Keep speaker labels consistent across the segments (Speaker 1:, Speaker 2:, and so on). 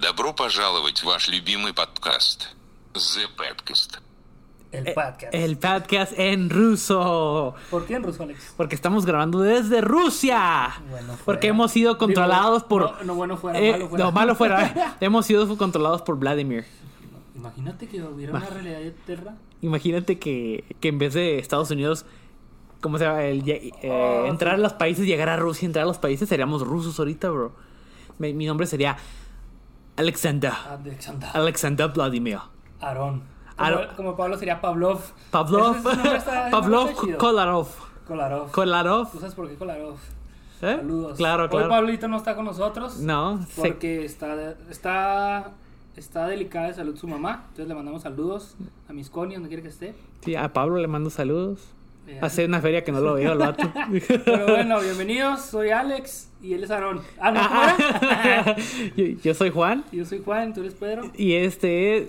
Speaker 1: Добро пожаловать в ваш любимый подкаст The Podcast.
Speaker 2: El
Speaker 3: Eh,
Speaker 2: podcast.
Speaker 3: El podcast en ruso.
Speaker 2: ¿Por qué en ruso, Alex?
Speaker 3: Porque estamos grabando desde Rusia.
Speaker 2: Bueno fuera.
Speaker 3: porque hemos sido controlados
Speaker 2: Digo,
Speaker 3: por.
Speaker 2: no, no, bueno fuera,
Speaker 3: Eh,
Speaker 2: malo fuera.
Speaker 3: No, malo fuera. hemos sido controlados por Vladimir.
Speaker 2: Imagínate que hubiera una realidad eterna.
Speaker 3: Imagínate que, que en vez de Estados Unidos. ¿Cómo se llama? El, ye-
Speaker 2: Oh.
Speaker 3: eh, entrar a los países, llegar a Rusia, entrar a los países, seríamos rusos ahorita, bro. Mi, mi nombre sería Alexander.
Speaker 2: Alexander.
Speaker 3: Alexander Vladimir.
Speaker 2: ah, Aarón. Como,
Speaker 3: Aarón.
Speaker 2: como Pablo sería Pavlov. Ese
Speaker 3: Pavlov.
Speaker 2: es- ese nombre está- ese nombre
Speaker 3: Pavlov
Speaker 2: está chido.
Speaker 3: Kolarov.
Speaker 2: Kolarov.
Speaker 3: Kolarov.
Speaker 2: ¿Tú sabes por qué Kolarov?
Speaker 3: ¿eh?
Speaker 2: Saludos.
Speaker 3: Claro, claro.
Speaker 2: Hoy Pablito no está con nosotros.
Speaker 3: No, se-
Speaker 2: Porque está, está, está delicada de salud su mamá. Entonces le mandamos saludos a Misconi, donde quiera que esté.
Speaker 3: sí, a Pablo le mando saludos.
Speaker 2: Eh,
Speaker 3: Hace una feria que no lo veo el vato.
Speaker 2: Pero bueno, bienvenidos. Soy Alex y él es Aarón. Ah, no, ¿cómo era?
Speaker 3: Ah, yo, yo soy Juan
Speaker 2: Yo soy Juan, tú eres Pedro.
Speaker 3: y este es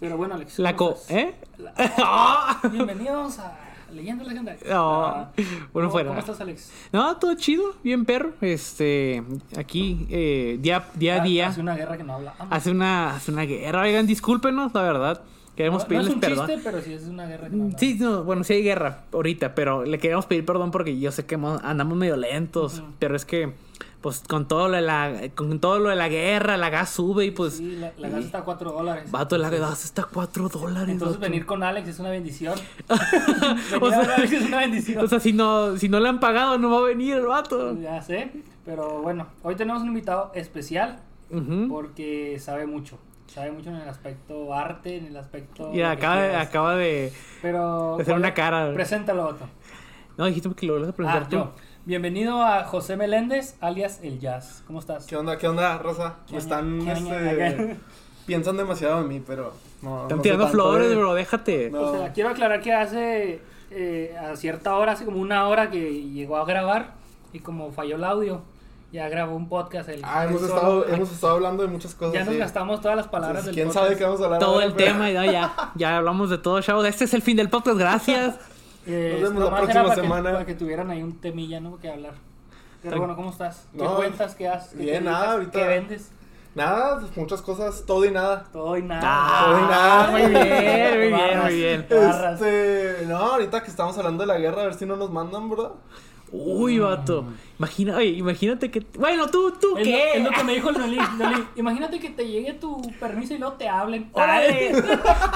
Speaker 2: Pero bueno, Alex.
Speaker 3: la
Speaker 2: ¿cómo
Speaker 3: co...
Speaker 2: estás?
Speaker 3: ¿Eh?
Speaker 2: La-
Speaker 3: Ah.
Speaker 2: Bienvenidos a Leyendas Legendarias.
Speaker 3: No,
Speaker 2: Ah,
Speaker 3: bueno,
Speaker 2: ¿cómo-
Speaker 3: fuera.
Speaker 2: ¿Cómo estás, Alex?
Speaker 3: No, todo chido, bien perro. Este, aquí, eh, día, día a día,
Speaker 2: Ah, Hace una guerra que no habla. Ah,
Speaker 3: hace una, hace una guerra. Oigan, discúlpenos, la verdad.
Speaker 2: no,
Speaker 3: Queremos
Speaker 2: no es
Speaker 3: pedirles
Speaker 2: un
Speaker 3: perdón.
Speaker 2: chiste, pero sí es una guerra que no habla.
Speaker 3: Mm, Sí, no, bueno, sí hay guerra ahorita, pero le queríamos pedir perdón porque yo sé que mo- andamos medio lentos, pero es que, pues, con todo lo de la, con todo lo de la guerra, la gas sube y pues,
Speaker 2: Sí, la, la gas está a 4 dólares.
Speaker 3: vato, la gas está a cuatro dólares.
Speaker 2: Entonces
Speaker 3: vato.
Speaker 2: venir con Alex es una bendición.
Speaker 3: o,
Speaker 2: Venir a
Speaker 3: sea,
Speaker 2: Alex es una bendición.
Speaker 3: o sea, si no, si no le han pagado, no va a venir el vato.
Speaker 2: Ya sé, pero bueno, hoy tenemos un invitado especial
Speaker 3: Ujú.
Speaker 2: porque sabe mucho. Sabe mucho en el aspecto arte, en el aspecto.
Speaker 3: Y
Speaker 2: lo que
Speaker 3: acaba, de-
Speaker 2: quieras.
Speaker 3: acaba de,
Speaker 2: Pero.
Speaker 3: de hacer una cara.
Speaker 2: Preséntalo, Otto.
Speaker 3: no, dijiste que lo vas a presentar
Speaker 2: Ah,
Speaker 3: tú.
Speaker 2: yo. Bienvenido a José Meléndez, alias El Jazz. ¿Cómo estás?
Speaker 4: ¿Qué onda, qué onda, Rosa?
Speaker 2: ¿Qué
Speaker 4: Están,
Speaker 2: onda? ¿Qué
Speaker 4: este,
Speaker 2: onda?
Speaker 4: piensan demasiado en mí, pero no.
Speaker 3: Están
Speaker 4: no sé
Speaker 3: tirando
Speaker 4: tanto,
Speaker 3: flores,
Speaker 4: eh.
Speaker 3: bro, déjate.
Speaker 4: No.
Speaker 2: O sea, quiero aclarar que hace. eh, a cierta hora, hace como una hora que llegó a grabar y como falló el audio, ya grabó un podcast. El,
Speaker 4: Ah, hemos
Speaker 2: el solo.
Speaker 4: estado, hemos estado hablando de muchas cosas.
Speaker 2: Ya nos
Speaker 4: sí.
Speaker 2: gastamos todas las palabras del
Speaker 4: Entonces, ¿Quién
Speaker 2: podcast.
Speaker 4: sabe qué vamos a hablar?
Speaker 3: Todo
Speaker 4: ahora,
Speaker 3: el
Speaker 4: pero-
Speaker 3: tema y no, ya, ya hablamos de todo, chavos. Este es el fin del podcast, gracias.
Speaker 2: Eh,
Speaker 4: Nos vemos la
Speaker 2: nomás
Speaker 4: próxima
Speaker 2: era para que-
Speaker 4: semana.
Speaker 2: para que tuvieran ahí un temilla, ¿no? Que hablar. Pero
Speaker 3: Tran-
Speaker 2: bueno, ¿cómo estás? ¿Qué
Speaker 4: No,
Speaker 2: cuentas? ¿Qué haces? ¿Qué
Speaker 4: bien,
Speaker 2: te
Speaker 4: nada,
Speaker 2: dedicas?
Speaker 4: ahorita-
Speaker 2: ¿Qué vendes?
Speaker 4: Nada, pues, muchas cosas, todo y nada.
Speaker 2: Todo y nada.
Speaker 3: Ah,
Speaker 4: Todo y nada.
Speaker 3: muy bien, muy bien,
Speaker 2: Barras,
Speaker 3: muy bien.
Speaker 2: barras.
Speaker 4: Este, no, ahorita que estamos hablando de la guerra, a ver si no nos mandan, ¿verdad?
Speaker 3: Uy,
Speaker 2: Mm.
Speaker 3: vato. Imagina, oye, imagínate que. Bueno, tú, tú,
Speaker 2: Es lo-
Speaker 3: ¿qué?
Speaker 2: Es lo que me dijo el Nolí. Nolí, Imagínate que te llegue tu permiso y luego te hablen. eh.
Speaker 3: Órale.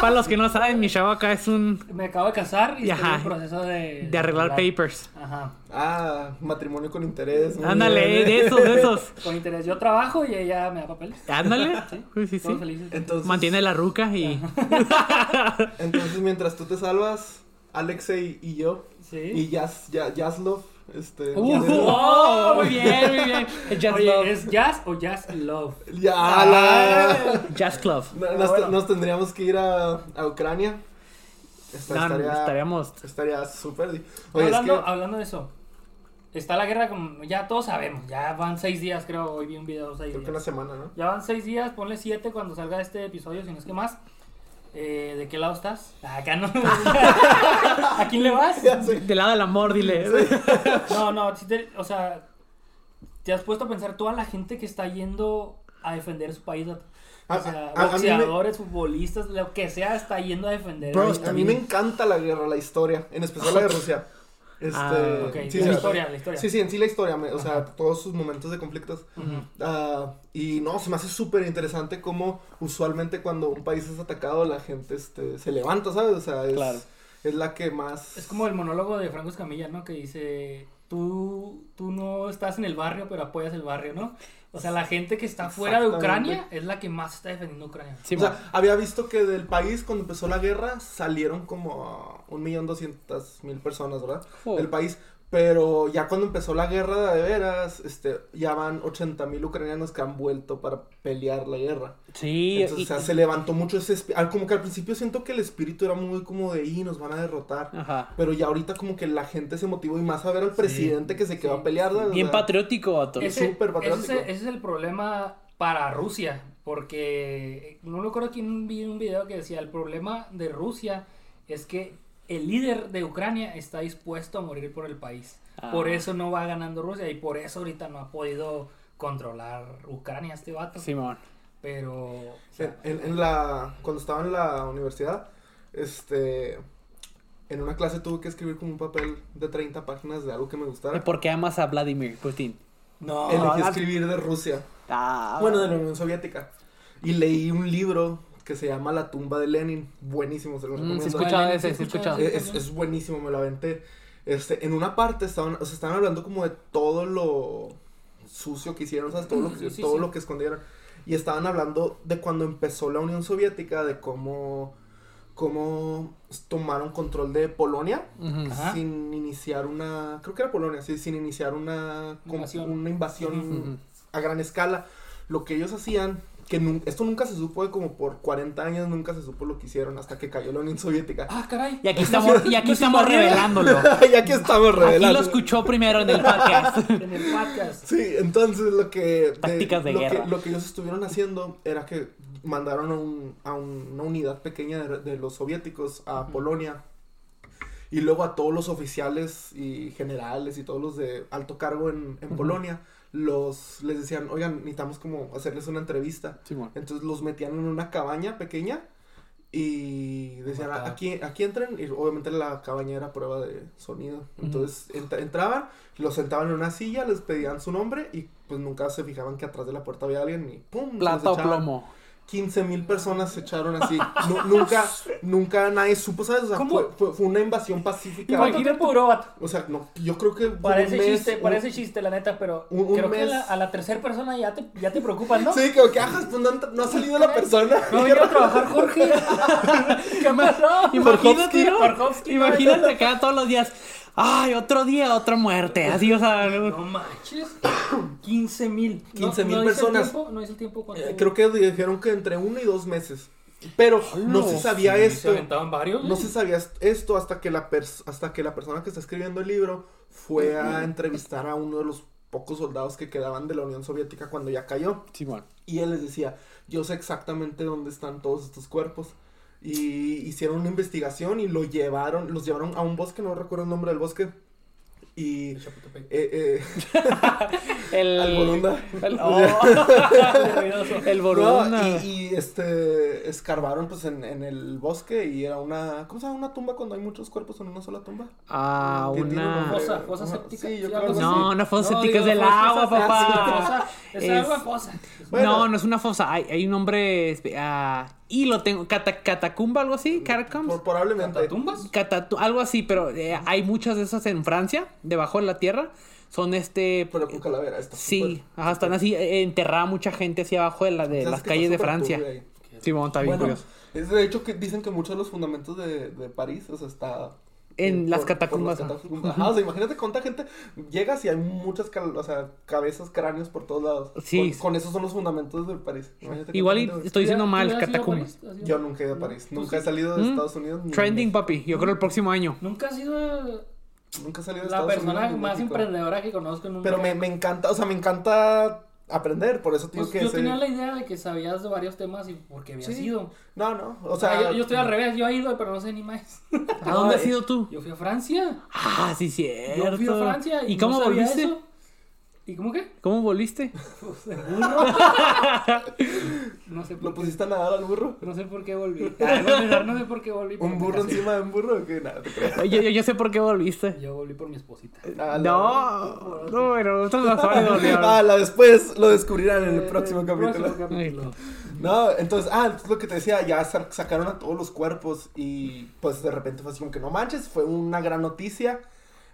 Speaker 3: Para los que no saben, mi chavo acá es un.
Speaker 2: Me acabo de casar y
Speaker 3: Y
Speaker 2: estoy
Speaker 3: ajá,
Speaker 2: en proceso de...
Speaker 3: de arreglar
Speaker 2: arreglar.
Speaker 3: papers.
Speaker 2: Ajá.
Speaker 4: Ah, matrimonio con interés. muy
Speaker 3: Ándale,
Speaker 4: bien,
Speaker 3: de
Speaker 4: eh.
Speaker 3: esos, de esos.
Speaker 2: Con interés. Yo trabajo y ella me da papeles.
Speaker 3: Ándale.
Speaker 2: Sí,
Speaker 3: Sí, sí, sí.
Speaker 2: Todos felices.
Speaker 4: Entonces,
Speaker 3: Mantiene la ruca y.
Speaker 4: entonces, mientras tú te salvas, Alexei y yo,
Speaker 2: Sí.
Speaker 4: y Yas, Ya- Yaslov, este.
Speaker 3: Uh,
Speaker 4: tienen-
Speaker 3: oh, muy bien, muy bien. Jazz
Speaker 2: Oye,
Speaker 3: Club. Ah.
Speaker 2: ¿es jazz o jazz love?
Speaker 4: Ya,
Speaker 2: Ah.
Speaker 4: la-
Speaker 3: Jazz Club.
Speaker 4: No,
Speaker 2: Pero
Speaker 4: Nos,
Speaker 2: bueno.
Speaker 4: nos tendríamos que ir a, a Ucrania. Esta-
Speaker 3: No, no,
Speaker 4: estaría,
Speaker 3: estaríamos.
Speaker 4: estaría súper. di- Oye, es que
Speaker 2: hablando, hablando de eso, está la guerra como ya todos sabemos, ya van seis días creo, hoy vi un video seis
Speaker 4: creo
Speaker 2: días.
Speaker 4: que una semana, ¿no?
Speaker 2: Ya van seis días, ponle siete cuando salga este episodio, si no es que más. Eh, ¿De qué lado estás? Acá no. ¿A quién le vas?
Speaker 4: Ya sé.
Speaker 3: Del lado del amor, dile.
Speaker 2: No, no, sí te- o sea, te has puesto a pensar toda la gente que está yendo a defender su país. vato.
Speaker 4: A-
Speaker 2: O sea,
Speaker 4: a- a- a mí me-
Speaker 2: boxeadores, futbolistas, lo que sea, está yendo a defender.
Speaker 3: Bro,
Speaker 2: a-
Speaker 3: está
Speaker 4: A mí me encanta la guerra, la historia, en especial la de Rusia. Este,
Speaker 3: Ah,
Speaker 2: Ah, ok,
Speaker 4: sí,
Speaker 2: la
Speaker 4: sí,
Speaker 2: historia, la historia.
Speaker 4: Sí, sí, en sí la historia, me- o sea, todos sus momentos de conflictos. Ah, y no, se me hace súper interesante cómo usualmente cuando un país es atacado la gente este, se levanta, ¿sabes? O sea, es,
Speaker 3: Claro.
Speaker 4: es la que más...
Speaker 2: Es como el monólogo de Franco Escamilla, ¿no? Que dice, tú, tú no estás en el barrio, pero apoyas el barrio, ¿no? O sea, la gente que está fuera de
Speaker 4: Exactamente.
Speaker 2: Ucrania es la que más está defendiendo Ucrania.
Speaker 3: Sí,
Speaker 4: o sea, había visto que del país cuando empezó la guerra salieron como un millón doscientas mil personas, ¿verdad?
Speaker 3: Joder.
Speaker 4: Del país. Pero ya cuando empezó la guerra de veras, este, ya van 80 mil ucranianos que han vuelto para pelear la guerra.
Speaker 3: sí.
Speaker 4: Entonces,
Speaker 3: y-
Speaker 4: o sea, se levantó mucho ese espi- ah, Como que al principio siento que el espíritu era muy como de, y nos van a derrotar.
Speaker 3: Ajá.
Speaker 4: Pero ya ahorita como que la gente se motivó y más a ver al presidente que se quedó a pelear. ¿verdad? O
Speaker 3: Bien
Speaker 4: sea,
Speaker 3: patriótico, vato.
Speaker 2: Ese,
Speaker 4: súper
Speaker 2: ese, es el,
Speaker 4: patriótico.
Speaker 2: ese es el problema para Rusia, porque no recuerdo quién vi un video que decía, el problema de Rusia es que el líder de Ucrania está dispuesto a morir por el país.
Speaker 3: Ah.
Speaker 2: Por eso no va ganando Rusia y por eso ahorita no ha podido controlar Ucrania este vato.
Speaker 3: Simón.
Speaker 2: Pero. o
Speaker 4: En,
Speaker 2: sea,
Speaker 4: en- en la, cuando estaba en la universidad, este, en una clase tuve que escribir como un papel de 30 páginas de algo que me gustara.
Speaker 3: ¿Y por qué amas a Vladimir Putin?
Speaker 2: no.
Speaker 4: Elegí
Speaker 3: Ah,
Speaker 4: escribir de Rusia,
Speaker 3: Ah,
Speaker 4: bueno, de la Unión Soviética. Y leí un libro que se llama La tumba de Lenin. Buenísimo, se lo
Speaker 3: Mm,
Speaker 4: recomiendo.
Speaker 3: se escucha
Speaker 2: Lenin,
Speaker 3: ese,
Speaker 2: se
Speaker 3: se
Speaker 2: escucha
Speaker 3: escucha.
Speaker 2: ese.
Speaker 4: Eh, Es, es buenísimo, me lo aventé. Este, en una parte estaban, o sea, estaban hablando como de todo lo sucio que hicieron, ¿sabes? Todo, lo, que-
Speaker 2: Sí, sí,
Speaker 4: todo
Speaker 2: sí.
Speaker 4: lo que escondieron. Y estaban hablando de cuando empezó la Unión Soviética, de cómo, cómo tomaron control de Polonia
Speaker 3: Ujú.
Speaker 2: Ajá.
Speaker 4: sin iniciar una, creo que era Polonia, sí, sin iniciar una, como
Speaker 2: Invasión.
Speaker 4: una invasión
Speaker 3: Ujú.
Speaker 4: a gran escala. Lo que ellos hacían, que nun- esto nunca se supo, de como por 40 años nunca se supo lo que hicieron hasta que cayó la Unión Soviética.
Speaker 2: Ah, caray.
Speaker 3: Y aquí estamos, y aquí
Speaker 4: Pues
Speaker 2: Nos
Speaker 3: estamos
Speaker 2: invadieron.
Speaker 3: revelándolo.
Speaker 4: y aquí estamos
Speaker 3: Aquí
Speaker 4: revelando.
Speaker 3: lo escuchó primero en el podcast.
Speaker 2: En el podcast.
Speaker 4: Sí, entonces lo que. de-
Speaker 3: Tácticas de
Speaker 4: lo que-
Speaker 3: guerra.
Speaker 4: lo que ellos estuvieron haciendo era que mandaron a, un- a un- una unidad pequeña de, de los soviéticos a Polonia. Y luego a todos los oficiales y generales y todos los de alto cargo en, en Polonia. Los, les decían, oigan, necesitamos como hacerles una entrevista.
Speaker 3: Simón.
Speaker 4: Entonces los metían en una cabaña pequeña y decían,
Speaker 2: mataba.
Speaker 4: aquí, aquí entren. Y obviamente la cabaña era prueba de sonido. Entonces ent- entraban, los sentaban en una silla, les pedían su nombre y pues nunca se fijaban que atrás de la puerta había alguien y ¡pum!
Speaker 3: Plata o
Speaker 4: los echaban.
Speaker 3: plomo.
Speaker 4: 15 mil personas se echaron así. Nu- nunca, nunca nadie supo, ¿sabes? O sea,
Speaker 2: ¿Cómo?
Speaker 4: fue, fue- fue una invasión pacífica.
Speaker 2: Imagínate, puro vato.
Speaker 4: O sea, no, yo creo que...
Speaker 2: Parece
Speaker 4: un mes,
Speaker 2: chiste,
Speaker 4: un-
Speaker 2: parece chiste, la neta, pero
Speaker 4: un- un
Speaker 2: creo que a
Speaker 4: mes.
Speaker 2: la, a la tercera persona ya te, ya te preocupas, ¿no?
Speaker 4: Sí, como que ajá, pues no, han- no ha salido la persona.
Speaker 2: No voy a trabajar, Jorge. ¿Qué pasó?
Speaker 3: Imagínate, ¿no?
Speaker 2: Markovsky, ¿no?
Speaker 3: Imagínate acá todos los días. Ay, otro día, otra muerte. Así, o sea.
Speaker 2: No manches. 15 mil.
Speaker 4: 15,000
Speaker 2: ¿No, no dice el
Speaker 4: personas.
Speaker 2: tiempo? ¿No es el tiempo? ¿Cuánto?
Speaker 4: Eh, creo que dijeron que entre uno y dos meses. Pero no se sabía
Speaker 2: Sí, Se
Speaker 4: esto.
Speaker 2: aventaban varios.
Speaker 4: No se sabía est- esto hasta que la pers- hasta que la persona que está escribiendo el libro fue a entrevistar a uno de los pocos soldados que quedaban de la Unión Soviética cuando ya cayó.
Speaker 3: Simón.
Speaker 4: Y él les decía, yo sé exactamente dónde están todos estos cuerpos. Y hicieron una investigación y lo llevaron, los llevaron a un bosque, no recuerdo el nombre del bosque. Y... eh, eh,
Speaker 3: El.
Speaker 4: al Borunda.
Speaker 3: El, oh, el ah, Borunda.
Speaker 4: No, y, y, este escarbaron pues en, en el bosque y era una ¿cómo se llama? una tumba cuando hay muchos cuerpos en una sola tumba.
Speaker 3: Ah,
Speaker 4: Que tiene un
Speaker 3: una.
Speaker 4: nombre.
Speaker 2: Fosa, fosa
Speaker 4: Ajá,
Speaker 2: séptica.
Speaker 4: sí,
Speaker 2: sí,
Speaker 4: yo creo
Speaker 2: algo
Speaker 4: que
Speaker 2: así.
Speaker 3: No, no fosa séptica, es
Speaker 2: digo,
Speaker 3: del
Speaker 2: fosa,
Speaker 3: agua,
Speaker 2: fosa,
Speaker 3: papá.
Speaker 2: fosa, Es,
Speaker 3: Es-
Speaker 2: agua fosa.
Speaker 4: Bueno.
Speaker 3: No, no es una fosa. Hay, hay un nombre. espe- ah, y lo tengo. Cata- catacumba, algo así. Catacombs.
Speaker 4: Por- probablemente.
Speaker 2: ¿Tumbas?
Speaker 3: Catatu- algo así, pero eh, hay muchas de esas en Francia, debajo de la tierra. Son este.
Speaker 4: Pero con calavera esta.
Speaker 3: Sí,
Speaker 4: Pues,
Speaker 3: ajá, están así eh, enterrada mucha gente así abajo de, la, de las calles de Francia. Simón, está bien
Speaker 4: Bueno,
Speaker 3: curioso.
Speaker 4: es de hecho que dicen que muchos de los fundamentos de, de París, o sea, está
Speaker 3: En
Speaker 4: eh,
Speaker 3: las
Speaker 4: por- por
Speaker 3: catacumbas,
Speaker 4: las
Speaker 3: ajá.
Speaker 4: catacumbas. Ajá, o sea, imagínate cuánta gente llegas y hay muchas cal- o sea, cabezas, cráneos por todos lados.
Speaker 3: Sí.
Speaker 4: Con, con esos son los fundamentos de París. Imagínate cuánta
Speaker 3: Igual y
Speaker 4: gente-
Speaker 3: estoy diciendo
Speaker 2: ¿Tú
Speaker 3: mal,
Speaker 2: has ido a
Speaker 3: catacumbas.
Speaker 2: París? ¿Has ido?
Speaker 4: Yo nunca he ido a París. Nunca he salido de
Speaker 3: Mm.
Speaker 4: Estados Unidos. ni-
Speaker 3: Trending, papi. Yo creo el próximo año.
Speaker 2: Nunca has sido
Speaker 4: Nunca he salido de
Speaker 2: la
Speaker 4: Estados Unidos.
Speaker 2: persona
Speaker 4: ni
Speaker 2: más
Speaker 4: México.
Speaker 2: emprendedora que conozco en un
Speaker 4: Pero me, me encanta, o sea, me encanta aprender. Por eso, tío,
Speaker 2: Pues
Speaker 4: que.
Speaker 2: yo
Speaker 4: sé-
Speaker 2: tenía la idea de que sabías de varios temas y porque habías
Speaker 4: Sí.
Speaker 2: ido.
Speaker 4: No, no. O
Speaker 2: O sea,
Speaker 4: sea,
Speaker 2: Ah, yo, yo estoy al revés, yo he ido, pero no sé ni más.
Speaker 3: ¿A dónde
Speaker 4: eh,
Speaker 3: has ido tú?
Speaker 2: Yo fui a Francia.
Speaker 3: Ah, sí, cierto.
Speaker 2: Ah, Yo fui a Francia.
Speaker 3: ¿Y
Speaker 2: no
Speaker 3: cómo
Speaker 2: sabía
Speaker 3: volviste?
Speaker 2: eso. ¿Y cómo qué?
Speaker 3: ¿Cómo volviste?
Speaker 2: No sé por
Speaker 4: ¿Lo
Speaker 2: qué.
Speaker 4: pusiste a nadar al burro?
Speaker 2: No sé por qué volví. Ah, no, no, no sé por qué volví. pero
Speaker 4: ¿Un
Speaker 2: me
Speaker 4: burro
Speaker 2: casé.
Speaker 4: encima de un burro? o ¿Qué? Nada, te creas.
Speaker 3: Yo, yo- yo sé por qué volviste.
Speaker 2: Yo volví por mi esposita.
Speaker 4: Ah, la-
Speaker 3: No, no, bueno, otras razones
Speaker 4: Ah,
Speaker 3: volvieron.
Speaker 4: la después lo descubrirán en el próximo
Speaker 2: Eh,
Speaker 4: capítulo.
Speaker 2: próximo capítulo.
Speaker 4: No, entonces, ah, entonces lo que te decía, ya sa- sacaron a todos los cuerpos y pues de repente fue así como que no manches, fue una gran noticia.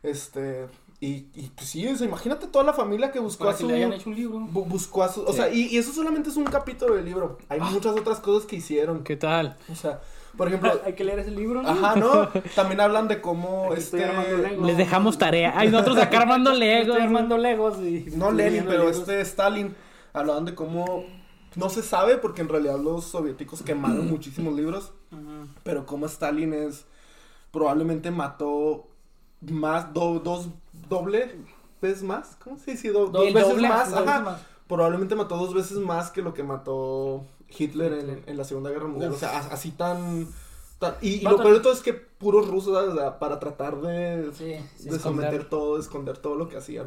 Speaker 4: Este, y, y pues sí, o sea, imagínate toda la familia que buscó
Speaker 2: Para
Speaker 4: a
Speaker 2: que
Speaker 4: su...
Speaker 2: le hayan hecho un libro.
Speaker 4: Bu- buscó a su... O
Speaker 3: Sí.
Speaker 4: sea, y, y eso solamente es un capítulo del libro. Hay muchas otras cosas que hicieron.
Speaker 3: ¿Qué tal?
Speaker 4: O sea, por ejemplo...
Speaker 2: Ah, Hay que leer ese libro. ¿no?
Speaker 4: ajá, ¿no? También hablan de cómo...
Speaker 2: Aquí estoy
Speaker 4: Este,
Speaker 2: armando Legos.
Speaker 3: Les dejamos tarea. Ay, nosotros acá armando Lego.
Speaker 2: Estoy armando Legos y.
Speaker 4: no Lenin,
Speaker 2: leyendo
Speaker 4: pero
Speaker 2: libros.
Speaker 4: este Stalin, hablaban de cómo... No se sabe porque en realidad los soviéticos quemaron muchísimos libros,
Speaker 2: Ajá.
Speaker 4: pero cómo Stalin es... Probablemente mató más, do- dos, doble vez más. ¿Cómo se dice? Do- dos
Speaker 2: El
Speaker 4: veces
Speaker 2: doble,
Speaker 4: más.
Speaker 2: dos veces
Speaker 4: ajá.
Speaker 2: más.
Speaker 4: probablemente mató dos veces más que lo que mató Hitler en,
Speaker 2: Hitler.
Speaker 4: en la Segunda Guerra Mundial.
Speaker 2: Uf.
Speaker 4: O sea, a- así tan. tan- y y
Speaker 2: Vato-
Speaker 4: lo peor de todo es que puros rusos, ¿sabes? O sea, para tratar de,
Speaker 2: Sí, sí,
Speaker 4: de
Speaker 3: esconder.
Speaker 4: someter todo, de esconder todo lo que hacían.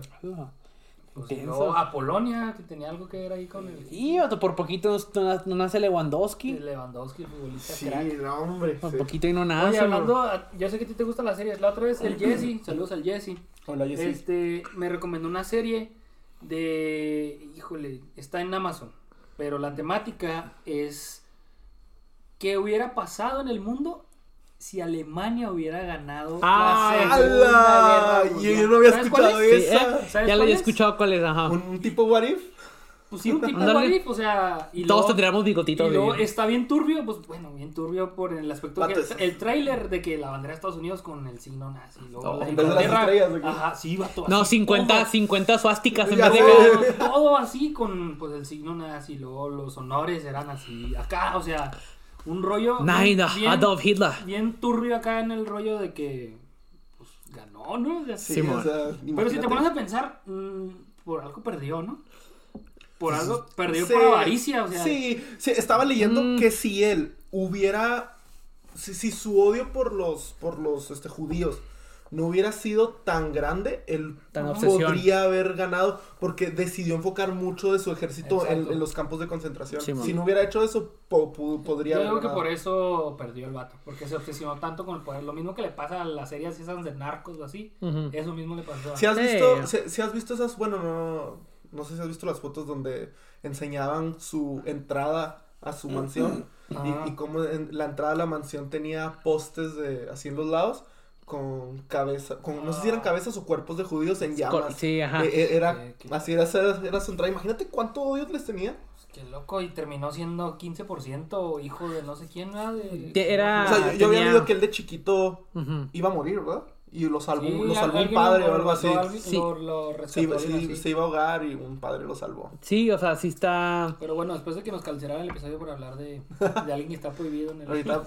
Speaker 2: Pues
Speaker 3: Pienso.
Speaker 2: luego a Polonia, que tenía algo que ver ahí con el
Speaker 3: Y vato, por poquito nos- no, no nace Lewandowski.
Speaker 2: Lewandowski, el futbolista
Speaker 4: Sí,
Speaker 2: crack.
Speaker 4: no, hombre.
Speaker 3: Por
Speaker 4: sí.
Speaker 3: poquito y no nace.
Speaker 2: Oye,
Speaker 3: bro.
Speaker 2: hablando, a- yo sé que a ti te gustan las series. La otra vez el Jesse, saludos al Jesse.
Speaker 4: Hola, Jessy.
Speaker 2: Este, me recomendó una serie de, híjole, está en Amazon, pero la temática es qué hubiera pasado en el mundo si Alemania hubiera ganado
Speaker 3: Ah,
Speaker 2: la Segunda
Speaker 4: ala,
Speaker 2: Guerra Mundial.
Speaker 4: yo no había
Speaker 2: ¿Sabes cuál
Speaker 4: escuchado
Speaker 2: es?
Speaker 3: Sí,
Speaker 4: esa.
Speaker 3: ¿eh?
Speaker 2: ¿Sabes
Speaker 3: Ya lo
Speaker 2: cuál
Speaker 3: he
Speaker 2: es?
Speaker 3: escuchado cuál es, ajá.
Speaker 4: Un tipo what if.
Speaker 2: Pues sí, un tipo
Speaker 3: Ándale.
Speaker 2: what if, o sea, y
Speaker 3: Todos
Speaker 2: luego-
Speaker 3: tendríamos
Speaker 2: Y
Speaker 3: bigotitos.
Speaker 2: luego
Speaker 3: de-
Speaker 2: está bien turbio, pues bueno, bien turbio por el aspecto
Speaker 4: Vato,
Speaker 2: que
Speaker 4: es-
Speaker 2: el tráiler de que la bandera de Estados Unidos con el signo nazi, luego
Speaker 3: No,
Speaker 2: la
Speaker 3: en vez de
Speaker 4: las
Speaker 2: Inglaterra,
Speaker 4: estrellas, ¿o qué?
Speaker 2: ajá, sí, vato,
Speaker 3: No,
Speaker 2: así,
Speaker 3: 50,
Speaker 2: todo,
Speaker 3: 50 suásticas en
Speaker 4: Ya
Speaker 3: vez de
Speaker 4: sé.
Speaker 3: cada-
Speaker 2: todo, todo así con pues el signo nazi, luego los honores eran así, acá, o sea, un rollo
Speaker 3: Nein, Adolf Hitler.
Speaker 2: bien turbio acá en el rollo de que pues ganó, ¿no? O sea,
Speaker 4: Sí,
Speaker 3: Simón.
Speaker 4: o sea,
Speaker 2: pero si te
Speaker 4: imagínate.
Speaker 2: pones a pensar, mm, por algo perdió, ¿no? Por algo perdió
Speaker 4: Sí.
Speaker 2: por avaricia, o sea, Mm.
Speaker 4: Sí, sí, estaba leyendo que si él hubiera. Si, si su odio por los, por los este, judíos no hubiera sido tan grande, él
Speaker 3: Tan obsesión.
Speaker 4: podría haber ganado porque decidió enfocar mucho de su ejército en,
Speaker 2: Exacto.
Speaker 4: en los campos de concentración.
Speaker 3: Sí, man.
Speaker 4: si no hubiera hecho eso, po- pu- podría
Speaker 2: Yo
Speaker 4: haber
Speaker 2: digo que
Speaker 4: ganado.
Speaker 2: por eso perdió el vato, porque se obsesionó tanto con el poder. Lo mismo que le pasa a las series esas de narcos o así,
Speaker 3: Ujú.
Speaker 2: eso mismo le pasó a...
Speaker 4: Si has
Speaker 3: Sí.
Speaker 4: visto, si, si has visto esas, bueno, no, no sé si has visto las fotos donde enseñaban su entrada a su mansión
Speaker 2: Ah.
Speaker 4: y, y cómo en la entrada a la mansión tenía postes de así en los lados con cabeza, con, no sé si eran cabezas o cuerpos de judíos en llamas.
Speaker 3: Ah. sí, ajá.
Speaker 4: Eh, eh, era
Speaker 2: Eh, que-
Speaker 4: así era, era, era su entrada. Imagínate cuánto odio les tenía.
Speaker 2: Qué loco, y terminó siendo 15% hijo de no sé quién, ¿verdad? De-
Speaker 3: Que era-
Speaker 4: o sea, yo, yo había
Speaker 3: Ah, tenía-
Speaker 4: leído que él de chiquito
Speaker 3: Ujú.
Speaker 4: iba a morir, ¿verdad? Y lo salvó,
Speaker 2: Sí,
Speaker 4: lo salvó un
Speaker 2: alguien
Speaker 4: padre
Speaker 2: lo-
Speaker 4: o algo así.
Speaker 2: Lo, alguien-
Speaker 3: Sí.
Speaker 2: lo- lo
Speaker 4: Se
Speaker 2: rescató
Speaker 4: iba,
Speaker 2: alguien
Speaker 4: sí,
Speaker 2: así.
Speaker 4: se iba a ahogar y un padre lo salvó.
Speaker 3: Sí, o sea, sí está.
Speaker 2: Pero bueno, después de que nos cancelaran el episodio por hablar de, de alguien que está prohibido en el...
Speaker 4: Ahorita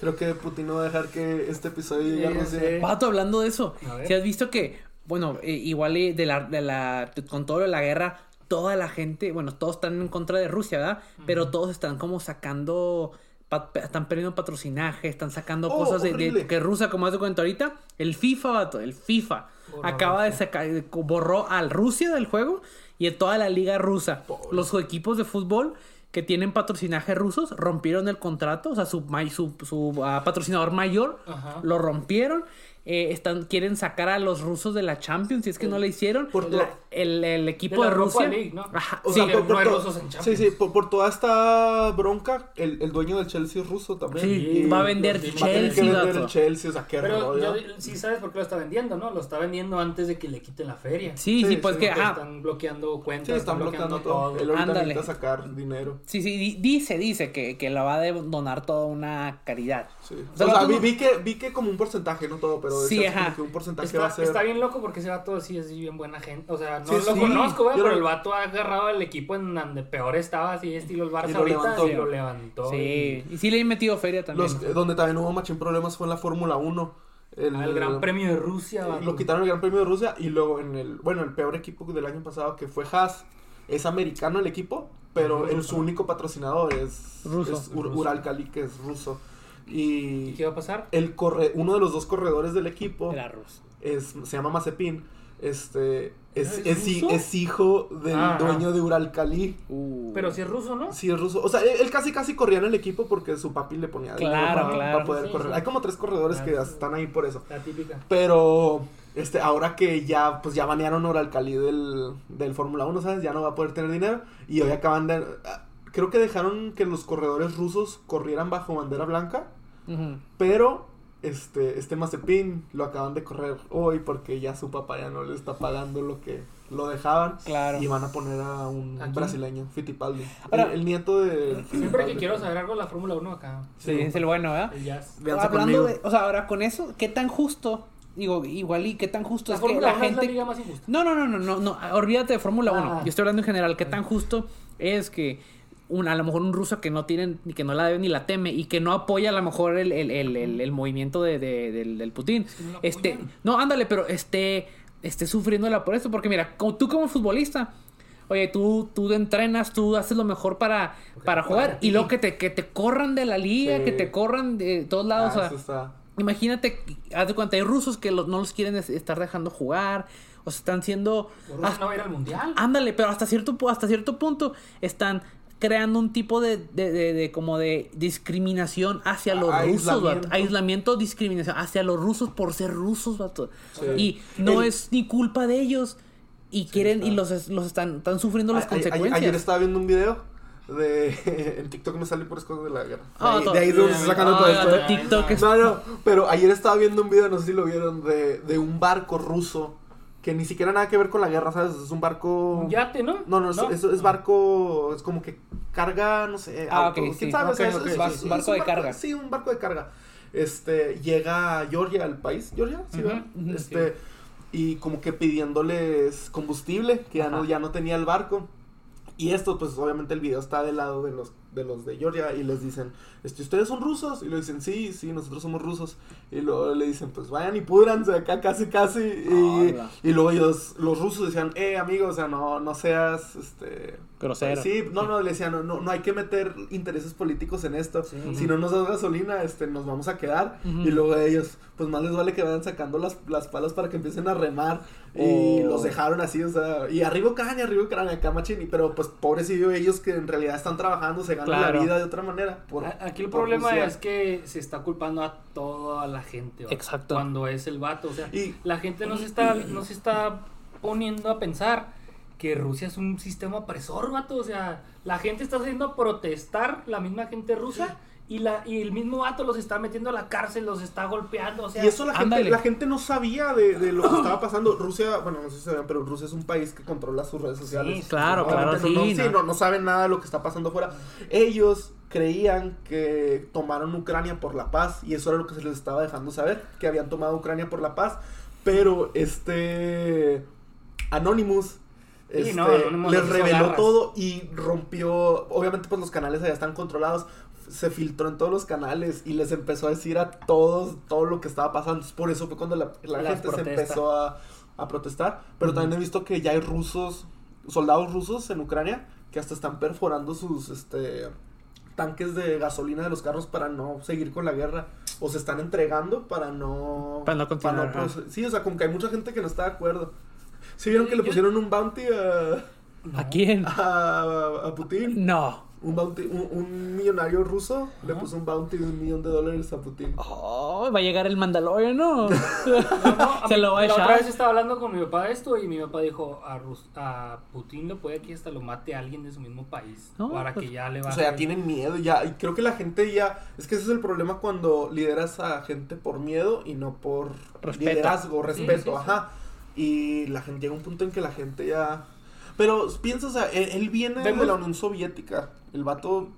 Speaker 4: creo que Putin no va a dejar que este episodio llegue a
Speaker 2: Sí, ya
Speaker 4: Rusia.
Speaker 2: sé.
Speaker 3: Vato, hablando de eso,
Speaker 2: A ver.
Speaker 3: si has visto que, bueno, eh, igual eh, de la, de la, con todo lo de la guerra, toda la gente, bueno, todos están en contra de Rusia, ¿verdad? Pero todos están como sacando, pa- pa- están perdiendo patrocinaje, están sacando
Speaker 4: Oh,
Speaker 3: cosas de, de-
Speaker 4: horrible.
Speaker 3: que Rusia, como has de cuenta ahorita, el FIFA, vato, el FIFA,
Speaker 2: Borró
Speaker 3: acaba de
Speaker 2: Rusia.
Speaker 3: sacar, de- borró al Rusia del juego y a toda la liga rusa. Los equipos de fútbol que tienen patrocinaje rusos rompieron el contrato, o sea, su, may- su, su ah, patrocinador mayor
Speaker 2: Ajá.
Speaker 3: lo rompieron. eh, están, quieren sacar a los rusos de la Champions, si es que no le hicieron.
Speaker 4: Por
Speaker 3: La-
Speaker 4: todo.
Speaker 3: el, el
Speaker 2: De
Speaker 3: equipo de,
Speaker 2: la Europa
Speaker 3: Rusia.
Speaker 2: League, ¿no?
Speaker 3: Ajá,
Speaker 4: O
Speaker 3: sí,
Speaker 4: sea,
Speaker 2: que
Speaker 4: por,
Speaker 2: no
Speaker 4: por
Speaker 2: hay
Speaker 4: to-
Speaker 2: rusos en
Speaker 4: sí,
Speaker 2: Champions.
Speaker 4: sí, por, por toda esta bronca, el, el dueño del Chelsea es ruso también.
Speaker 3: Sí, va a vender
Speaker 4: va a tener que
Speaker 3: Chelsea,
Speaker 4: vender
Speaker 3: vato.
Speaker 4: el Chelsea, o sea, qué
Speaker 2: Pero
Speaker 4: rollo.
Speaker 2: yo- sí sabes por qué lo está vendiendo, ¿no? Lo está vendiendo antes de que le quiten la feria.
Speaker 3: sí,
Speaker 4: Sí,
Speaker 3: sí, pues
Speaker 4: sí,
Speaker 3: que,
Speaker 2: Porque
Speaker 3: ajá,
Speaker 2: Están bloqueando cuentas,
Speaker 4: Sí, están bloqueando todo. Él ahorita
Speaker 3: Ándale.
Speaker 4: necesita sacar dinero.
Speaker 3: Sí, sí, di- dice, dice que, que la va a de- donar toda una caridad.
Speaker 4: Sí. O
Speaker 3: sea,
Speaker 4: sea,
Speaker 3: tú
Speaker 4: vi,
Speaker 3: no-
Speaker 4: vi que, vi que como un porcentaje, no todo, pero
Speaker 3: Sí,
Speaker 4: decías
Speaker 3: ajá.
Speaker 4: como que un porcentaje
Speaker 2: Está,
Speaker 4: va a ser.
Speaker 2: está bien loco porque ese vato sí es bien buena gente. O sea, no
Speaker 4: Sí,
Speaker 2: lo
Speaker 4: sí.
Speaker 2: conozco, güey,
Speaker 4: Yo
Speaker 2: pero
Speaker 4: lo-
Speaker 2: el vato ha agarrado el equipo en donde peor estaba, así este estilo el Barça
Speaker 4: Y lo
Speaker 2: ahorita,
Speaker 4: levantó.
Speaker 2: y lo levantó.
Speaker 3: Sí, y sí le he metido feria también.
Speaker 4: Los- eh, donde también hubo machín problemas fue en la Fórmula 1.
Speaker 2: y- al Gran Premio de Rusia, vato.
Speaker 4: eh, Lo quitaron el Gran Premio de Rusia y luego en el, bueno, el peor equipo del año pasado que fue Haas. Es americano el equipo, pero en su único patrocinador es,
Speaker 3: Ruso.
Speaker 4: es Ur- Uralcali, que es ruso.
Speaker 2: ¿Y qué
Speaker 4: Y
Speaker 2: va a pasar?
Speaker 4: el corre, uno de los dos corredores del equipo
Speaker 3: Era ruso.
Speaker 4: es, se llama Mazepin. Este, es,
Speaker 2: ¿Ah, ¿Es
Speaker 4: es hi-
Speaker 2: ruso?
Speaker 4: es hijo del
Speaker 2: Ah,
Speaker 4: dueño de Uralcali.
Speaker 3: Uh.
Speaker 2: Pero si es ruso, ¿no?
Speaker 4: Sí, es ruso. O sea, él, él casi casi corría en el equipo porque su papi le ponía dinero
Speaker 3: Claro,
Speaker 4: para,
Speaker 3: claro.
Speaker 4: para poder
Speaker 2: Sí, Ah,
Speaker 4: correr.
Speaker 2: sí.
Speaker 4: Hay como tres corredores que
Speaker 2: Claro.
Speaker 4: están ahí por eso.
Speaker 2: La típica.
Speaker 4: Pero este, ahora que ya, pues ya banearon a Uralcali del, del Fórmula 1, ¿sabes? Ya no va a poder tener dinero. Y hoy acaban de. ah, Creo que dejaron que los corredores rusos corrieran bajo bandera blanca.
Speaker 3: Ujú.
Speaker 4: Pero este, este Mazepin lo acaban de correr hoy porque ya su papá ya no le está pagando lo que lo dejaban.
Speaker 3: Claro.
Speaker 4: Y van a poner a un
Speaker 2: ¿A quién?
Speaker 4: brasileño, Fittipaldi.
Speaker 3: Ahora-
Speaker 4: el, el nieto de.
Speaker 2: Siempre
Speaker 4: Fittipaldi.
Speaker 2: que quiero saber algo de la Fórmula 1 acá,
Speaker 3: Sí, es el bueno, ¿verdad?
Speaker 2: el jazz.
Speaker 4: Véanse
Speaker 3: Hablando
Speaker 4: conmigo.
Speaker 3: de, o sea, ahora con eso, ¿qué tan justo? Digo, igual y qué tan justo
Speaker 2: La
Speaker 3: es que
Speaker 2: Fórmula
Speaker 3: la
Speaker 2: 1 es la
Speaker 3: gente
Speaker 2: liga más injusta.
Speaker 3: No, no, no, no, no, no, olvídate de Fórmula 1.
Speaker 2: Ah.
Speaker 3: Yo estoy hablando en general, qué tan justo es que un, a lo mejor un ruso que no tiene, ni que no la debe ni la teme y que no apoya a lo mejor el, el- el- el- el movimiento de, de- del, del Putin.
Speaker 2: que no lo
Speaker 3: este,
Speaker 2: apoyan.
Speaker 3: no, ándale, pero esté, esté sufriéndola por eso, porque mira, como, tú como futbolista, oye, tú, tú entrenas, tú haces lo mejor para, para
Speaker 2: te
Speaker 3: jugar
Speaker 2: corran a
Speaker 3: y
Speaker 2: ti.
Speaker 3: luego que te, que te corran de la liga,
Speaker 4: Sí.
Speaker 3: que te corran de todos
Speaker 4: Ah,
Speaker 3: lados. o sea,
Speaker 4: eso está.
Speaker 3: Imagínate, haz de cuenta, hay rusos que los- no los quieren es- estar dejando jugar. O sea, están siendo.
Speaker 2: Borussia no va a ir al mundial.
Speaker 4: Ah,
Speaker 3: Ándale, pero hasta cierto, pu- hasta cierto punto están creando un tipo de, de, de- de- como de discriminación hacia los rusos, vato.
Speaker 4: Aislamiento.
Speaker 3: aislamiento, discriminación hacia los rusos por ser rusos, vato.
Speaker 4: Sí.
Speaker 3: Y no
Speaker 4: El-
Speaker 3: es ni culpa de ellos y quieren y
Speaker 4: está.
Speaker 3: los, es- los están, están sufriendo las
Speaker 4: A- a- ayer-
Speaker 3: consecuencias.
Speaker 4: Ayer estaba viendo un video de. En TikTok me salió por cosas de la guerra.
Speaker 3: Ah,
Speaker 4: de, ahí-
Speaker 3: todo-
Speaker 4: de ahí es donde se está sacando
Speaker 3: Ah,
Speaker 4: todo esto.
Speaker 3: vato,
Speaker 4: ¿eh?
Speaker 3: TikTok es-
Speaker 4: No, no, pero ayer estaba viendo un video, no sé si lo vieron, de, de un barco ruso que ni siquiera nada que ver con la guerra, ¿sabes? Es un barco.
Speaker 2: Un yate, ¿no?
Speaker 4: No, no, es, es- es barco. Es como que carga, no sé.
Speaker 3: Ah,
Speaker 4: autos,
Speaker 3: ok, sí.
Speaker 4: ¿quién sabe? O sea,
Speaker 3: Ok,
Speaker 4: es-
Speaker 3: ok.
Speaker 4: es-
Speaker 3: Bar-
Speaker 4: es un
Speaker 3: barco de carga.
Speaker 4: Sí, un barco de carga. Este, llega a Georgia, al país. ¿Georgia? Sí,
Speaker 3: Ujú,
Speaker 4: ¿verdad?
Speaker 3: ujú,
Speaker 4: Este. Y como que pidiéndoles combustible, que ya no,
Speaker 3: Ajá.
Speaker 4: ya no tenía el barco. Y esto, pues obviamente el video está del lado de los de los de Georgia y les dicen, este, ¿ustedes son rusos? Y le dicen, sí, sí, nosotros somos rusos. Y luego le dicen, pues vayan y pudranse acá casi, casi. Y,
Speaker 3: Hola.
Speaker 4: y luego ellos, los rusos decían, eh, amigo, o sea, no, no seas, este...
Speaker 3: Grosero.
Speaker 4: Sí, no, no, le decían, no, no, no hay que meter intereses políticos en esto.
Speaker 2: Sí.
Speaker 4: Si no nos das gasolina, este, nos vamos a quedar.
Speaker 3: Ujú.
Speaker 4: Y luego ellos, pues más les vale que vayan sacando las, las palas para que empiecen a remar. Y
Speaker 3: Oh.
Speaker 4: los dejaron así, o sea, y arriba Ucrania, arriba Ucrania, acá machini. Pero pues pobrecillos ellos que en realidad están trabajando, se ganan
Speaker 3: Claro.
Speaker 4: la vida de otra manera. por-
Speaker 2: A- Aquí el
Speaker 4: por
Speaker 2: problema
Speaker 4: Rusia.
Speaker 2: es que se está culpando a toda la gente. vato,
Speaker 3: Exacto.
Speaker 2: Cuando es el vato. O sea,
Speaker 4: Y-
Speaker 2: la gente no se, está, no se está poniendo a pensar que Rusia es un sistema opresor, vato. O sea, la gente está haciendo a protestar, la misma gente rusa, y, la, y el mismo vato los está metiendo a la cárcel, los está golpeando. O sea,
Speaker 4: Y eso la gente,
Speaker 3: ándale.
Speaker 4: la gente no sabía de, de lo que estaba pasando. Rusia, bueno, no sé si sabían, pero Rusia es un país que controla sus redes sociales.
Speaker 3: claro,
Speaker 4: Obviamente
Speaker 3: claro,
Speaker 4: no,
Speaker 3: sí,
Speaker 4: no,
Speaker 3: no.
Speaker 4: no- no saben nada de lo que está pasando afuera. Ellos creían que tomaron Ucrania por la paz y eso era lo que se les estaba dejando saber, que habían tomado Ucrania por la paz, pero este Anonymous
Speaker 2: Sí,
Speaker 4: este,
Speaker 2: no, Anonymous
Speaker 4: les
Speaker 2: hizo
Speaker 4: reveló
Speaker 2: garras.
Speaker 4: todo y rompió, obviamente pues los canales allá están controlados, se filtró en todos los canales y les empezó a decir a todos todo lo que estaba pasando. Entonces, por eso fue cuando la, la
Speaker 2: Las
Speaker 4: gente se
Speaker 2: protestas.
Speaker 4: empezó a, a protestar. Pero también he visto que ya hay rusos, soldados rusos en Ucrania, que hasta están perforando sus este, tanques de gasolina de los carros para no seguir con la guerra. O se están entregando para no...
Speaker 3: Para no continuar, ajá.
Speaker 4: pues, sí, o sea, como que hay mucha gente que no está de acuerdo. ¿Sí vieron que le
Speaker 2: Yo-
Speaker 4: pusieron un bounty a,
Speaker 3: ¿A quién?
Speaker 4: a, a Putin?
Speaker 3: No.
Speaker 4: Un, bounty, un, un millonario ruso le
Speaker 2: Ajá. Ah,
Speaker 4: puso un bounty de un millón de dólares a Putin.
Speaker 3: Oh, va a llegar el Mandalorian,
Speaker 2: No, no,
Speaker 3: ¿no?
Speaker 2: a
Speaker 3: Se
Speaker 2: mí-
Speaker 3: lo va a
Speaker 2: La otra
Speaker 3: echar.
Speaker 2: vez estaba hablando con mi papá de esto y mi papá dijo, a, Rus- a Putin lo puede que hasta lo mate a alguien de su mismo país.
Speaker 3: No,
Speaker 2: para
Speaker 3: pues-
Speaker 2: que ya le va
Speaker 4: O sea, ya tienen miedo, ya. Y creo que la gente ya. Es que ese es el problema cuando lideras a gente por miedo y no por
Speaker 3: Respeto.
Speaker 4: liderazgo, respeto,
Speaker 2: sí, sí.
Speaker 4: ajá. Y la gente llega a un punto en que la gente ya. Pero piensa, o sea, él, él viene
Speaker 2: Vemos- Ah,
Speaker 4: de la Unión Soviética. El vato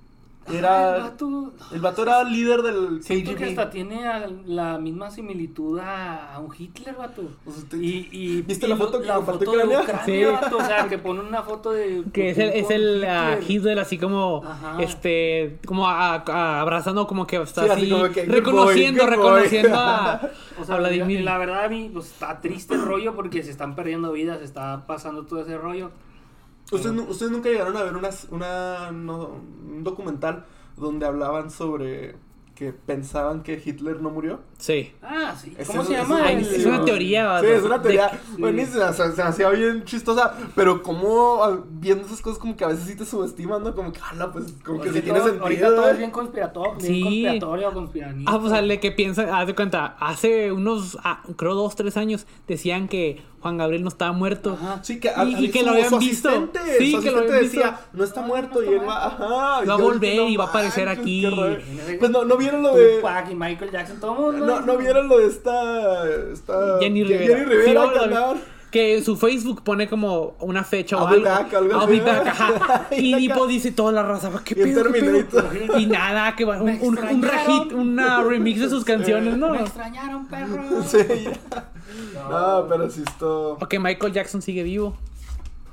Speaker 4: era.
Speaker 2: el vato-
Speaker 4: el vato era líder del
Speaker 2: Siento que
Speaker 4: KGB.
Speaker 2: hasta tiene a- la misma similitud a, a un Hitler, vato.
Speaker 4: O sea, te-
Speaker 2: Y, y-
Speaker 4: ¿Viste
Speaker 2: y
Speaker 4: la
Speaker 2: lo-
Speaker 4: foto que
Speaker 2: la
Speaker 4: compartió
Speaker 2: foto de
Speaker 4: Ucrania?
Speaker 2: Ucrania,
Speaker 3: Sí.
Speaker 2: vato, O sea, que pone una foto de.
Speaker 3: Que es el,
Speaker 2: Putin
Speaker 3: es
Speaker 2: con
Speaker 3: el ah,
Speaker 2: Hitler.
Speaker 3: Hitler así como,
Speaker 2: Ajá.
Speaker 3: este, como a- a- abrazando, como que está
Speaker 4: Sí, así
Speaker 3: así,
Speaker 4: como que, good
Speaker 3: reconociendo,
Speaker 4: boy, good boy.
Speaker 3: reconociendo a,
Speaker 2: O sea,
Speaker 3: a
Speaker 2: la,
Speaker 3: Vladimir.
Speaker 2: la verdad a mí pues, está triste el rollo porque se están perdiendo vidas, se está pasando todo ese rollo.
Speaker 4: ¿Ustedes, nu- ustedes nunca llegaron a ver una, una, no, un documental donde hablaban sobre que pensaban que Hitler no murió?
Speaker 3: Sí.
Speaker 2: Ah, sí.
Speaker 4: Ese
Speaker 2: ¿Cómo
Speaker 4: es-
Speaker 2: se
Speaker 4: ese
Speaker 2: llama?
Speaker 3: es-
Speaker 2: el-
Speaker 3: es una teoría, vato.
Speaker 4: Sí, es una teoría
Speaker 3: De-
Speaker 2: sí.
Speaker 4: buenísima, o sea, se me hacía bien chistosa, pero como ah, viendo esas cosas como que a veces sí te subestiman, ¿no? Como que, ala, pues, como que
Speaker 2: Porque
Speaker 4: sí tiene
Speaker 2: todo- Ahorita
Speaker 4: sentido.
Speaker 2: todo
Speaker 4: ¿eh?
Speaker 2: es bien conspiratorio, bien
Speaker 3: Sí.
Speaker 2: conspiratorio, conspiranoico.
Speaker 3: Ah, pues al de que piensa, haz de cuenta, hace unos, ah, creo dos, tres años, decían que Juan Gabriel no estaba muerto.
Speaker 2: Ajá.
Speaker 4: Sí, que, a-
Speaker 3: Y- y
Speaker 4: a-
Speaker 3: que
Speaker 4: su-
Speaker 3: lo habían
Speaker 4: su
Speaker 3: visto.
Speaker 4: asistente-
Speaker 3: Sí,
Speaker 4: su
Speaker 3: que lo
Speaker 4: asistente
Speaker 3: habían visto.
Speaker 4: decía, no está
Speaker 2: Ah,
Speaker 4: muerto
Speaker 2: no
Speaker 4: y
Speaker 2: está
Speaker 4: él va, ajá. y
Speaker 3: Va a
Speaker 4: yo
Speaker 3: volver
Speaker 4: dije,
Speaker 3: y va a
Speaker 4: "No
Speaker 3: aparecer
Speaker 4: manches,
Speaker 3: aquí".
Speaker 4: qué rollo. Pues no, no vieron lo de...
Speaker 2: Tupac y Michael Jackson, todo el mundo.
Speaker 4: No, no vieron lo de esta... esta
Speaker 3: Jenny
Speaker 4: Jenny
Speaker 3: Rivera. Sí,
Speaker 4: Rivera que
Speaker 3: ahora-
Speaker 4: andaban-
Speaker 3: que en su Facebook pone como una fecha o
Speaker 4: I'll be
Speaker 3: algo.
Speaker 4: back, algo
Speaker 3: I'll
Speaker 4: así.
Speaker 3: be back, ajá. Y
Speaker 4: Y acá-
Speaker 3: tipo dice toda la raza, ¿qué
Speaker 4: Y el
Speaker 3: pedo, qué pedo?
Speaker 4: Terminator.
Speaker 3: Y nada, que va, un,
Speaker 2: Me
Speaker 3: un, un
Speaker 2: extrañaron.
Speaker 3: rehit, una remix de sus canciones, ¿no?
Speaker 2: Me extrañaron, perro.
Speaker 4: Sí, ya. No, pero sí esto...
Speaker 3: O que Michael Jackson sigue vivo.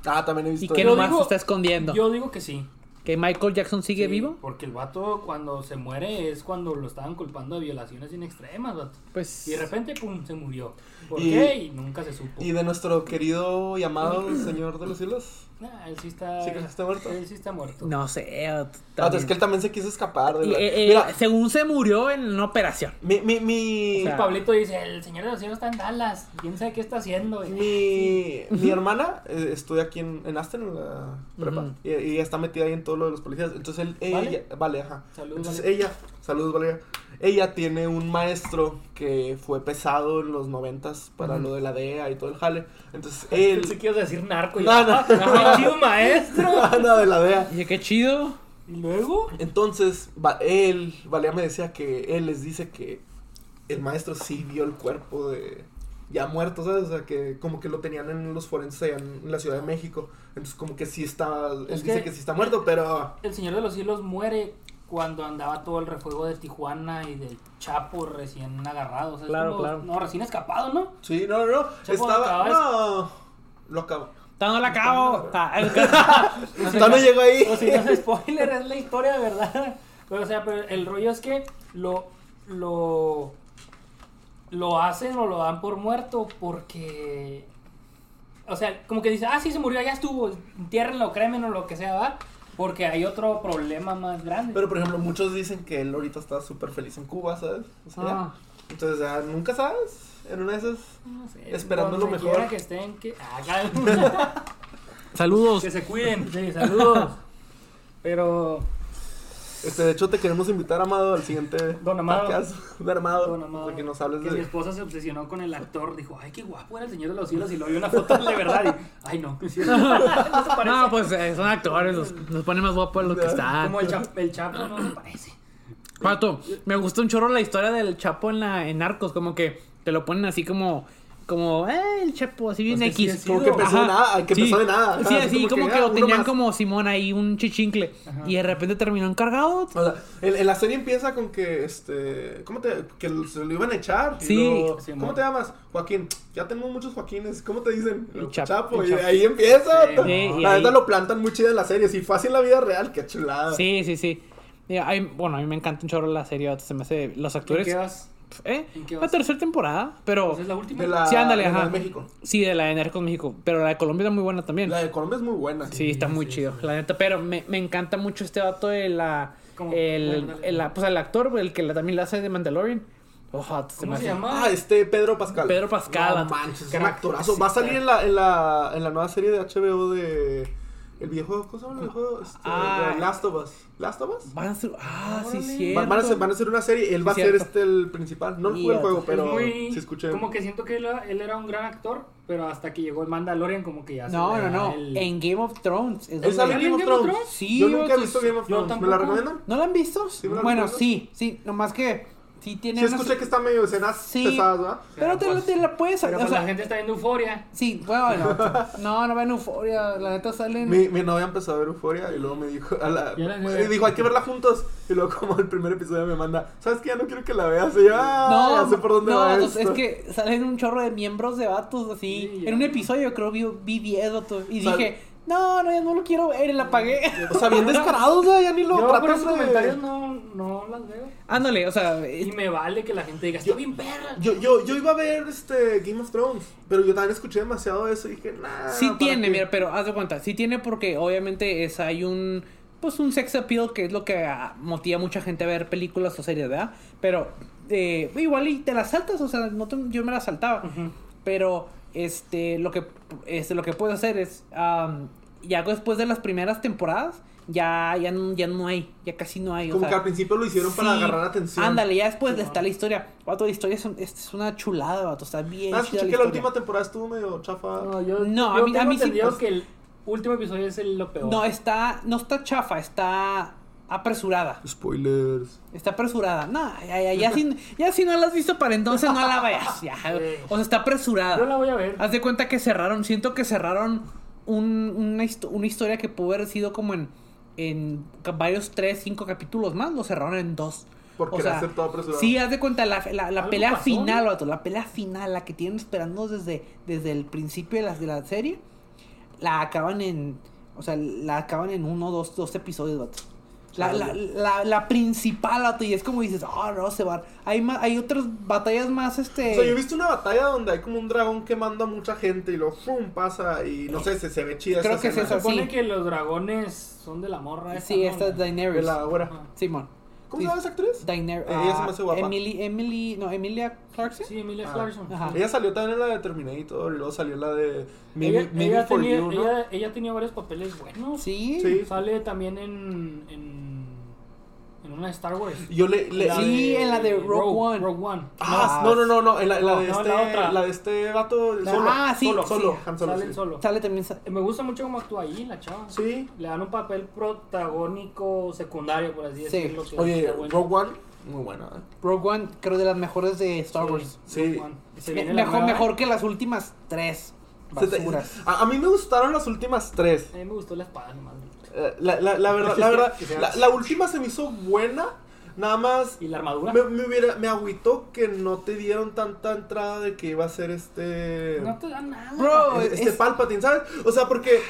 Speaker 4: Ah, también he visto...
Speaker 3: Y que
Speaker 2: Yo
Speaker 3: nomás
Speaker 2: digo-
Speaker 3: se está escondiendo.
Speaker 2: Yo digo que sí.
Speaker 3: Que Michael Jackson sigue
Speaker 2: Sí,
Speaker 3: vivo.
Speaker 2: Porque el vato cuando se muere es cuando lo estaban culpando de violaciones sin extremas, vato.
Speaker 3: Pues.
Speaker 2: Y de repente, pum, se murió. ¿Por
Speaker 4: Y-
Speaker 2: qué? Y nunca se supo.
Speaker 4: Y de nuestro querido y amado Señor de los Cielos.
Speaker 2: Nah, él sí está.
Speaker 4: ¿Sí que está muerto?
Speaker 2: Él sí está muerto.
Speaker 3: No sé. o t-
Speaker 4: Ah, es
Speaker 3: también.
Speaker 4: que él también se quiso escapar de
Speaker 3: Y,
Speaker 4: la...
Speaker 3: eh, eh,
Speaker 4: Mira,
Speaker 3: según se murió en una operación.
Speaker 4: mi, mi, mi,
Speaker 3: O sea,
Speaker 2: Pablito dice: El señor de los cielos está en Dallas. ¿Quién sabe qué está haciendo? güey?"
Speaker 4: mi, mi hermana eh, estudia aquí en, en Aston, en la prepa,
Speaker 3: Ujú.
Speaker 4: y, y ella está metida ahí en todo lo de los policías. Entonces él, ella,
Speaker 2: ¿Vale?
Speaker 4: ¿Vale? ajá.
Speaker 2: Saludos,
Speaker 4: Entonces
Speaker 2: Valeria.
Speaker 4: ella, saludos Valeria, ella tiene un maestro que fue pesado en los noventas para
Speaker 3: Ujú.
Speaker 4: lo de la DEA y todo el jale. Entonces
Speaker 2: Sí
Speaker 4: él...
Speaker 2: quiero decir narco. y
Speaker 4: No, no.
Speaker 2: ah, qué chido maestro.
Speaker 4: Nada de la E DEA.
Speaker 3: Dije, qué chido.
Speaker 2: Y luego.
Speaker 4: Entonces, va- él, Valea me decía que él les dice que el maestro sí vio el cuerpo de ya muerto, ¿sabes? O sea, que como que lo tenían en los forenses allá en la Ciudad de México. Entonces, como que sí está, él
Speaker 2: Es
Speaker 4: dice
Speaker 2: que-
Speaker 4: que sí está muerto, pero
Speaker 2: El Señor de los Cielos muere cuando andaba todo el refuego de Tijuana y del Chapo recién agarrado. O sea, es
Speaker 3: Claro,
Speaker 2: como-
Speaker 3: claro.
Speaker 2: No, recién escapado, ¿no?
Speaker 4: sí, no, no, no,
Speaker 2: Chapo,
Speaker 4: estaba,
Speaker 2: ¿acabas?
Speaker 4: no, lo acabó.
Speaker 3: Dando la cabo.
Speaker 4: No, no llegó ahí.
Speaker 2: O sea, no es spoiler, es la historia, de ¿verdad? Pero, o sea, pero el rollo es que lo, lo, lo hacen o lo dan por muerto porque... O sea, como que dice, ah, sí, se murió, ya estuvo, entiérrenlo, cremen o lo que sea, ¿va? Porque hay otro problema más grande.
Speaker 4: Pero, por ejemplo, muchos dicen que él ahorita está súper feliz en Cuba, ¿sabes? O sea,
Speaker 3: Ah.
Speaker 4: entonces, ya, nunca sabes, en una de esas...
Speaker 2: No sé,
Speaker 4: Esperando lo
Speaker 2: donde
Speaker 4: mejor.
Speaker 2: quiera que estén, que... Ah, ya.
Speaker 3: Saludos.
Speaker 2: que se cuiden, sí, saludos. Pero...
Speaker 4: Este, de hecho, te queremos invitar, Amado, al siguiente
Speaker 2: Don Amado.
Speaker 4: podcast de Amado.
Speaker 2: Don Amado.
Speaker 4: Para que nos hables
Speaker 2: Que
Speaker 4: de...
Speaker 2: mi esposa se obsesionó con el actor. Dijo, ay, qué guapo era el Señor de los Cielos. Y lo vio una foto de verdad. Y, ay, no. ¿sí? ¿No se parece?
Speaker 3: No, pues ah. eh, son actores, los, los ponen más guapos los que están.
Speaker 2: Como el, Chap- el Chapo, no se parece.
Speaker 3: Pato, me gustó un chorro la historia del Chapo en la en Narcos, como que te lo ponen así como como eh, el Chapo así bien
Speaker 2: Pues que sí,
Speaker 3: X.
Speaker 2: sí, Como
Speaker 4: que empezó
Speaker 3: Ajá.
Speaker 4: nada, que empezó de nada.
Speaker 3: Sí,
Speaker 4: Ajá,
Speaker 3: así como, que,
Speaker 4: ah,
Speaker 3: lo
Speaker 4: uno
Speaker 3: tenían
Speaker 4: más.
Speaker 3: como Simón ahí un chichincle y de repente terminó encargado.
Speaker 4: O sea, en, en la serie empieza con que, este, ¿cómo te, que lo- se lo iban a echar? y
Speaker 3: Sí.
Speaker 4: luego,
Speaker 2: Sí,
Speaker 4: ¿Cómo
Speaker 2: amor.
Speaker 4: te llamas? Joaquín. Ya tengo muchos Joaquines. ¿Cómo te dicen?
Speaker 3: El
Speaker 4: Lo-
Speaker 3: Chapo,
Speaker 4: Chapo.
Speaker 3: el
Speaker 4: Y
Speaker 3: Chapo.
Speaker 4: ahí empieza.
Speaker 2: Sí,
Speaker 4: la
Speaker 3: y ahí-
Speaker 4: neta lo plantan muy chido en la serie. Si fue así en la vida real, qué chulada.
Speaker 3: Sí, sí, sí. Mira, hay- bueno, a mí me encanta un chorro la serie, se me hace los
Speaker 2: ¿En
Speaker 3: actores.
Speaker 2: qué vas?
Speaker 3: ¿Eh?
Speaker 2: ¿En qué
Speaker 3: La
Speaker 2: vas?
Speaker 3: tercera temporada, pero
Speaker 2: Pues es la última.
Speaker 4: De la,
Speaker 3: Sí, ándale,
Speaker 4: de la
Speaker 3: ajá.
Speaker 4: de México.
Speaker 3: sí de la de Narcos México, pero la de Colombia es muy buena también.
Speaker 4: La de Colombia es muy buena.
Speaker 3: Sí, está muy chido, la neta. Pero me, me encanta mucho este vato de la.
Speaker 2: ¿Cómo?
Speaker 3: El,
Speaker 2: Bueno, dale.
Speaker 3: el- la- pues el actor, el que la- también la hace de Mandalorian. Ojo, se
Speaker 2: ¿Cómo
Speaker 3: me
Speaker 2: se
Speaker 3: hace-
Speaker 2: llama?
Speaker 4: Ah, este Pedro Pascal.
Speaker 3: Pedro Pascal.
Speaker 4: No manches, es un
Speaker 2: Crack.
Speaker 4: actorazo.
Speaker 2: Sí,
Speaker 4: Va a salir en la, en la, en la nueva serie de HBO de. El viejo. ¿Cómo se llama el viejo? Este,
Speaker 3: Ah.
Speaker 4: de Last of Us. ¿Last of Us?
Speaker 3: Van a ser. Ah, sí,
Speaker 2: Órale.
Speaker 3: cierto.
Speaker 4: Van, van a ser, van a ser una serie, él va
Speaker 3: Sí,
Speaker 4: a ser
Speaker 3: cierto.
Speaker 4: este el principal. No
Speaker 3: Y
Speaker 4: jugué el
Speaker 3: otro.
Speaker 4: juego,
Speaker 2: Es
Speaker 4: pero
Speaker 2: muy-
Speaker 4: sí escuché.
Speaker 2: Como que siento que él, él era un gran actor. Pero hasta que llegó el Mandalorian, como que ya se
Speaker 3: No,
Speaker 2: le da
Speaker 3: no, no.
Speaker 2: el-
Speaker 3: En Game of Thrones. es
Speaker 4: Él
Speaker 3: donde-
Speaker 4: sale en Game of Thrones.
Speaker 3: Sí,
Speaker 4: Yo nunca he
Speaker 3: vatos.
Speaker 4: visto Game of
Speaker 2: Yo
Speaker 4: Thrones. ¿Me la
Speaker 2: tampoco.
Speaker 4: recomiendan?
Speaker 3: ¿No la han visto?
Speaker 4: Sí, me la
Speaker 3: bueno,
Speaker 4: recuerdo.
Speaker 3: sí, sí. Nomás que. Sí, tiene.
Speaker 4: Sí
Speaker 3: unas-
Speaker 4: escuché que está medio escenas
Speaker 3: Sí.
Speaker 4: pesadas, ¿verdad?
Speaker 3: Pero te,
Speaker 2: Pero, pues,
Speaker 3: te la puedes.
Speaker 2: Pero
Speaker 3: o
Speaker 2: pues
Speaker 3: sea,
Speaker 2: la gente está viendo euforia.
Speaker 3: Sí, bueno, no. No, no va en euforia. La neta salen.
Speaker 4: Mi, mi novia empezó a ver Euforia y luego me dijo, a la,
Speaker 2: Ya la vi.
Speaker 4: y dijo, hay que verla juntos. Y luego como el primer episodio me manda, ¿sabes qué? Ya no quiero que la veas. Y yo, ah, ya sé por dónde
Speaker 3: no,
Speaker 4: va
Speaker 3: pues, es
Speaker 4: esto".
Speaker 3: que salen un chorro de miembros de vatos así.
Speaker 2: Sí, ya.
Speaker 3: en un episodio creo vi, vi 10 vatos. Y
Speaker 4: Sal-
Speaker 3: dije, no, no, ya no lo quiero ver, y la apagué.
Speaker 4: O sea, bien descarados, ya, ya ni lo
Speaker 2: Yo por
Speaker 4: tratan
Speaker 2: esos
Speaker 4: de-
Speaker 2: comentarios no, no las veo.
Speaker 3: Ándale, o sea,
Speaker 2: Y
Speaker 3: eh,
Speaker 2: me vale que la gente diga, está bien perra.
Speaker 4: Yo, yo, yo iba a ver este Game of Thrones, pero yo también escuché demasiado eso y dije, nah.
Speaker 3: sí
Speaker 4: ¿para
Speaker 3: tiene,
Speaker 4: qué?".
Speaker 3: mira, pero haz de cuenta, sí tiene porque obviamente es, hay un pues un sex appeal que es lo que ah, motiva a mucha gente a ver películas o series, ¿verdad? Pero eh, igual y te las saltas, o sea, no te- yo me las saltaba. Pero este lo que este, lo que puedo hacer es am, ya después de las primeras temporadas ya ya no, ya no hay, ya casi no hay, o
Speaker 4: Como
Speaker 3: sea,
Speaker 4: que al principio lo hicieron para
Speaker 3: sí,
Speaker 4: agarrar atención.
Speaker 3: Ándale, ya después está la historia. Vato, la historia es, un- es- es una chulada, vato, está bien chida
Speaker 4: Ah, escuché
Speaker 3: la
Speaker 4: que la
Speaker 3: historia.
Speaker 4: última temporada estuvo medio chafa.
Speaker 2: No, yo,
Speaker 3: No, a
Speaker 2: yo
Speaker 3: mí- a
Speaker 2: tengo
Speaker 3: mí sí,
Speaker 2: entendido
Speaker 3: pues-
Speaker 2: que el último episodio es el, lo peor.
Speaker 3: No, está no está chafa, está apresurada.
Speaker 4: Spoilers.
Speaker 3: Está apresurada. No, ya, ya, ya si, ya si no la has visto para entonces no la vayas. ya. O sea, está apresurada.
Speaker 2: Yo la voy a ver.
Speaker 3: Haz de cuenta que cerraron, siento que cerraron un- una, histo- una historia que pudo haber sido como en, en ca- varios tres, cinco capítulos más, lo cerraron en dos.
Speaker 4: Por querer hacer todo apresurado.
Speaker 3: Sí, haz de cuenta la, la- la
Speaker 2: Algo
Speaker 3: pelea
Speaker 2: pasó,
Speaker 3: final,
Speaker 2: ¿no?
Speaker 3: vato, la pelea final, la que tienen esperando desde, desde el principio de la, de la serie, la acaban en, o sea, la acaban en uno, dos, dos episodios, vato. La, la, la, la principal, y es como dices, oh, no, se va. Hay, más, hay otras batallas más,
Speaker 4: O
Speaker 3: este...
Speaker 4: sea, yo he visto una batalla donde hay como un dragón que manda a mucha gente y luego ¡pum! pasa y no sé, se, se ve chida.
Speaker 3: Creo
Speaker 4: esa
Speaker 3: que es
Speaker 4: escena.
Speaker 3: eso.
Speaker 2: Supone
Speaker 3: Sí.
Speaker 2: que los dragones son de la morra. esa,
Speaker 3: Sí,
Speaker 2: Ah, ¿no?
Speaker 3: esta es
Speaker 4: De
Speaker 3: Daenerys.
Speaker 4: la
Speaker 2: Ajá.
Speaker 4: obra.
Speaker 3: Simón.
Speaker 4: ¿Cómo se llama esa actriz?
Speaker 3: Daenerys.
Speaker 4: Eh, Ella se me hace guapa.
Speaker 3: Emily, Emily, no, Emilia Clarkson.
Speaker 2: Sí, Emilia
Speaker 4: Ah.
Speaker 2: Clarkson.
Speaker 3: Ajá.
Speaker 2: Sí.
Speaker 4: Ella salió también en la de Terminator y luego salió la de Mimi,
Speaker 2: Ella,
Speaker 4: Mimi
Speaker 2: ella
Speaker 4: for
Speaker 2: tenía,
Speaker 4: You, ¿no?
Speaker 2: ella, ella tenía varios papeles buenos.
Speaker 3: Sí.
Speaker 4: Sí.
Speaker 2: Sale también en, en, en una de Star Wars.
Speaker 4: Yo le... le-
Speaker 2: La
Speaker 3: Sí, en la de Rogue One.
Speaker 2: Rogue One.
Speaker 4: Ah, no, no, no, no, en la, en la
Speaker 2: No,
Speaker 4: de
Speaker 2: no,
Speaker 4: este,
Speaker 2: la otra.
Speaker 4: la de este vato
Speaker 3: La-
Speaker 4: solo,
Speaker 3: ah, sí,
Speaker 4: solo,
Speaker 3: sí.
Speaker 4: solo, Han Solo,
Speaker 2: Salen
Speaker 4: sí.
Speaker 2: solo.
Speaker 3: Sale también. sa-
Speaker 2: Me gusta mucho cómo actúa ahí la chava.
Speaker 4: Sí.
Speaker 2: Le dan un papel protagónico secundario, por así
Speaker 3: Sí.
Speaker 2: decirlo. que
Speaker 4: Oye,
Speaker 2: está bueno.
Speaker 4: Rogue One, muy buena. ¿eh?
Speaker 3: Rogue One, creo de las mejores de Star Wars.
Speaker 4: Sí.
Speaker 2: Rogue One. Se
Speaker 3: Me-
Speaker 2: viene la
Speaker 3: mejor,
Speaker 2: nueva,
Speaker 3: mejor que las últimas tres
Speaker 4: Se te-
Speaker 3: basuras.
Speaker 4: a, a mí me gustaron las últimas tres.
Speaker 2: A mí me gustó la espada nomás.
Speaker 4: Eh, La, la, la verdad, la verdad,
Speaker 2: Que sea-
Speaker 4: la, la última se me hizo buena, nada más
Speaker 2: ¿Y la armadura?
Speaker 4: me, me hubiera, me agüitó que no te dieron tanta entrada de que iba a ser este...
Speaker 2: No te da nada.
Speaker 3: Bro,
Speaker 4: Es- este
Speaker 3: es-
Speaker 4: Palpatine, ¿sabes? O sea, porque.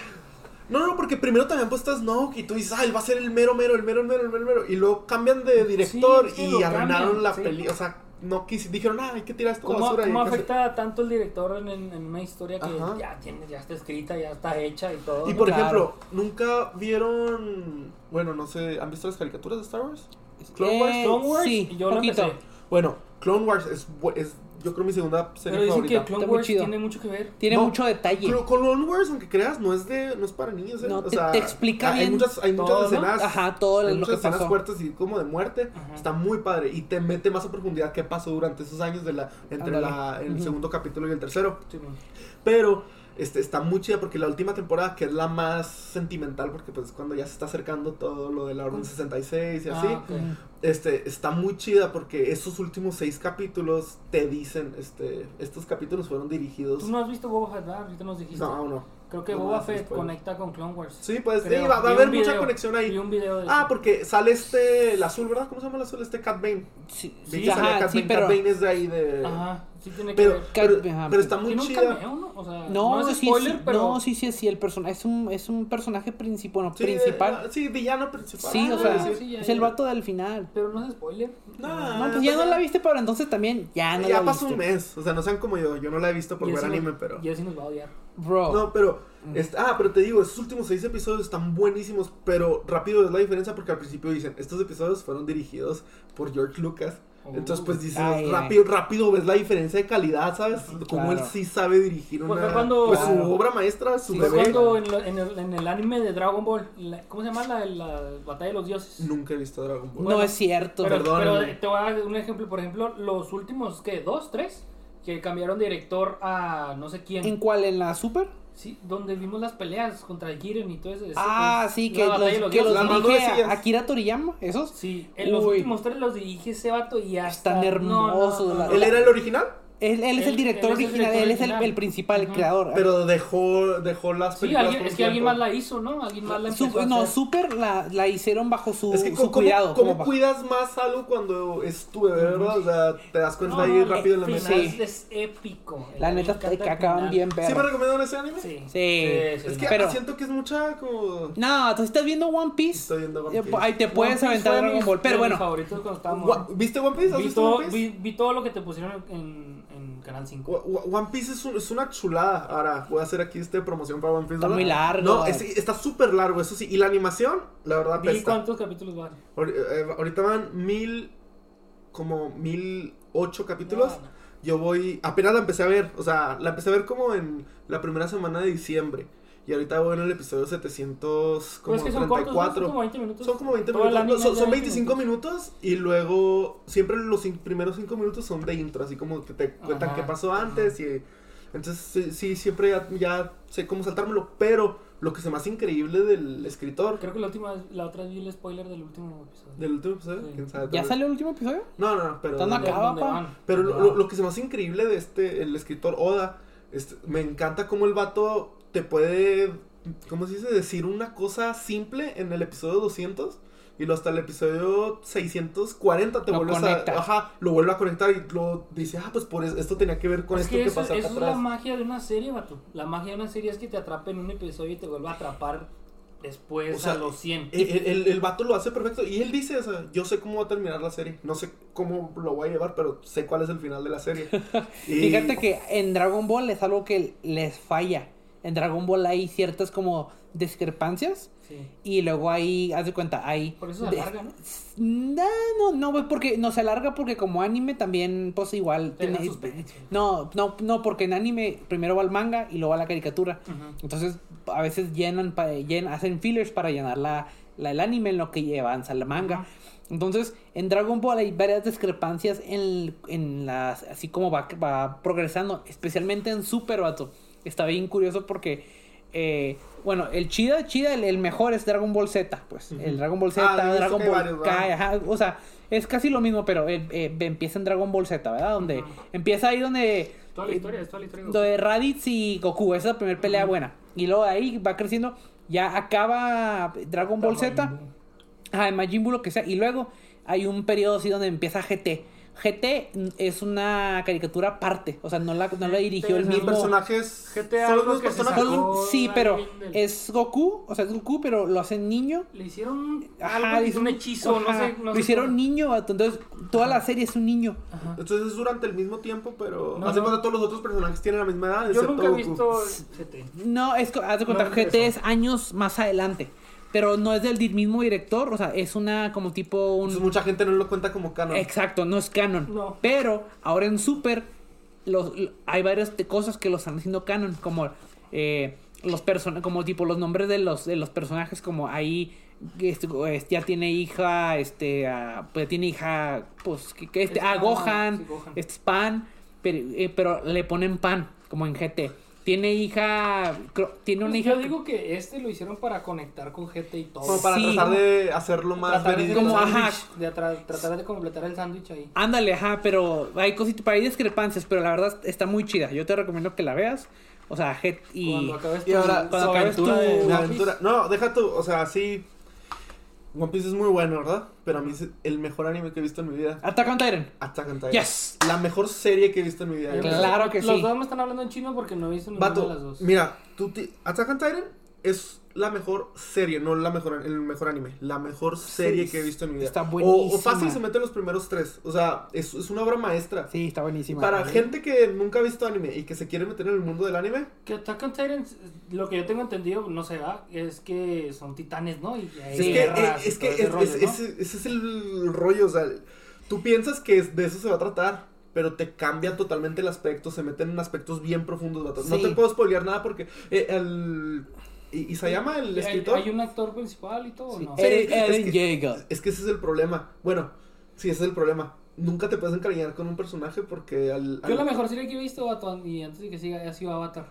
Speaker 4: No, no, porque primero también pues estás Snoke y tú dices, ah, él va a ser el mero, mero, el mero, el mero, el mero, el mero. Y luego cambian de director
Speaker 2: Sí, sí,
Speaker 4: y
Speaker 2: lo
Speaker 4: arruinaron
Speaker 2: cambian,
Speaker 4: la
Speaker 2: sí.
Speaker 4: peli. O sea, no quisieron, dijeron, ah, hay que tirar esto a la
Speaker 2: ¿Cómo,
Speaker 4: basura. y
Speaker 2: cómo
Speaker 4: que se-
Speaker 2: afecta tanto el director en, en- en una historia que
Speaker 4: Ajá.
Speaker 2: ya tiene, ya está escrita, ya está hecha y todo?
Speaker 4: Y
Speaker 2: ¿no?
Speaker 4: por
Speaker 3: Claro.
Speaker 4: ejemplo, nunca vieron. Bueno, no sé, ¿han visto las caricaturas de Star Wars? Clone
Speaker 3: Eh,
Speaker 4: Wars.
Speaker 2: Clone Wars,
Speaker 3: sí,
Speaker 2: yo lo
Speaker 3: poquito.
Speaker 2: empecé.
Speaker 4: Bueno, Clone Wars es, bu- es yo creo, mi segunda serie
Speaker 2: Pero dicen
Speaker 4: favorita.
Speaker 2: que Clone
Speaker 3: Está muy
Speaker 2: Wars
Speaker 3: chido.
Speaker 2: tiene mucho que ver.
Speaker 3: Tiene
Speaker 4: No,
Speaker 3: mucho detalle.
Speaker 4: Clo- Clone Wars, aunque creas, no es de, no es para niños, ¿eh?
Speaker 3: No,
Speaker 4: o
Speaker 3: te-
Speaker 4: sea,
Speaker 3: te explica
Speaker 4: hay
Speaker 3: bien
Speaker 4: muchas, hay muchas
Speaker 2: todo, ¿no?
Speaker 4: escenas,
Speaker 3: Ajá, todo lo
Speaker 4: hay muchas
Speaker 3: que
Speaker 4: escenas
Speaker 3: pasó.
Speaker 4: fuertes y como de muerte,
Speaker 2: Ajá.
Speaker 4: está muy padre y te mete más a profundidad qué pasó durante esos años de la, entre la,
Speaker 3: Ándale.
Speaker 4: el
Speaker 3: Ujú.
Speaker 4: segundo capítulo y el tercero,
Speaker 2: Sí, man.
Speaker 4: pero este, está muy chida porque la última temporada, que es la más sentimental, porque pues cuando ya se está acercando todo lo de la Orden 66 y
Speaker 2: Ah,
Speaker 4: así,
Speaker 2: ok.
Speaker 3: Ujú.
Speaker 4: este, está muy chida porque esos últimos seis capítulos te dicen, este, estos capítulos fueron dirigidos...
Speaker 2: Tú no has visto Boba Fett, ¿verdad? Ahorita nos dijiste.
Speaker 4: No, aún no.
Speaker 2: Creo que
Speaker 4: No,
Speaker 2: Boba
Speaker 4: no,
Speaker 2: Fett
Speaker 4: después.
Speaker 2: conecta con Clone Wars.
Speaker 4: Sí, pues sí,
Speaker 2: Creo.
Speaker 4: va, va
Speaker 2: Vi
Speaker 4: a
Speaker 2: un
Speaker 4: haber mucha
Speaker 2: video,
Speaker 4: conexión
Speaker 2: vi
Speaker 4: ahí.
Speaker 2: un video de eso.
Speaker 4: Ah, porque sale este, el azul, ¿verdad? ¿Cómo se llama el azul? Este Cat Bane.
Speaker 3: Sí,
Speaker 4: Vi
Speaker 3: sí,
Speaker 4: que salía
Speaker 3: ajá,
Speaker 4: Cat
Speaker 3: sí,
Speaker 4: Bane.
Speaker 3: pero.
Speaker 4: Cat Bane es de ahí de...
Speaker 2: Ajá, sí tiene que
Speaker 4: Pero,
Speaker 2: ver.
Speaker 4: pero,
Speaker 3: Cat- ajá.
Speaker 4: pero está muy
Speaker 2: Tiene un
Speaker 4: chida.
Speaker 2: cameo, ¿no? O sea,
Speaker 3: No,
Speaker 2: no, es
Speaker 3: sí,
Speaker 2: spoiler,
Speaker 3: sí,
Speaker 2: pero...
Speaker 3: no, sí, sí, sí, el persona es un, es un personaje principal, bueno,
Speaker 4: Sí, de-
Speaker 3: principal.
Speaker 4: ah, sí, villano principal.
Speaker 3: sí, o
Speaker 4: Ah,
Speaker 3: sea,
Speaker 2: sí,
Speaker 4: sí.
Speaker 2: sí, ya,
Speaker 3: es
Speaker 2: ya.
Speaker 3: el vato del final.
Speaker 2: Pero no es spoiler.
Speaker 4: Nah,
Speaker 3: No, pues ya no la viste, pero entonces también ya no
Speaker 4: ya
Speaker 3: la
Speaker 4: pasó un
Speaker 3: viste.
Speaker 4: mes. O sea, no sean como yo. Yo no la he visto por
Speaker 2: Y
Speaker 4: ver
Speaker 2: ese
Speaker 4: anime,
Speaker 2: nos-
Speaker 4: pero...
Speaker 2: Y así nos va a odiar.
Speaker 3: Bro.
Speaker 4: No, pero...
Speaker 3: Mm.
Speaker 4: es- ah, pero te digo, esos últimos seis episodios están buenísimos, pero rápido es la diferencia porque al principio dicen, estos episodios fueron dirigidos por George Lucas. Entonces, pues dices,
Speaker 3: Ay, ay.
Speaker 4: rápido, rápido ves la diferencia de calidad, ¿sabes? Como él
Speaker 3: Claro.
Speaker 4: sí sabe dirigir
Speaker 2: Pues
Speaker 4: una...
Speaker 2: fue cuando-
Speaker 4: pues, su
Speaker 3: Claro.
Speaker 4: obra maestra, su
Speaker 2: Sí,
Speaker 4: bebé.
Speaker 2: cuando en, lo- en el, en el anime de Dragon Ball, la- ¿cómo se llama la, la batalla de los dioses?
Speaker 4: Nunca he visto Dragon Ball.
Speaker 3: no es cierto.
Speaker 2: Pero,
Speaker 4: perdónenme.
Speaker 2: pero te voy a dar un ejemplo, por ejemplo, los últimos, ¿qué? ¿Dos, tres? Que cambiaron de director a no sé quién.
Speaker 3: ¿En cuál? ¿En la Super?
Speaker 2: Sí, donde vimos las peleas contra Jiren y todo eso. eso,
Speaker 3: ah,
Speaker 2: pues,
Speaker 3: sí,
Speaker 2: la
Speaker 3: que los,
Speaker 2: batalla de
Speaker 3: que los
Speaker 2: dioses.
Speaker 4: Las más
Speaker 3: dirige
Speaker 4: gruesillas.
Speaker 3: a- Akira Toriyama, ¿esos?
Speaker 2: Sí, en los
Speaker 3: Uy.
Speaker 2: últimos tres los dirige ese vato y hasta...
Speaker 3: Están hermosos,
Speaker 2: no, no,
Speaker 3: la-
Speaker 2: no.
Speaker 4: ¿Él era el original?
Speaker 3: Él, él es
Speaker 2: Él-
Speaker 3: el director
Speaker 2: él es el director
Speaker 3: original, él es el,
Speaker 2: original.
Speaker 3: el principal, el
Speaker 2: Ujú.
Speaker 3: creador.
Speaker 4: Pero dejó, dejó las
Speaker 2: Sí,
Speaker 4: películas
Speaker 2: alguien-
Speaker 4: por
Speaker 2: es
Speaker 4: un
Speaker 2: que alguien
Speaker 4: tiempo.
Speaker 2: más la hizo, ¿no? Alguien más la
Speaker 3: Su-
Speaker 2: empezó a
Speaker 3: no,
Speaker 2: hacer.
Speaker 3: Super la, la hicieron bajo su,
Speaker 4: Es que
Speaker 3: su
Speaker 4: ¿cómo,
Speaker 3: cuidado.
Speaker 4: cómo
Speaker 3: como bajo-
Speaker 4: cuidas más algo cuando es tu bebé, verdad? O sea, te das cuenta
Speaker 2: No,
Speaker 4: Pues ahí
Speaker 2: no,
Speaker 4: rápido en
Speaker 2: el
Speaker 4: la
Speaker 2: final
Speaker 4: mente.
Speaker 3: mesa. eh,
Speaker 2: es
Speaker 3: Sí.
Speaker 2: épico.
Speaker 3: La
Speaker 2: Me
Speaker 3: neta, eh,
Speaker 2: encanta el
Speaker 3: que acaban
Speaker 2: final.
Speaker 3: bien
Speaker 4: ¿Sí me
Speaker 3: verga.
Speaker 4: recomiendan ese anime?
Speaker 2: Sí.
Speaker 3: Sí.
Speaker 4: Es que
Speaker 3: Pero-
Speaker 4: siento que es mucha como...
Speaker 3: No, tú estás viendo One Piece. Eh,
Speaker 4: Estoy viendo
Speaker 2: Eh,
Speaker 4: One Piece.
Speaker 3: Ahí te puedes aventar
Speaker 2: a
Speaker 3: Dragon Ball. Pero bueno,
Speaker 2: favoritos cuando estaba
Speaker 4: Gua-
Speaker 2: morro.
Speaker 4: ¿Viste One Piece? ¿Has
Speaker 2: vi,
Speaker 4: visto
Speaker 2: todo,
Speaker 4: One Piece?
Speaker 2: vi, vi todo lo que te pusieron en, en Canal 5.
Speaker 4: Wa- Wa- One Piece es, un- es una chulada. Ahora voy a hacer aquí este promoción para One Piece.
Speaker 3: Está
Speaker 4: ¿verdad?
Speaker 3: muy largo.
Speaker 4: No, es- está súper largo, eso sí. Y la animación, la verdad,
Speaker 2: Vi
Speaker 4: pesta.
Speaker 2: cuántos capítulos van.
Speaker 4: Ahori- eh, ahorita van mil, como mil ocho capítulos.
Speaker 2: No, no.
Speaker 4: Yo voy, apenas la empecé a ver, o sea, la empecé a ver como en la primera semana de diciembre. Y ahorita voy en el episodio 700,
Speaker 2: Pero
Speaker 4: como
Speaker 2: es que son cortos, ¿no?
Speaker 4: 34.
Speaker 2: son como 20 minutos.
Speaker 4: Son como 20
Speaker 2: Todo el
Speaker 4: minutos.
Speaker 2: anime
Speaker 4: no, son,
Speaker 2: es de
Speaker 4: son
Speaker 2: 20
Speaker 4: 25 minutos. y luego siempre los cin- primeros 5 minutos son de intro, así como que te cuentan
Speaker 2: Ajá,
Speaker 4: qué pasó antes y entonces sí, sí, siempre ya, ya sé cómo saltármelo, pero lo que se me hace increíble del escritor
Speaker 2: Creo que la última vez- la otra vez vi el spoiler del último episodio.
Speaker 4: del último episodio,
Speaker 2: Sí.
Speaker 4: quién sabe,
Speaker 3: ¿ya
Speaker 4: tal vez.
Speaker 3: salió el último episodio?
Speaker 4: No, no, no, pero
Speaker 3: Están
Speaker 4: no,
Speaker 3: acá.
Speaker 2: ¿Dónde- dónde
Speaker 3: pa?
Speaker 2: van?
Speaker 4: Pero
Speaker 2: ¿Dónde
Speaker 4: lo, lo-
Speaker 2: van?
Speaker 4: lo que se me hace increíble de este, el escritor Oda, este, me encanta cómo el vato te puede, ¿cómo se dice? Decir una cosa simple en el episodio 200 y luego hasta el episodio 640 te
Speaker 3: Lo
Speaker 4: vuelves
Speaker 3: conecta.
Speaker 4: a... Ajá, lo vuelve a conectar y lo dice, ah, pues por es- esto tenía que ver con
Speaker 2: Es
Speaker 4: esto
Speaker 2: que
Speaker 4: que,
Speaker 2: eso,
Speaker 4: pasa acá
Speaker 2: eso es la
Speaker 4: atrás.
Speaker 2: magia de una serie, vato. La magia de una serie es que te atrapa en un episodio y te vuelve a atrapar después
Speaker 4: O sea,
Speaker 2: a los 100.
Speaker 4: El, el- el- el vato lo hace perfecto y él dice, o sea, yo sé cómo va a terminar la serie, no sé cómo lo voy a llevar, pero sé cuál es el final de la serie. Y-
Speaker 3: Fíjate que en Dragon Ball es algo que les falla. En Dragon Ball hay ciertas como discrepancias
Speaker 2: Sí.
Speaker 3: y luego ahí, haz de cuenta, hay...
Speaker 2: Por eso se
Speaker 3: de-
Speaker 2: alarga, ¿no?
Speaker 3: No, no, no, güey, porque no se alarga porque como anime también, pues igual...
Speaker 2: Te
Speaker 3: tiene-
Speaker 2: da suspenso.
Speaker 3: no, no, no, porque en anime primero va el manga y luego va la caricatura.
Speaker 2: Ujú.
Speaker 3: Entonces a veces llenan, pa- llen- hacen fillers para llenar la, la- el anime en lo que avanza el manga.
Speaker 2: Ajá.
Speaker 3: Entonces, en Dragon Ball hay varias discrepancias en, en las. así como va, va progresando. Especialmente en Super Vato. Está bien curioso porque. eh, bueno, el chida, chida, el, el mejor es Dragon Ball Z, pues. El Dragon Ball Z,
Speaker 4: Ah, he visto
Speaker 3: Dragon
Speaker 4: que hay
Speaker 3: Ball
Speaker 4: varios,
Speaker 3: Kai,
Speaker 4: ¿verdad?
Speaker 3: ajá, o sea, es casi lo mismo, pero eh, eh, empieza en Dragon Ball Z, ¿verdad? Donde
Speaker 2: Ujú.
Speaker 3: empieza ahí donde
Speaker 2: Toda la historia, es toda la historia.
Speaker 3: lo de Raditz y Goku, esa es la primera pelea buena. Y luego de ahí va creciendo, ya acaba Dragon Ball Z, ah, Majin Buu, lo que sea. Y luego hay un periodo así donde empieza GT. GT es una caricatura aparte, o sea, no la, no la dirigió el
Speaker 4: Los
Speaker 3: mismo.
Speaker 4: personajes
Speaker 2: GTA,
Speaker 4: son los
Speaker 2: algo
Speaker 4: mismos
Speaker 2: que se
Speaker 4: personajes.
Speaker 2: sacó.
Speaker 3: Solo- sí,
Speaker 2: Ay,
Speaker 3: pero
Speaker 2: del-
Speaker 3: es Goku, o sea, es Goku, pero lo hacen niño.
Speaker 2: Le hicieron
Speaker 3: Ajá,
Speaker 2: algo, le
Speaker 3: le
Speaker 2: hicieron un
Speaker 3: hicieron-
Speaker 2: hechizo, no
Speaker 3: ajá,
Speaker 2: sé. no
Speaker 3: lo
Speaker 2: sé
Speaker 3: hicieron
Speaker 2: cómo.
Speaker 3: niño, vato, entonces toda la serie es un niño.
Speaker 2: Ajá.
Speaker 4: Entonces es durante el mismo tiempo, pero
Speaker 2: No,
Speaker 4: hace
Speaker 2: no.
Speaker 4: cuenta todos los otros personajes tienen la misma edad,
Speaker 2: Yo
Speaker 4: excepto
Speaker 2: nunca he
Speaker 4: Goku.
Speaker 2: visto
Speaker 4: pues.
Speaker 2: GT.
Speaker 3: No, es que haz de cuenta
Speaker 2: No,
Speaker 3: que GT
Speaker 2: eso.
Speaker 3: es años más adelante. Pero no es del di- mismo director, o sea, es una como tipo un.
Speaker 4: Entonces mucha gente no lo cuenta como canon.
Speaker 3: Exacto, no es canon.
Speaker 2: No.
Speaker 3: Pero ahora en Super los, l- hay varias te- cosas que lo están haciendo canon, como eh, los person como tipo los nombres de los de los personajes, como ahí este, o este, ya tiene hija, este, ah, pues tiene hija, pues que, que este,
Speaker 2: Esta-
Speaker 3: ah, Gohan,
Speaker 2: sí, Gohan.
Speaker 3: este es Pan, pero, eh, pero le ponen Pan como en GT. Tiene hija, creo- tiene una
Speaker 2: Pues
Speaker 3: hija
Speaker 2: Yo digo que este lo hicieron para conectar con GT y todo.
Speaker 4: Como para
Speaker 3: Sí.
Speaker 4: tratar de hacerlo Pues, más
Speaker 2: Tratar de-
Speaker 4: verídico.
Speaker 3: como,
Speaker 2: sándwich,
Speaker 3: ajá,
Speaker 2: de atra- tratar de completar el sándwich ahí.
Speaker 3: Ándale, ajá, pero hay cositas, pero hay discrepancias, pero la verdad está muy chida. Yo te recomiendo que la veas. O sea, Head y.
Speaker 2: Cuando acabes
Speaker 4: y ahora,
Speaker 3: cuando
Speaker 2: su
Speaker 3: acabes
Speaker 2: aventura
Speaker 3: tu-
Speaker 2: de
Speaker 4: La
Speaker 2: One
Speaker 4: aventura. No, deja tú, o sea, sí. One Piece es muy bueno, ¿verdad? Pero a mí es el mejor anime que he visto en mi vida.
Speaker 3: Attack on Titan.
Speaker 4: Attack on Titan.
Speaker 3: Yes.
Speaker 4: La mejor serie que he visto en mi vida.
Speaker 2: Piece.
Speaker 4: Yo
Speaker 3: Claro. que
Speaker 2: Los
Speaker 3: sí.
Speaker 2: dos me están hablando en chino porque no he visto ninguna de las
Speaker 4: Vato,
Speaker 2: dos.
Speaker 4: mira, tú te- Attack on Titan es la mejor serie, no la mejor, el mejor anime, la mejor serie
Speaker 3: Sí,
Speaker 4: que he visto en mi vida.
Speaker 3: está
Speaker 4: O- O,
Speaker 3: buenísima.
Speaker 4: fácil se meten los primeros tres. O sea, es, es una obra maestra.
Speaker 3: Sí, está buenísima.
Speaker 4: Para gente que nunca ha visto anime y que se quiere meter en el mundo del anime,
Speaker 2: Que Attack on Titan, lo que yo tengo entendido, no se da, es que son titanes, ¿no? Y hay
Speaker 4: es que,
Speaker 2: guerras
Speaker 4: eh,
Speaker 2: y
Speaker 4: es que
Speaker 2: todo ese
Speaker 4: es-
Speaker 2: rollo,
Speaker 4: es-
Speaker 2: ¿no?
Speaker 4: ese, ese es el rollo. O sea, tú piensas que es- de eso se va a tratar, pero te cambia totalmente el aspecto. Se meten en aspectos bien profundos. vato. No
Speaker 3: Sí.
Speaker 4: te puedo spoilear nada porque eh, el. Y, y se llama el
Speaker 2: ¿Y hay-
Speaker 4: escritor.
Speaker 2: ¿Hay un actor principal y todo?
Speaker 3: Sí.
Speaker 2: ¿no?
Speaker 4: Eh,
Speaker 3: Eren,
Speaker 4: Sí, es
Speaker 3: Eren
Speaker 4: que-
Speaker 3: Yeager.
Speaker 4: Es que ese es el problema. Bueno, sí, ese es el problema. Nunca te puedes encariñar con un personaje porque al.
Speaker 2: Yo
Speaker 4: al-
Speaker 2: la mejor serie que he visto, vato, y antes de que siga, ha sido Avatar.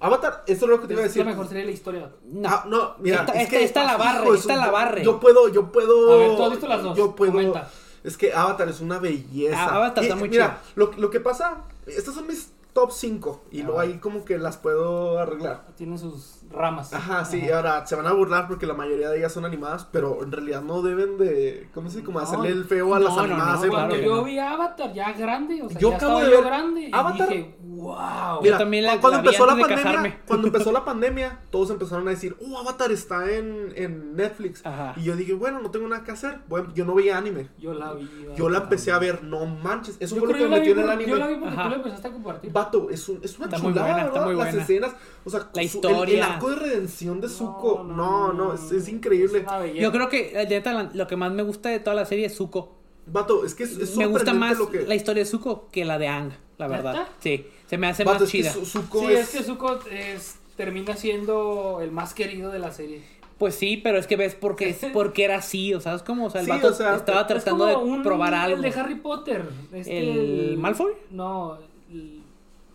Speaker 4: Avatar, eso es lo que te iba a
Speaker 2: Es
Speaker 4: decir.
Speaker 2: la mejor serie de la historia. vato.
Speaker 3: No.
Speaker 4: Ah, no, mira.
Speaker 3: Esta-
Speaker 4: es
Speaker 3: esta-
Speaker 4: que-
Speaker 3: esta la barre,
Speaker 4: hijo de
Speaker 3: esta
Speaker 4: su-
Speaker 3: la
Speaker 4: yo-
Speaker 3: barre.
Speaker 4: Yo puedo, yo puedo.
Speaker 2: A ver, ¿tú has visto las dos?
Speaker 4: Yo puedo.
Speaker 2: Comenta.
Speaker 4: Es que Avatar es una belleza.
Speaker 3: Ah, Avatar está muy
Speaker 4: Mira, lo, lo que pasa, estas son mis top 5 y
Speaker 2: Ah,
Speaker 4: luego ahí como que las puedo arreglar.
Speaker 2: Tiene sus ramas.
Speaker 4: Ajá, sí, ah, ahora se van a burlar porque la mayoría de ellas son animadas, pero en realidad no deben de, ¿cómo se dice? Como
Speaker 2: No,
Speaker 4: hacerle el feo a
Speaker 3: no,
Speaker 4: las
Speaker 3: no,
Speaker 4: animadas.
Speaker 3: no,
Speaker 4: ¿eh?
Speaker 3: claro
Speaker 2: Cuando
Speaker 4: Porque-
Speaker 3: que
Speaker 2: yo
Speaker 3: no.
Speaker 2: vi Avatar ya grande, o sea,
Speaker 4: Yo
Speaker 2: ya
Speaker 4: acabo
Speaker 2: estaba
Speaker 4: de
Speaker 2: yo
Speaker 4: ver
Speaker 2: grande y
Speaker 4: Avatar.
Speaker 2: dije, wow.
Speaker 3: Yo también la-
Speaker 4: cuando
Speaker 3: la vi
Speaker 4: empezó la
Speaker 3: antes de
Speaker 4: pandemia,
Speaker 3: casarme.
Speaker 4: cuando empezó la pandemia, todos empezaron a decir, "Oh, Avatar está en, en Netflix."
Speaker 3: Ajá.
Speaker 4: Y yo dije, "Bueno, no tengo nada que hacer." Bueno, yo no veía anime.
Speaker 2: Yo la vi.
Speaker 4: Yo
Speaker 2: vato,
Speaker 4: la empecé a
Speaker 2: también.
Speaker 4: ver, no manches. Eso
Speaker 2: Yo
Speaker 4: fue
Speaker 2: creo
Speaker 4: lo que
Speaker 2: yo la vi
Speaker 4: metió en el
Speaker 2: por-
Speaker 4: anime.
Speaker 2: yo la vi porque
Speaker 3: Ajá.
Speaker 2: tú la empezaste a compartir.
Speaker 4: Vato, es, un- es una
Speaker 3: Está muy
Speaker 4: chulada,
Speaker 3: buena, está
Speaker 4: ¿verdad?
Speaker 3: muy
Speaker 4: Las
Speaker 3: buena.
Speaker 4: escenas, o sea, su- el- el,
Speaker 3: historia.
Speaker 4: arco de redención de Zuko. No, no, es, es increíble.
Speaker 2: es una belleza.
Speaker 3: Yo creo que la neta, la- lo que más me gusta de toda la serie es Zuko.
Speaker 4: Vato, es que es, es
Speaker 3: me gusta
Speaker 4: sorprendente
Speaker 3: más
Speaker 4: lo que
Speaker 3: la historia de Zuko que la de Ang, la verdad.
Speaker 2: ¿Neta?
Speaker 3: Sí, se me hace
Speaker 4: Vato,
Speaker 3: más
Speaker 4: es que
Speaker 3: chida.
Speaker 4: Su- Zuko
Speaker 2: Sí, es
Speaker 4: es-
Speaker 2: que Zuko es- termina siendo el más querido de la serie.
Speaker 3: Pues sí, pero es que ves por qué, por qué era así, o sea, es como, o sea, el
Speaker 4: Sí,
Speaker 3: vato
Speaker 4: o sea,
Speaker 3: estaba
Speaker 4: es
Speaker 3: tratando
Speaker 2: Es
Speaker 3: de
Speaker 2: como un-
Speaker 3: probar algo.
Speaker 2: El de Harry Potter. este,
Speaker 3: ¿El Malfoy?
Speaker 2: No, el,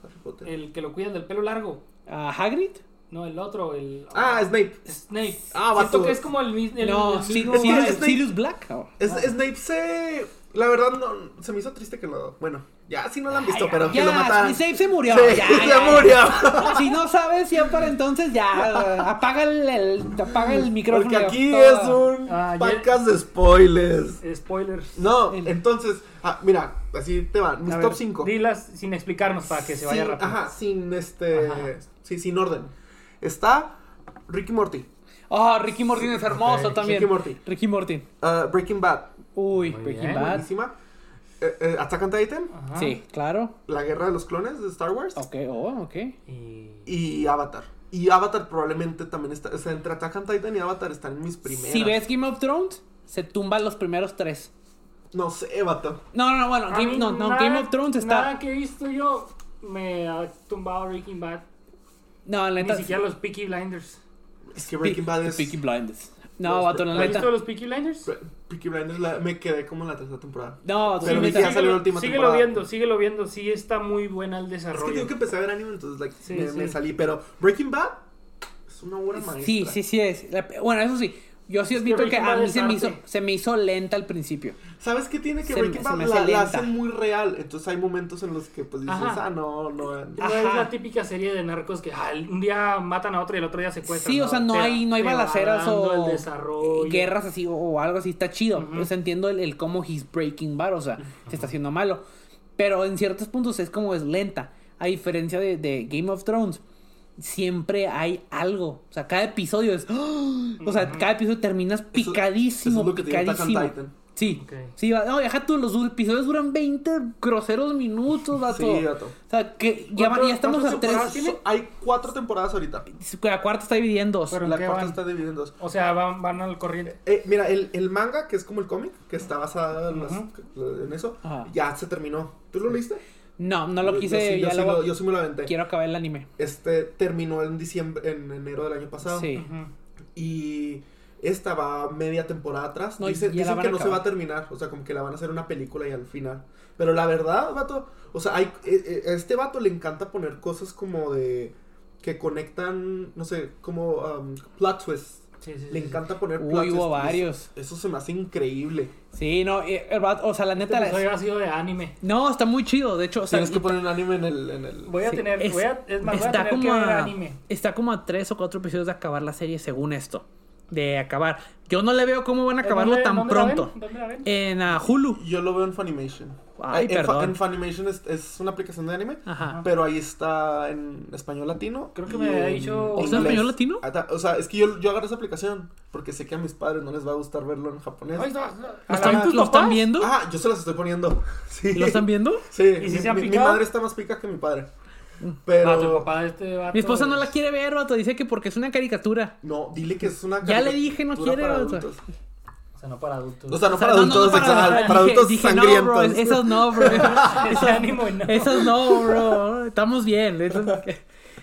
Speaker 4: Harry Potter.
Speaker 2: el que lo cuida del pelo largo.
Speaker 3: ¿A Hagrid?
Speaker 2: No, el otro, el...
Speaker 4: Ah, Snape.
Speaker 2: Snape.
Speaker 4: Ah, vato.
Speaker 2: Siento que es como el, mis- el-
Speaker 3: no,
Speaker 2: el
Speaker 3: sí,
Speaker 2: mismo
Speaker 3: sí,
Speaker 2: vibe.
Speaker 3: es Sirius Black. oh.
Speaker 4: Es- Snape se. La verdad, no, se me hizo triste que lo. Bueno, ya si no lo han visto, pero que
Speaker 3: ya,
Speaker 4: lo mataran.
Speaker 3: Snape se murió.
Speaker 4: Sí,
Speaker 3: ya,
Speaker 4: se
Speaker 3: ya, ya.
Speaker 4: murió.
Speaker 3: Si no sabes, ya para entonces ya apaga el, el- apaga el micrófono.
Speaker 4: Porque aquí
Speaker 3: Todo.
Speaker 4: es un
Speaker 2: Ah, ya-
Speaker 4: podcast de spoilers.
Speaker 2: Spoilers.
Speaker 4: No,
Speaker 3: El-
Speaker 4: entonces, ah, mira, así te van. Mis
Speaker 2: A
Speaker 4: top
Speaker 2: ver,
Speaker 4: 5.
Speaker 2: Dilas sin explicarnos para que se vaya rápido.
Speaker 4: Ajá, sin este.
Speaker 2: Ajá.
Speaker 4: Sí, sin orden. Está Ricky Morty.
Speaker 3: Ah, Ricky Mortin es hermoso
Speaker 4: ok.
Speaker 3: también.
Speaker 4: Ricky Morty.
Speaker 3: Ricky Mortin.
Speaker 4: Ah, Breaking Bad.
Speaker 3: Uy,
Speaker 2: Muy
Speaker 3: Breaking
Speaker 2: bien.
Speaker 3: Bad.
Speaker 4: Buenísima. Eh, eh, Attack on Titan.
Speaker 2: Ajá.
Speaker 3: Sí, claro.
Speaker 4: La Guerra de los Clones de Star Wars.
Speaker 3: Ok, oh, ok.
Speaker 2: Y-
Speaker 4: Y Avatar. Y Avatar probablemente también está. O sea, entre Attack on Titan y Avatar están mis primeras.
Speaker 3: Si ves Game of Thrones, se tumban los primeros tres.
Speaker 4: No sé, vato.
Speaker 3: No, no, no, bueno,
Speaker 2: A
Speaker 3: Game,
Speaker 2: mí
Speaker 3: no, no,
Speaker 2: nada-
Speaker 3: Game of Thrones está.
Speaker 2: Nada que he visto yo me ha tumbado Breaking Bad.
Speaker 3: no, la
Speaker 2: Ni
Speaker 3: neta.
Speaker 2: siquiera los Peaky Blinders.
Speaker 4: Es que Breaking Bad es.
Speaker 3: Peaky
Speaker 4: Peaky,
Speaker 3: Blinders. No,
Speaker 4: Los-
Speaker 3: vato, la
Speaker 2: ¿Has
Speaker 3: neta.
Speaker 2: visto los Peaky Blinders?
Speaker 4: Blinders la- me quedé como en la tercera temporada.
Speaker 3: No, sí,
Speaker 4: Pero vi
Speaker 3: neta.
Speaker 4: que ya salió la
Speaker 2: síguelo,
Speaker 4: última
Speaker 2: síguelo
Speaker 4: temporada.
Speaker 2: viendo, síguelo viendo. Sí está muy buena el
Speaker 4: Es que
Speaker 2: desarrollo.
Speaker 4: tengo que empezar a ver anime, entonces like,
Speaker 2: Sí,
Speaker 4: me,
Speaker 2: sí.
Speaker 4: me salí. Pero Breaking Bad es una obra maestra.
Speaker 3: Sí, sí, sí es. La- bueno, eso sí. Yo sí admito que,
Speaker 2: Breaking
Speaker 3: a
Speaker 2: Bad
Speaker 3: mí
Speaker 2: es
Speaker 3: se me,
Speaker 2: arte.
Speaker 3: hizo, se me hizo lenta al principio.
Speaker 4: ¿Sabes qué tiene que
Speaker 3: Se me-
Speaker 4: Breaking
Speaker 3: se
Speaker 4: Bad
Speaker 3: me
Speaker 4: la,
Speaker 3: hace
Speaker 4: la
Speaker 3: lenta.
Speaker 4: hacen muy real? Entonces hay momentos en los que pues dices,
Speaker 2: Ajá.
Speaker 4: ah, no, no.
Speaker 2: No es
Speaker 3: Ajá.
Speaker 2: la típica serie de narcos que ah, un día matan a otro y el otro día secuestran.
Speaker 3: Sí, o sea, no
Speaker 2: Te-
Speaker 3: hay, no hay
Speaker 2: te va
Speaker 3: balaceras
Speaker 2: dando
Speaker 3: o
Speaker 2: el desarrollo.
Speaker 3: guerras así o, o algo así. Está chido.
Speaker 2: Ujú.
Speaker 3: O sea, entiendo el, el cómo he's breaking bad, o sea, se está haciendo malo. Pero en ciertos puntos es como es lenta. A diferencia de, de Game of Thrones, siempre hay algo. O sea, cada episodio es... ¡Ah! O sea, cada episodio terminas
Speaker 4: eso es
Speaker 3: picadísimo,
Speaker 4: lo que tiene Attack on
Speaker 3: picadísimo.
Speaker 4: Titan.
Speaker 3: Sí,
Speaker 2: Ok.
Speaker 3: sí, va- no, deja tú, los episodios duran 20 groseros minutos, vato.
Speaker 4: Ah, Sí, vato.
Speaker 3: O sea, que ya, van- ya estamos
Speaker 4: ¿Cuántas
Speaker 3: a
Speaker 4: temporadas
Speaker 3: tres.
Speaker 4: tiene? Hay cuatro temporadas ahorita.
Speaker 3: La cuarta está dividida en dos.
Speaker 2: Pero-
Speaker 4: La
Speaker 2: qué
Speaker 4: cuarta
Speaker 2: van?
Speaker 4: está dividida en dos.
Speaker 2: O sea, van, van al corriente.
Speaker 4: Eh, mira, el, el manga, que es como el cómic, que está basado en, las- en eso,
Speaker 3: Ajá.
Speaker 4: ya se terminó. ¿Tú lo leíste?
Speaker 3: No, no lo
Speaker 4: Yo-
Speaker 3: quise.
Speaker 4: Yo, sí- yo,
Speaker 3: ya
Speaker 4: sí,
Speaker 3: lo-
Speaker 4: lo, yo sí me lo aventé.
Speaker 3: Quiero acabar el anime.
Speaker 4: Este terminó en diciembre, en enero del año pasado.
Speaker 3: Sí.
Speaker 2: Ujú.
Speaker 4: Y esta va media temporada atrás.
Speaker 3: No, ya
Speaker 4: Dice-
Speaker 3: la
Speaker 4: dicen
Speaker 3: van
Speaker 4: que
Speaker 3: a
Speaker 4: no se va a
Speaker 3: acabar.
Speaker 4: terminar. O sea, como que la van a hacer una película y al final. Pero la verdad, vato. O sea, hay, eh, eh, a este vato le encanta poner cosas como de. que conectan, no sé, como um, plot twists.
Speaker 2: Sí, sí, sí,
Speaker 4: Le
Speaker 2: sí.
Speaker 4: encanta poner
Speaker 3: Uy,
Speaker 4: plot twists.
Speaker 3: hubo
Speaker 4: Y eso-
Speaker 3: varios.
Speaker 4: Eso se me hace increíble.
Speaker 3: Sí, no, eh, el vato- o sea, la
Speaker 2: Este
Speaker 3: neta. la-
Speaker 2: episodio ha sido de anime.
Speaker 3: No, está muy chido. De hecho, o sea,
Speaker 4: Tienes que poner un anime en el. En el...
Speaker 2: Voy a
Speaker 3: sí,
Speaker 2: tener,
Speaker 3: es-
Speaker 2: voy a, es más, voy a tener que ver anime.
Speaker 3: Está como a tres o cuatro episodios de acabar la serie, según esto. De acabar. Yo no le veo cómo van a acabarlo
Speaker 2: ¿Dónde-
Speaker 3: tan
Speaker 2: dónde la ven?
Speaker 3: pronto.
Speaker 2: ¿Dónde la ven?
Speaker 3: En ah, Hulu.
Speaker 4: Yo lo veo en Funimation.
Speaker 3: Ay,
Speaker 4: Eh, en,
Speaker 3: perdón.
Speaker 4: en Funimation es, es una aplicación de anime.
Speaker 3: Ajá.
Speaker 4: Pero ahí está en español latino.
Speaker 2: Creo que
Speaker 4: y
Speaker 2: me había
Speaker 4: en
Speaker 2: dicho-
Speaker 3: ¿O sea,
Speaker 4: inglés.
Speaker 3: español latino?
Speaker 4: Ata- O sea, es que yo, yo agarré esa aplicación porque sé que a mis padres no les va a gustar verlo en japonés.
Speaker 2: Ay, no, no. ¿A
Speaker 3: ¿Lo
Speaker 4: está-
Speaker 2: la ven
Speaker 3: están,
Speaker 2: tus
Speaker 3: lo están
Speaker 2: papás?
Speaker 3: viendo?
Speaker 4: Ah, yo se las estoy poniendo. Sí.
Speaker 3: ¿Lo están viendo?
Speaker 4: Sí,
Speaker 2: ¿Y si
Speaker 4: mi,
Speaker 2: se han
Speaker 4: mi- mi
Speaker 2: picado?
Speaker 4: madre está más pica que mi padre.
Speaker 2: Ah, tu
Speaker 4: Pero.
Speaker 2: papá de este vato.
Speaker 3: Mi esposa no la quiere ver, vato. Dice que porque es una caricatura.
Speaker 4: No, dile que es una.
Speaker 3: Ya le dije, no
Speaker 4: caricatura
Speaker 3: quiere,
Speaker 4: para
Speaker 3: o sea.
Speaker 4: adultos.
Speaker 2: O sea, no para adultos.
Speaker 4: O sea, no
Speaker 3: O sea,
Speaker 4: para adultos, sexual,
Speaker 3: adultos.
Speaker 4: para adultos
Speaker 3: Dije- dije,
Speaker 4: sangrientos.
Speaker 3: No, bro, esas no, bro.
Speaker 2: Ese ánimo y no.
Speaker 3: Esas no, bro. Estamos bien. esas-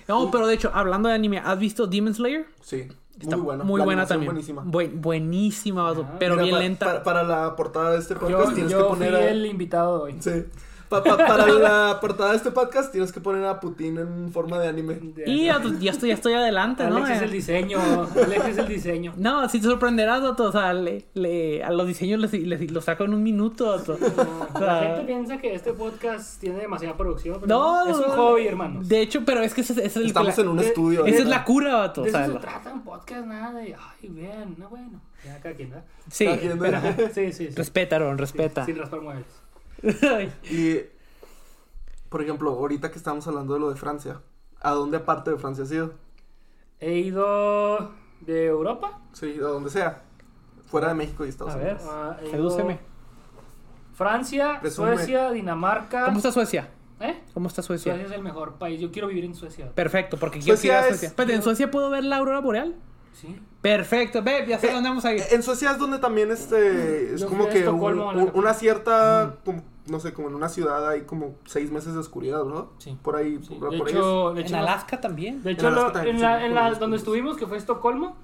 Speaker 3: No, pero de hecho, hablando de anime, ¿has visto Demon Slayer?
Speaker 4: Sí,
Speaker 3: Está
Speaker 4: muy buena.
Speaker 3: Muy
Speaker 4: La
Speaker 3: buena
Speaker 4: animación
Speaker 3: también.
Speaker 4: Buenísima.
Speaker 3: Buen- buenísima, vato, pero
Speaker 4: Mira,
Speaker 3: bien
Speaker 4: pa-
Speaker 3: lenta.
Speaker 4: Para, para la portada de este podcast
Speaker 2: yo
Speaker 4: tienes
Speaker 2: yo
Speaker 4: que poner.
Speaker 2: fui
Speaker 4: a-
Speaker 2: el invitado hoy.
Speaker 4: Sí. Pa- pa- para la portada de este podcast tienes que poner a Putin en forma de anime.
Speaker 3: Y vato, ya estoy, ya estoy adelante, ¿no? Eh,
Speaker 2: Alex es el diseño. Alex es el diseño.
Speaker 3: No, si te sorprenderás, vato, o sea, le- le- a los diseños les, les- los saco en un minuto. vato. O sea,
Speaker 2: La gente piensa que este podcast tiene demasiada producción. pero
Speaker 3: No,
Speaker 2: es un
Speaker 3: no,
Speaker 2: hobby, hermanos.
Speaker 3: De hecho, pero es que ese, ese es el
Speaker 4: Estamos
Speaker 3: la-
Speaker 4: en un
Speaker 2: de-
Speaker 4: estudio.
Speaker 3: esa
Speaker 4: ¿eh?
Speaker 3: es la cura, vato.
Speaker 2: de
Speaker 3: o
Speaker 2: eso
Speaker 3: sea,
Speaker 2: se
Speaker 3: la-
Speaker 2: trata un podcast, nada de, ay, vean, no, bueno. Ya cada quien, ¿verdad?
Speaker 3: Sí,
Speaker 4: Está bien,
Speaker 2: Pero,
Speaker 4: ¿eh?
Speaker 2: sí, sí, sí.
Speaker 3: respeta, Aaron,
Speaker 2: Sí,
Speaker 3: respeta.
Speaker 2: Sin raspar muebles.
Speaker 4: Y, por ejemplo, ahorita que estamos hablando de lo de Francia, ¿a dónde aparte de Francia has ido?
Speaker 2: He ido de Europa.
Speaker 4: Sí, a donde sea. Fuera de México y Estados
Speaker 3: A ver,
Speaker 4: Unidos.
Speaker 2: Ah, he ido
Speaker 3: sedúceme.
Speaker 2: Francia,
Speaker 4: Presume.
Speaker 2: Suecia, Dinamarca.
Speaker 3: ¿Cómo está Suecia?
Speaker 2: ¿Eh?
Speaker 3: ¿Cómo está Ah. Suecia?
Speaker 2: Suecia es el mejor país. Yo quiero vivir en Suecia.
Speaker 3: Perfecto, porque quiero
Speaker 4: Suecia
Speaker 3: ir a
Speaker 4: es-
Speaker 3: Suecia. Espérate, ¿en Suecia puedo ver la aurora boreal?
Speaker 2: Sí.
Speaker 3: Perfecto, babe, ya sé dónde vamos a ir.
Speaker 4: En Suecia es donde también este es
Speaker 2: Yo
Speaker 4: como
Speaker 2: fui a
Speaker 4: que un-
Speaker 2: Estocolmo, a la
Speaker 4: un-
Speaker 2: capital. Mm.
Speaker 4: una cierta como- no sé como en una ciudad hay como seis meses de oscuridad, ¿no?
Speaker 2: Sí.
Speaker 4: Por ahí,
Speaker 2: Sí,
Speaker 4: por,
Speaker 2: de,
Speaker 4: por ahí es-
Speaker 2: hecho, de
Speaker 3: En
Speaker 2: hecho,
Speaker 3: Alaska también.
Speaker 2: de hecho,
Speaker 4: Alaska
Speaker 2: lo-
Speaker 4: también,
Speaker 2: en
Speaker 4: sí,
Speaker 2: la,
Speaker 4: por
Speaker 2: en la-
Speaker 4: los
Speaker 2: donde
Speaker 4: puntos.
Speaker 2: estuvimos, que fue Estocolmo,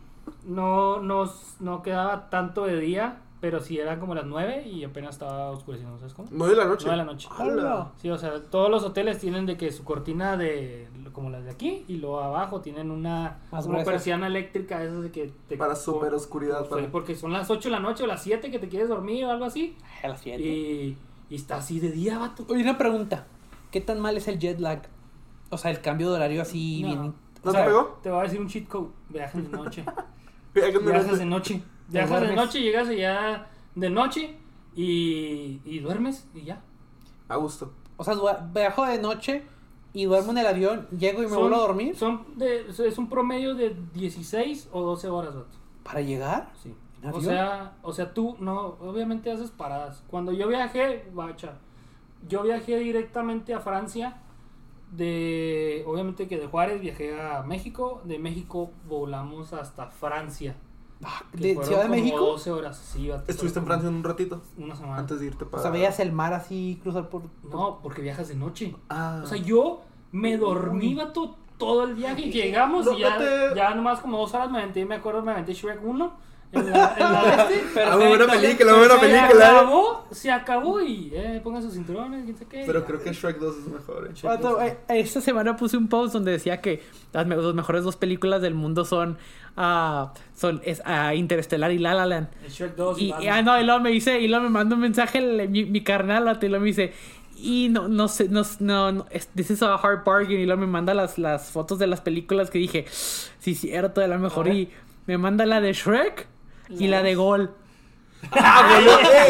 Speaker 2: no, nos, no quedaba tanto de día, pero sí era como las 9 y apenas estaba oscureciendo, ¿sabes cómo?
Speaker 4: nueve de la noche.
Speaker 2: Nueve de la noche.
Speaker 4: ¡Hala!
Speaker 2: Sí, o sea, todos los hoteles tienen de que su cortina de como las de aquí y luego abajo tienen una
Speaker 3: Más
Speaker 2: como
Speaker 3: gruesas.
Speaker 2: persiana eléctrica esas de que te
Speaker 4: Para super oscuridad.
Speaker 2: Sí, porque son las 8 de la noche o las 7 que te quieres dormir o algo así
Speaker 3: A las siete.
Speaker 2: y, y está así de día, vato.
Speaker 3: Oye, una pregunta. ¿Qué tan mal es el jet lag? O sea, el cambio de horario así
Speaker 2: No.
Speaker 3: bien...
Speaker 4: ¿No
Speaker 2: O
Speaker 4: te
Speaker 2: sea,
Speaker 4: pegó?
Speaker 2: Te voy a decir un cheat code. Viajas de noche. Viajas de
Speaker 4: Para...
Speaker 2: noche. Viajas de
Speaker 3: duermes.
Speaker 2: noche, llegas ya de noche y, y duermes y ya.
Speaker 4: A gusto.
Speaker 3: O sea, dua- viajo de noche
Speaker 5: y duermo en el avión, llego y me vuelvo a dormir
Speaker 2: Son de- es un promedio de 16 o 12 horas, vato.
Speaker 5: para llegar.
Speaker 2: Sí.
Speaker 5: ¿En
Speaker 2: O
Speaker 5: avión?
Speaker 2: sea, o sea, tú no, obviamente haces paradas. Cuando yo viajé, bacha, yo viajé directamente a Francia, de, obviamente que de Juárez viajé a México, de México volamos hasta Francia.
Speaker 5: Ah,
Speaker 2: que
Speaker 5: de
Speaker 2: fueron
Speaker 5: Ciudad de
Speaker 2: como
Speaker 5: México.
Speaker 2: 12 horas, sí. vato,
Speaker 4: ¿Estuviste en
Speaker 2: fueron
Speaker 4: Francia en un ratito?
Speaker 2: como Una semana.
Speaker 4: Antes de irte para...
Speaker 5: O sea, veías el mar así cruzar por.
Speaker 2: No, porque viajas de noche.
Speaker 4: Ah.
Speaker 2: O sea, yo me dormí, vato, todo el viaje. Llegamos
Speaker 4: No,
Speaker 2: y ya,
Speaker 4: vete.
Speaker 2: ya nomás como dos horas me aventé, me acuerdo, me aventé Shrek 1. En la, en la de este.
Speaker 4: Ah, muy buena
Speaker 5: Perfecto.
Speaker 4: película, muy buena
Speaker 2: Se
Speaker 4: película. ¿eh?
Speaker 2: acabó, se acabó y eh, pongan sus cinturones, quién sabe qué.
Speaker 4: Pero creo que Shrek 2 es mejor, eh.
Speaker 3: Vato, eh, esta semana puse un post donde decía que las, me- las mejores dos películas del mundo son, ah, son es, ah, Interestelar y La La Land.
Speaker 2: El Shrek
Speaker 4: Oh,
Speaker 2: 2
Speaker 3: Y,
Speaker 2: Batman.
Speaker 3: ah, no, y luego me dice, y luego me manda un mensaje el- mi, mi carnal, vato, y luego me dice, y no, no sé, no, no, no, es- this is a hard bargain, y luego me manda las, las fotos de las películas que dije, sí, cierto, de la mejor,
Speaker 2: ver.
Speaker 3: y me manda la de Shrek y la de Gol.
Speaker 4: Ah,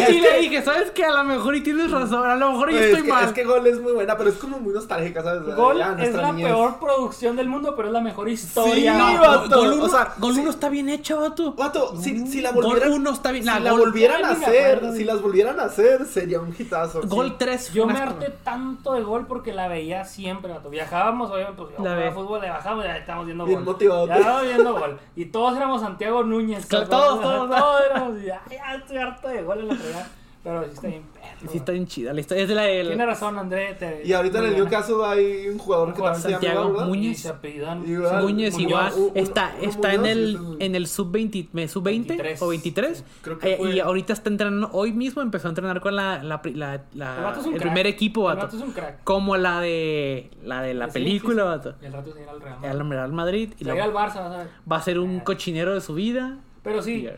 Speaker 3: y le dije, ¿sabes qué? A lo mejor y tienes razón, a lo mejor yo
Speaker 4: Pues,
Speaker 3: estoy
Speaker 4: es, que,
Speaker 3: mal.
Speaker 4: es que Gol es muy buena, pero es como muy nostálgica, ¿sabes? O sea,
Speaker 2: Gol
Speaker 4: ya,
Speaker 2: es
Speaker 4: nuestra
Speaker 2: la
Speaker 4: niñez.
Speaker 2: peor producción del mundo, pero es la mejor
Speaker 4: Sí,
Speaker 2: historia.
Speaker 3: Gol-
Speaker 4: vato.
Speaker 3: Gol uno-
Speaker 4: o sea,
Speaker 3: Gol
Speaker 4: sí.
Speaker 3: 1 está bien hecha, vato.
Speaker 4: Vato, si, si la
Speaker 3: Mm, Gol
Speaker 4: volvieran...
Speaker 3: uno está bien-
Speaker 4: Si
Speaker 3: la
Speaker 4: la,
Speaker 3: Gol-
Speaker 4: volvieran a
Speaker 2: Ay, ni me
Speaker 4: hacer,
Speaker 2: acuerdo,
Speaker 4: si
Speaker 2: güey.
Speaker 4: las volvieran a hacer, sería un hitazo.
Speaker 3: Gol 3.
Speaker 2: Yo me harté tanto de gol porque la veía siempre, vato. Viajábamos, obviamente, pues yo
Speaker 3: La
Speaker 2: jugaba
Speaker 3: ve.
Speaker 2: fútbol, le bajábamos y ya estábamos viendo
Speaker 4: Bien
Speaker 2: gol.
Speaker 4: motivado,
Speaker 2: Ya
Speaker 4: tú.
Speaker 2: estábamos viendo gol. Y todos éramos Santiago Núñez.
Speaker 3: Claro,
Speaker 2: todos,
Speaker 3: todos, todos.
Speaker 2: todos éramos. y Ya, ya estoy harto de gol en la realidad. Pero sí está bien perro.
Speaker 3: Sí, está bien chida. La historia es de la del-
Speaker 2: Tiene razón, André. te-
Speaker 4: Y ahorita en el
Speaker 2: muy
Speaker 4: New
Speaker 2: buena.
Speaker 4: Caso hay un jugador que también se llama
Speaker 3: Santiago
Speaker 4: igual, ¿verdad?
Speaker 3: Muñoz.
Speaker 2: Y se apellidan-
Speaker 3: Muñoz
Speaker 4: Igual.
Speaker 2: Muñoz,
Speaker 3: igual
Speaker 4: un- un-
Speaker 3: está,
Speaker 4: un
Speaker 3: está en
Speaker 4: Muñoz,
Speaker 3: el
Speaker 4: sí, sí.
Speaker 3: en el sub 20 me- sub 20 o 23
Speaker 4: Creo que
Speaker 3: Eh,
Speaker 4: fue-
Speaker 3: y ahorita está entrenando hoy mismo empezó a entrenar con la, la, pri- la- la-
Speaker 4: Ah,
Speaker 2: El vato es un
Speaker 3: el
Speaker 2: crack.
Speaker 3: primer equipo
Speaker 2: El
Speaker 3: vato.
Speaker 2: rato es un crack.
Speaker 3: como la de la de la
Speaker 2: Sí,
Speaker 3: película
Speaker 2: sí,
Speaker 3: vato.
Speaker 2: sí. Y el rato se irá al Real Madrid.
Speaker 3: al Real Madrid y
Speaker 2: Se irá
Speaker 3: luego
Speaker 2: al Barça, vas a ver.
Speaker 3: va a ser un
Speaker 2: Ah.
Speaker 3: cochinero de su vida
Speaker 2: Pero sí,
Speaker 3: Y-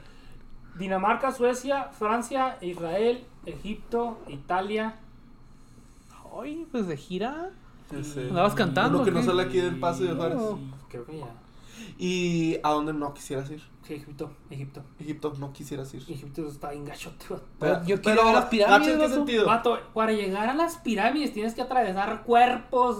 Speaker 2: Dinamarca, Suecia, Francia, Israel, Egipto, Italia.
Speaker 3: Ay, pues de gira
Speaker 4: Sí, sí.
Speaker 3: andabas cantando
Speaker 4: Uno que no
Speaker 3: ¿qué?
Speaker 4: sale aquí del paso de Juárez.
Speaker 2: Sí, creo que ya.
Speaker 4: ¿Y a dónde no quisieras ir?
Speaker 2: Sí, Egipto, Egipto.
Speaker 4: Egipto, no quisieras ir.
Speaker 2: Egipto está bien gachote, vato.
Speaker 5: Pero yo quiero ver las pirámides,
Speaker 4: gacho, ¿en qué
Speaker 5: vato.
Speaker 4: sentido?
Speaker 2: Vato, para llegar a las pirámides tienes que atravesar cuerpos.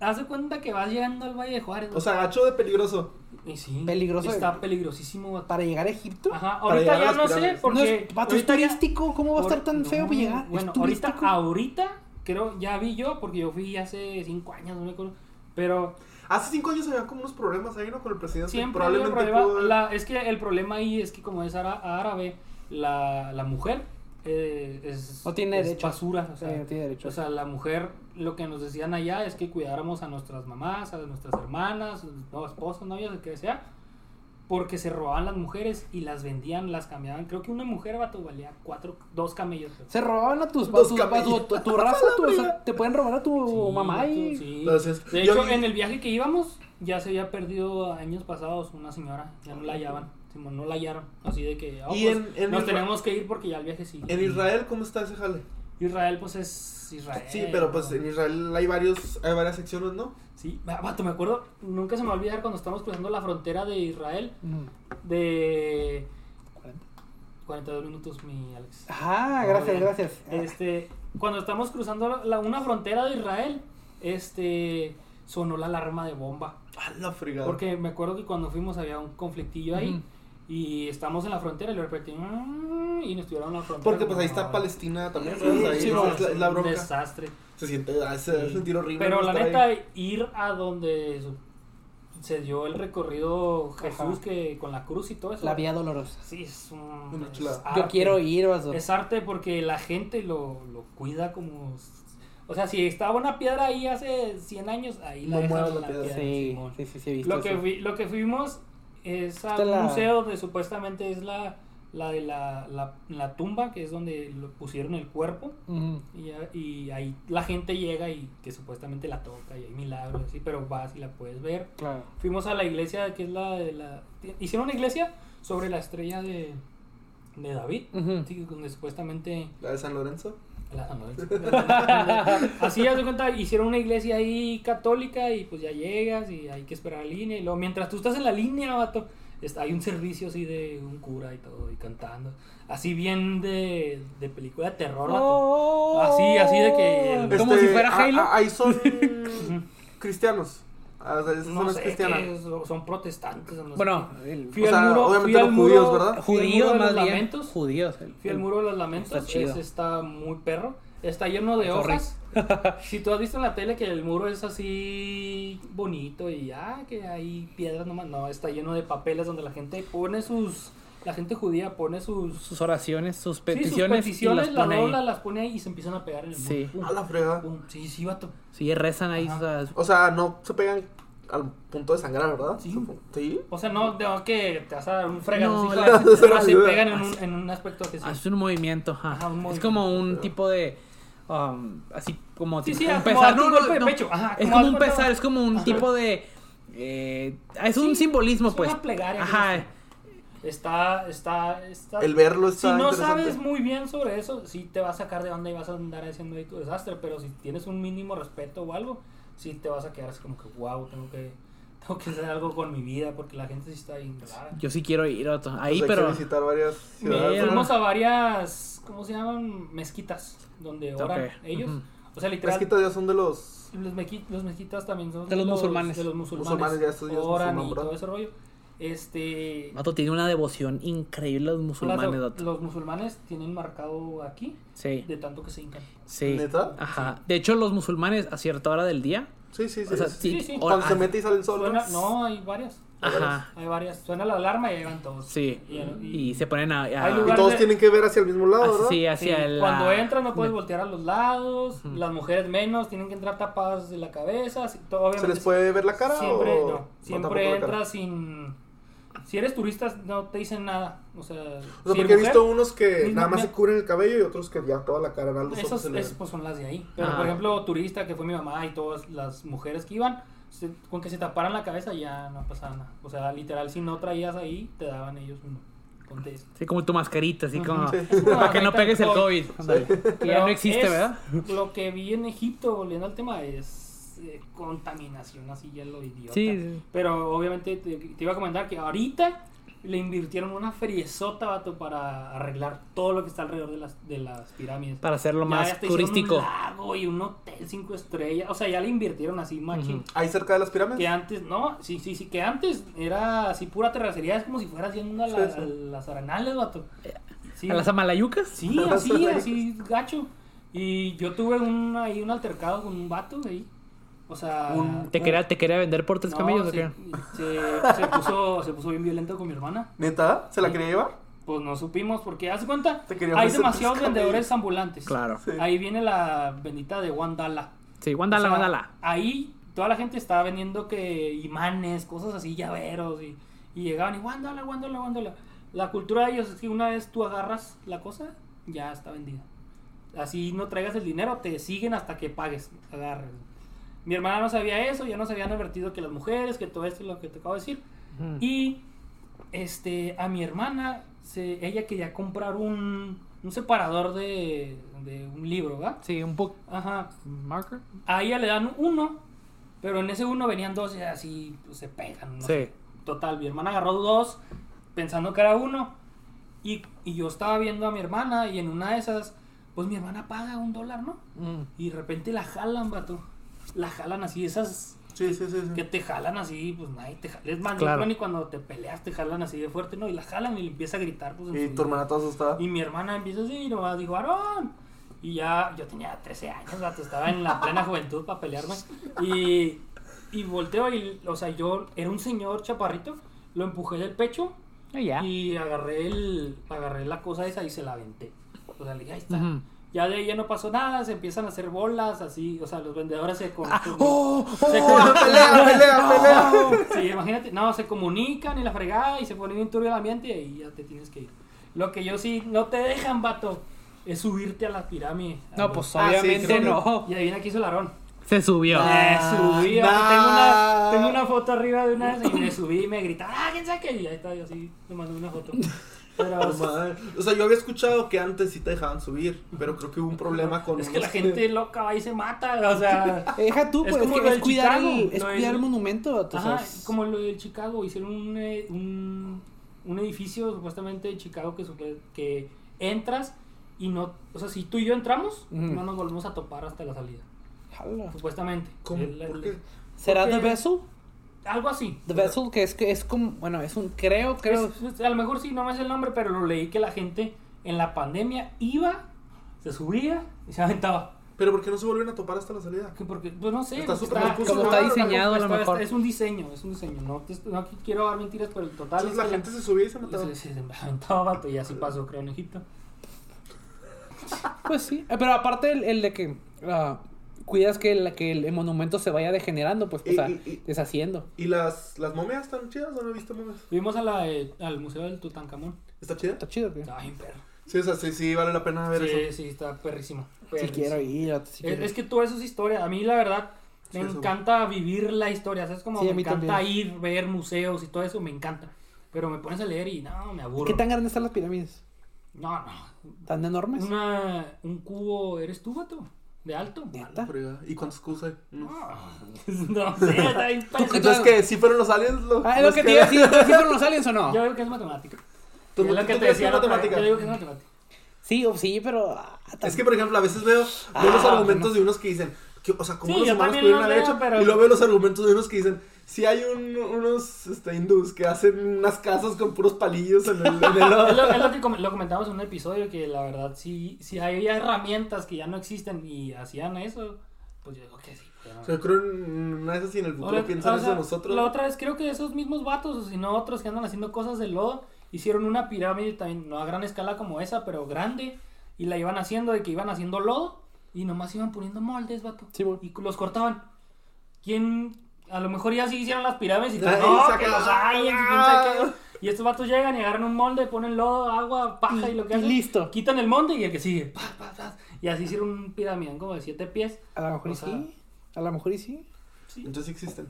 Speaker 2: Haz de cuenta que vas llegando al Valle de Juárez.
Speaker 4: O sea, gacho de peligroso.
Speaker 2: y sí,
Speaker 5: peligroso.
Speaker 2: Está peligrosísimo, vato.
Speaker 5: Para llegar a Egipto.
Speaker 2: Ajá,
Speaker 4: Para llegar
Speaker 2: ahorita
Speaker 4: a
Speaker 2: ya
Speaker 4: las
Speaker 2: no sé,
Speaker 4: pirámides.
Speaker 2: porque.
Speaker 5: no es, vato, es
Speaker 2: ahorita ya-
Speaker 5: turístico. ¿Cómo va a estar tan
Speaker 2: No,
Speaker 5: feo para llegar?
Speaker 2: Bueno,
Speaker 5: es
Speaker 2: ahorita,
Speaker 5: turístico.
Speaker 2: ahorita, creo, ya vi yo, porque yo fui hace cinco años, no me acuerdo. Pero
Speaker 4: Hace cinco años había como unos problemas ahí, ¿no? Con el presidente.
Speaker 2: siempre ha habido
Speaker 4: Probablemente
Speaker 2: problema.
Speaker 4: pudo haber-
Speaker 2: la- es que el problema ahí es que como es ara- árabe, la, la mujer eh, es,
Speaker 5: No tiene
Speaker 2: es
Speaker 5: derecho.
Speaker 2: basura. O sea,
Speaker 5: Sí, no tiene derecho.
Speaker 2: o sea, la mujer, lo que nos decían allá es que cuidáramos a nuestras mamás, a nuestras hermanas, no, esposas, novias, lo que sea. Porque se robaban las mujeres y las vendían, las cambiaban. Creo que una mujer vato valía cuatro, dos camellos. creo.
Speaker 5: Se robaban a tus a
Speaker 4: Dos
Speaker 5: tus- a tu,
Speaker 4: camellos.
Speaker 5: a tu raza, tu- o sea, te pueden robar a tu
Speaker 2: Sí,
Speaker 5: mamá y.
Speaker 2: tú, sí.
Speaker 4: Entonces,
Speaker 2: de
Speaker 4: yo
Speaker 2: hecho,
Speaker 4: vi-
Speaker 2: en el viaje que íbamos, ya se había perdido años pasados una señora. Ya no la hallaban. Simón, no la hallaron. Así de que ah,
Speaker 4: Y
Speaker 2: pues,
Speaker 4: en- en
Speaker 2: nos
Speaker 4: Isra-
Speaker 2: tenemos que ir porque ya el viaje sigue.
Speaker 4: En Israel, ¿cómo está ese jale?
Speaker 2: Israel, pues es Israel.
Speaker 4: Sí, pero pues en Israel hay, varios, hay varias secciones, ¿no?
Speaker 2: Sí, va- vato, me acuerdo. Nunca se me va a olvidar cuando estamos cruzando la frontera de Israel.
Speaker 5: Mm.
Speaker 2: De. 42 minutos, mi Alex.
Speaker 5: Ajá,
Speaker 2: No,
Speaker 5: gracias,
Speaker 2: bien.
Speaker 5: gracias.
Speaker 2: Este, cuando estamos cruzando la- una frontera de Israel, este, sonó la alarma de bomba.
Speaker 4: A la fregada.
Speaker 2: Porque me acuerdo que cuando fuimos había un conflictillo ahí
Speaker 3: Ujú.
Speaker 2: y estamos en la frontera y luego de repente mm, y nos tuvieron en la frontera.
Speaker 4: Porque pues
Speaker 2: como
Speaker 4: ahí
Speaker 2: una
Speaker 4: está
Speaker 2: hora.
Speaker 4: Palestina también, ¿sabes? Ahí
Speaker 2: Sí,
Speaker 4: es,
Speaker 2: no,
Speaker 4: es la, es la
Speaker 2: un
Speaker 4: bronca.
Speaker 2: desastre.
Speaker 4: Se siente, ah, se hace sentir horrible.
Speaker 2: Pero
Speaker 4: no
Speaker 2: la
Speaker 4: estar
Speaker 2: neta,
Speaker 4: ahí.
Speaker 2: ir a donde su- se dio el recorrido Jesús que con la cruz y todo eso.
Speaker 5: La vía dolorosa. Ah,
Speaker 2: Sí, es un.
Speaker 4: Una
Speaker 2: es
Speaker 4: chulada.
Speaker 5: Yo
Speaker 2: arte.
Speaker 5: quiero ir, vato.
Speaker 2: Es arte porque la gente lo, lo cuida como. O sea, si estaba una piedra ahí hace 100 años, ahí la
Speaker 4: No
Speaker 2: dejan
Speaker 4: muevas la
Speaker 2: la
Speaker 4: piedra.
Speaker 2: piedra,
Speaker 5: Sí,
Speaker 2: Simón.
Speaker 5: sí, sí, sí, he visto
Speaker 2: Lo que,
Speaker 5: eso.
Speaker 2: fui- lo que fuimos es
Speaker 5: Está
Speaker 2: al
Speaker 5: la-
Speaker 2: museo donde supuestamente es la, la de la, la, la tumba, que es donde lo pusieron el cuerpo.
Speaker 5: Mm.
Speaker 2: Y, ya- y ahí la gente llega y que supuestamente la toca y hay milagros, así, pero vas y la puedes ver.
Speaker 5: Claro.
Speaker 2: Fuimos a la iglesia que es la de la... Hicieron una iglesia sobre la estrella de, de David,
Speaker 5: Ujú.
Speaker 2: sí, donde supuestamente...
Speaker 4: La de San Lorenzo.
Speaker 2: La- ah, no, Así ya de cuenta, hicieron una iglesia ahí católica y pues ya llegas y hay que esperar a la línea. Y luego, mientras tú estás en la línea, vato, está, hay un servicio así de un cura y todo, y cantando. Así bien de, de película de terror, vato. Así, así de que el-
Speaker 4: Este, ah,
Speaker 3: Como si fuera Halo.
Speaker 4: a- a- ahí son. cristianos. Ah, o sea, esas
Speaker 2: No
Speaker 4: zonas
Speaker 2: sé,
Speaker 4: cristianas.
Speaker 2: que son- son protestantes. no sé
Speaker 3: Bueno,
Speaker 2: qué.
Speaker 3: el-
Speaker 2: fui
Speaker 4: o
Speaker 2: al
Speaker 4: sea,
Speaker 2: muro,
Speaker 4: obviamente
Speaker 2: fui al
Speaker 4: los
Speaker 2: muro,
Speaker 4: judíos, ¿verdad?
Speaker 2: fui al muro
Speaker 3: judíos
Speaker 2: de
Speaker 3: más
Speaker 2: los
Speaker 3: bien.
Speaker 2: lamentos.
Speaker 3: Judíos. el-
Speaker 2: Fui al
Speaker 3: el-
Speaker 2: muro de los lamentos.
Speaker 3: Está chido.
Speaker 2: ese está muy perro. Está lleno de
Speaker 3: Sorry.
Speaker 2: hojas. si tú has visto en la tele que el muro es así bonito y ah, que hay piedras nomás. No, está lleno de papeles donde la gente pone sus. La gente judía pone sus.
Speaker 3: Sus oraciones, sus
Speaker 2: sí, sus
Speaker 3: peticiones. y
Speaker 2: peticiones,
Speaker 3: las
Speaker 2: las
Speaker 3: pone ahí.
Speaker 2: dobla, las pone ahí y se empiezan a pegar en el muro.
Speaker 3: Sí.
Speaker 2: Pum,
Speaker 4: A la fregada.
Speaker 2: pum. Sí, sí, vato.
Speaker 3: Sí, rezan ahí.
Speaker 2: Ajá.
Speaker 3: o sea, es-
Speaker 4: O sea, no se pegan al punto de sangrar, ¿verdad?
Speaker 2: Sí.
Speaker 4: Supo- Sí.
Speaker 2: O sea, no, no que te vas a dar un fregado.
Speaker 3: No,
Speaker 2: sí,
Speaker 3: la-
Speaker 2: claro, pero se
Speaker 4: la-
Speaker 2: pegan en un, en un aspecto que sí.
Speaker 3: hace un movimiento. ajá.
Speaker 2: Ajá, un
Speaker 3: Es
Speaker 2: movimiento.
Speaker 3: como un tipo de. um, así como
Speaker 2: Sí,
Speaker 3: tipo-
Speaker 2: sí,
Speaker 3: un
Speaker 2: como
Speaker 3: pesar.
Speaker 2: darte un golpe de pecho, ajá,
Speaker 3: es
Speaker 2: como
Speaker 3: como un
Speaker 2: algo-
Speaker 3: pesar, es como un
Speaker 2: Ajá.
Speaker 3: tipo de. eh, es
Speaker 2: Sí,
Speaker 3: un simbolismo,
Speaker 2: es
Speaker 3: pues.
Speaker 2: una plegaria,
Speaker 3: Ajá.
Speaker 2: creo. Está, está, está.
Speaker 4: El verlo
Speaker 2: Si
Speaker 4: está
Speaker 2: no
Speaker 4: interesante. Pues
Speaker 2: sabes muy bien sobre eso, sí te va a sacar de onda y vas a andar haciendo ahí tu desastre, pero si tienes un mínimo respeto o algo, sí te vas a quedar así como que, wow, tengo que, tengo que hacer algo con mi vida porque la gente sí está bien rara.
Speaker 3: Yo sí quiero ir otro. Ahí,
Speaker 4: Pues hay
Speaker 3: pero.
Speaker 4: que visitar varias ciudades.
Speaker 3: Mira.
Speaker 4: ¿no?
Speaker 2: Fuimos a varias, ¿cómo se llaman? Mezquitas, donde
Speaker 3: Ok,
Speaker 2: oran ellos.
Speaker 3: ujú.
Speaker 2: O sea, literal,
Speaker 4: Mezquitas ya son de los...
Speaker 2: Los, mequi- los mezquitas también son
Speaker 3: De los musulmanes.
Speaker 2: De los musulmanes.
Speaker 4: Musulmanes, ya estos días
Speaker 2: oran
Speaker 4: musulmán,
Speaker 2: y
Speaker 4: ¿verdad?
Speaker 2: todo ese rollo. Este.
Speaker 3: Vato tiene una devoción increíble a los musulmanes,
Speaker 2: las-
Speaker 3: vato.
Speaker 2: los musulmanes tienen marcado aquí
Speaker 3: Sí.
Speaker 2: de tanto que se hincan.
Speaker 3: Sí.
Speaker 4: ¿Neta?
Speaker 3: Ajá. De hecho, los musulmanes a cierta hora del día.
Speaker 4: Sí, sí, sí.
Speaker 3: O sea, sí.
Speaker 4: sí.
Speaker 2: Sí, sí.
Speaker 3: hora-
Speaker 4: Cuando se mete y sale el sol.
Speaker 2: Suena- no, hay varias.
Speaker 3: Ajá.
Speaker 2: Hay varias. Suena la alarma y ahí van todos.
Speaker 3: Sí.
Speaker 2: Y, y-
Speaker 3: Y se ponen a. a-
Speaker 2: Hay
Speaker 4: Y
Speaker 2: lugar- Ah,
Speaker 4: todos tienen que ver hacia el mismo lado, ¿verdad?
Speaker 3: así,
Speaker 2: sí,
Speaker 3: hacia el.
Speaker 2: Cuando entras no puedes voltear a los lados. Las mujeres menos tienen que entrar tapadas de la cabeza. sí, todo,
Speaker 4: ¿Se
Speaker 2: obviamente,
Speaker 4: les puede ver la cara
Speaker 2: Siempre,
Speaker 4: o...?
Speaker 2: no,
Speaker 4: No, tampoco
Speaker 2: siempre
Speaker 4: la cara.
Speaker 2: entras sin. Si eres turista, no te dicen nada. O sea,
Speaker 4: O sea,
Speaker 2: si
Speaker 4: porque he
Speaker 2: mujer,
Speaker 4: visto unos que
Speaker 2: Mismo
Speaker 4: nada más
Speaker 2: me-
Speaker 4: se cubren el cabello y otros que ya toda la cara, nada, los ojos
Speaker 2: Esas
Speaker 4: se le ven.
Speaker 2: esas, pues, son las de ahí. Pero,
Speaker 3: Ah.
Speaker 2: por ejemplo, turista, que fue mi mamá y todas las mujeres que iban, se- con que se taparan la cabeza ya no pasaba nada. O sea, literal, si no traías ahí, te daban ellos uno. Ponte eso.
Speaker 3: Sí, como tu mascarita, así como.
Speaker 4: Sí.
Speaker 3: Para que no pegues el COVID. Ándale. Que ya
Speaker 2: Pero
Speaker 3: no existe,
Speaker 2: es-
Speaker 3: ¿verdad?
Speaker 2: Lo que vi en Egipto, volviendo al tema, es eh, contaminación, así ya lo idiota.
Speaker 3: Sí, sí.
Speaker 2: Pero obviamente te, te iba a comentar que ahorita le invirtieron una friezota, vato, para arreglar todo lo que está alrededor de las, de las pirámides.
Speaker 3: Para hacerlo
Speaker 2: Ya
Speaker 3: más
Speaker 2: hasta hicieron
Speaker 3: turístico.
Speaker 2: Un lago y un hotel cinco estrellas. O sea, ya le invirtieron así, machín.
Speaker 3: Ujú.
Speaker 4: ¿Ahí cerca de las pirámides?
Speaker 2: Que antes, no, sí, sí, sí, que antes era así pura terracería, es como si fueras yendo a, la-
Speaker 4: Sí, sí.
Speaker 2: a las arenales, vato. Sí,
Speaker 3: ¿A las amalayucas?
Speaker 2: Sí, así, así, gacho. Y yo tuve un, ahí un altercado con un vato ahí. O sea.
Speaker 4: Un-
Speaker 3: ¿Te quería, ¿Te quería vender por tres
Speaker 2: no,
Speaker 3: camellos o
Speaker 2: se,
Speaker 3: qué?
Speaker 2: se- se puso, se puso bien violento con mi hermana.
Speaker 4: ¿Neta? ¿Se la
Speaker 2: Sí.
Speaker 4: quería llevar?
Speaker 2: Pues no supimos, porque haz de cuenta,
Speaker 4: Te quería
Speaker 2: hay
Speaker 4: ofrecer
Speaker 2: demasiados
Speaker 4: tres camellos.
Speaker 2: vendedores ambulantes.
Speaker 3: Claro. Sí,
Speaker 2: Ahí viene la bendita de Wandala.
Speaker 3: guándala,
Speaker 2: O sea,
Speaker 3: guándala.
Speaker 2: Ahí toda la gente estaba vendiendo que imanes, cosas así, llaveros y, y llegaban y guándala, guándala, guándala. La cultura de ellos es que una vez tú agarras la cosa, ya está vendida. Así no traigas el dinero, te siguen hasta que pagues, agarres. Mi hermana no sabía eso, ya nos habían advertido que las mujeres, que todo esto es lo que te acabo de decir.
Speaker 3: Ujú.
Speaker 2: Y este, a mi hermana, se, ella quería comprar un, un separador de, de un libro, ¿verdad?
Speaker 3: Sí, un poco.
Speaker 2: Ajá.
Speaker 3: ¿Marker?
Speaker 2: A ella le dan uno, pero en ese uno venían dos y así pues, se pegan. ¿no?
Speaker 3: Sí.
Speaker 2: Total, mi hermana agarró dos pensando que era uno. Y, y yo estaba viendo a mi hermana y en una de esas, pues mi hermana paga un dólar, ¿no?
Speaker 3: Mm.
Speaker 2: Y de repente la jalan, vato. La jalan así, esas
Speaker 4: Sí, sí, sí. sí.
Speaker 2: que te jalan así, pues nadie te jala. Es más,
Speaker 3: Claro.
Speaker 2: ni cuando te peleas te jalan así de fuerte, ¿no? Y la jalan y le empieza a gritar. Pues, en
Speaker 4: Y
Speaker 2: su-
Speaker 4: tu hermana toda asustada.
Speaker 2: y mi hermana empieza así y nomás dijo, Aarón. Y ya, yo tenía 13 años, vato, estaba en la plena juventud para pelearme. Y, y volteo y, o sea, yo era un señor chaparrito, lo empujé del pecho
Speaker 3: Ah, ya.
Speaker 2: y agarré, el, agarré la cosa esa y se la aventé. O sea, le dije, ahí está.
Speaker 3: Ujú.
Speaker 2: Ya de ahí ya no pasó nada, se empiezan a hacer bolas, así, o sea, los vendedores se... con- con-
Speaker 3: ¡Oh! ¡Oh!
Speaker 2: se con-
Speaker 4: Ah, ¡Pelea, pelea, pelea!
Speaker 2: Sí, imagínate, no, se comunican y la fregada y se pone bien turbio el ambiente y ahí ya te tienes que ir. Lo que yo sí, no te dejan, vato, es subirte a la pirámide.
Speaker 3: No, pues Ah,
Speaker 4: Ah, sí,
Speaker 3: obviamente
Speaker 4: creo que-
Speaker 3: no.
Speaker 2: Y adivina qué hizo el Aarón.
Speaker 3: Se subió.
Speaker 2: Me subí, vato,
Speaker 4: nah.
Speaker 2: tengo, una, tengo una foto arriba de una de esas y me subí y me gritaba, ah, quién sabe qué, y ahí está yo así, me mandó una foto.
Speaker 4: No
Speaker 2: Pero,
Speaker 4: mames. O sea, yo había escuchado que antes sí te dejaban subir, pero creo que hubo un problema con...
Speaker 2: es que la
Speaker 4: unos-
Speaker 2: gente loca va y se mata, o sea...
Speaker 5: Eh, Deja tú,
Speaker 3: pues,
Speaker 2: Es
Speaker 5: pero es,
Speaker 2: como
Speaker 5: que
Speaker 2: lo
Speaker 5: es
Speaker 2: del
Speaker 5: cuidar,
Speaker 2: Chicago,
Speaker 5: el, es
Speaker 2: lo
Speaker 5: cuidar
Speaker 2: del-
Speaker 5: el monumento. vato, o sea,
Speaker 2: Ajá,
Speaker 5: es-
Speaker 2: como lo de Chicago, hicieron un, eh, un, un edificio supuestamente de Chicago que, supe- que entras y no, o sea, si tú y yo entramos,
Speaker 5: Ujú.
Speaker 2: no nos volvemos a topar hasta la salida,
Speaker 5: Jala.
Speaker 2: supuestamente.
Speaker 4: ¿Cómo?
Speaker 2: El- el-
Speaker 4: ¿Por qué?
Speaker 3: ¿Será
Speaker 2: Porque-
Speaker 3: The Vessel?
Speaker 2: Algo así.
Speaker 3: The Vessel, que es, que es como, bueno, es un, creo, creo,
Speaker 2: Es- es- a lo mejor sí, no me es el nombre, pero lo leí que la gente en la pandemia iba, se subía y se aventaba.
Speaker 4: Pero ¿por qué no se volvieron a topar hasta la salida?
Speaker 2: Que Porque, pues no sé.
Speaker 4: Está
Speaker 2: pues,
Speaker 4: súper expuso,
Speaker 3: Como
Speaker 2: no,
Speaker 3: está
Speaker 2: no, no,
Speaker 3: diseñado, a lo
Speaker 2: está-
Speaker 3: mejor.
Speaker 2: Es un diseño, es un diseño. No, te- no quiero dar mentiras, pero el total.
Speaker 4: Entonces la
Speaker 2: es que
Speaker 4: gente se subía y se mataba.
Speaker 2: se, se- se aventaba, vato, y así pasó, creo, en Egipto.
Speaker 3: pues sí. Eh, Pero aparte el, el de que ah, cuidas que el, que el monumento se vaya degenerando, pues, o
Speaker 4: Y-
Speaker 3: sea,
Speaker 4: y- y-
Speaker 3: deshaciendo.
Speaker 4: ¿Y las, las momias están chidas o no he visto momias?
Speaker 2: Fuimos a la, de- al Museo del Tutankamón.
Speaker 4: ¿Está chida?
Speaker 3: Está chido, que
Speaker 2: Está bien, perro.
Speaker 4: Sí, o sea, sí, sí, vale la pena ver
Speaker 2: Sí,
Speaker 4: eso.
Speaker 2: sí, está perrísimo.
Speaker 3: Si
Speaker 2: perrísimo.
Speaker 3: quiero ir, o si
Speaker 2: pues, Es,
Speaker 3: quiero-
Speaker 2: es que toda eso es historia. A mí, la verdad, me
Speaker 4: Sí, eso.
Speaker 2: encanta vivir la historia. ¿Sabes? Como
Speaker 3: Sí, a
Speaker 2: me
Speaker 3: mí
Speaker 2: encanta
Speaker 3: también.
Speaker 2: ir, ver museos y todo eso, me encanta. Pero me pones a leer y no, me aburro.
Speaker 3: ¿Qué tan grandes están las pirámides?
Speaker 2: No, no.
Speaker 3: ¿Tan enormes?
Speaker 2: Una, un cubo, ¿eres tú, vato? ¿De alto?
Speaker 3: ¿Neta?
Speaker 4: Fregada. ¿Y cuántas cosas hay? Mm.
Speaker 2: No, no sé, está bien padre.
Speaker 4: Entonces, que ¿Sí fueron los aliens? Lo,
Speaker 3: Ah, es lo
Speaker 4: los
Speaker 3: que te iba a decir, ¿sí fueron los aliens o no?
Speaker 2: Pues Yo digo que es matemática.
Speaker 4: ¿Tú-
Speaker 2: Es
Speaker 4: tú-
Speaker 2: lo que te
Speaker 4: tú crees que
Speaker 2: decía
Speaker 4: es
Speaker 2: la otra vez.
Speaker 4: matemática?
Speaker 2: Yo digo que es matemática.
Speaker 3: Sí, o- sí, pero... ah, tan-
Speaker 4: Es que, por ejemplo, a veces veo, veo los
Speaker 3: Ah,
Speaker 4: argumentos de unos que dicen, que, o sea, ¿cómo
Speaker 2: Sí,
Speaker 4: los
Speaker 2: yo
Speaker 4: humanos
Speaker 2: también
Speaker 4: pudieron
Speaker 2: los
Speaker 4: haber
Speaker 2: veo,
Speaker 4: hecho?
Speaker 2: pero-
Speaker 4: Y luego veo los argumentos de unos que dicen, si hay un- unos este, hindús que hacen unas casas con puros palillos en el, en el
Speaker 2: Es
Speaker 4: lodo".
Speaker 2: lo, es lo que com- lo comentamos en un episodio que la verdad sí, si había herramientas que ya no existen y hacían eso, pues yo digo que sí. pero-
Speaker 4: O sea, yo creo en una de esas y en el futuro
Speaker 2: Ahora,
Speaker 4: piensan
Speaker 2: o
Speaker 4: eso
Speaker 2: sea,
Speaker 4: de nosotros.
Speaker 2: La otra vez creo que esos mismos vatos, o si no otros que andan haciendo cosas de lodo, hicieron una pirámide también, no a gran escala como esa, pero grande, y la iban haciendo de que iban haciendo lodo y nomás iban poniendo moldes, vato.
Speaker 3: Sí, güey.
Speaker 2: y los cortaban. ¿Quién? A lo mejor ya sí hicieron las pirámides y todo,
Speaker 4: Ay,
Speaker 2: no,
Speaker 4: saca-
Speaker 2: que los aliens y quién sabe qué". Y estos vatos llegan y agarran un molde, ponen lodo, agua, paja y, lo que
Speaker 3: y
Speaker 2: hacen.
Speaker 3: listo.
Speaker 2: Quitan el molde y el que sigue. pa, pa, pa. Y así hicieron un piramidón como de siete pies.
Speaker 3: A lo mejor
Speaker 2: O
Speaker 3: y
Speaker 2: sea,
Speaker 3: sí. A lo mejor y sí.
Speaker 4: Entonces sí existen.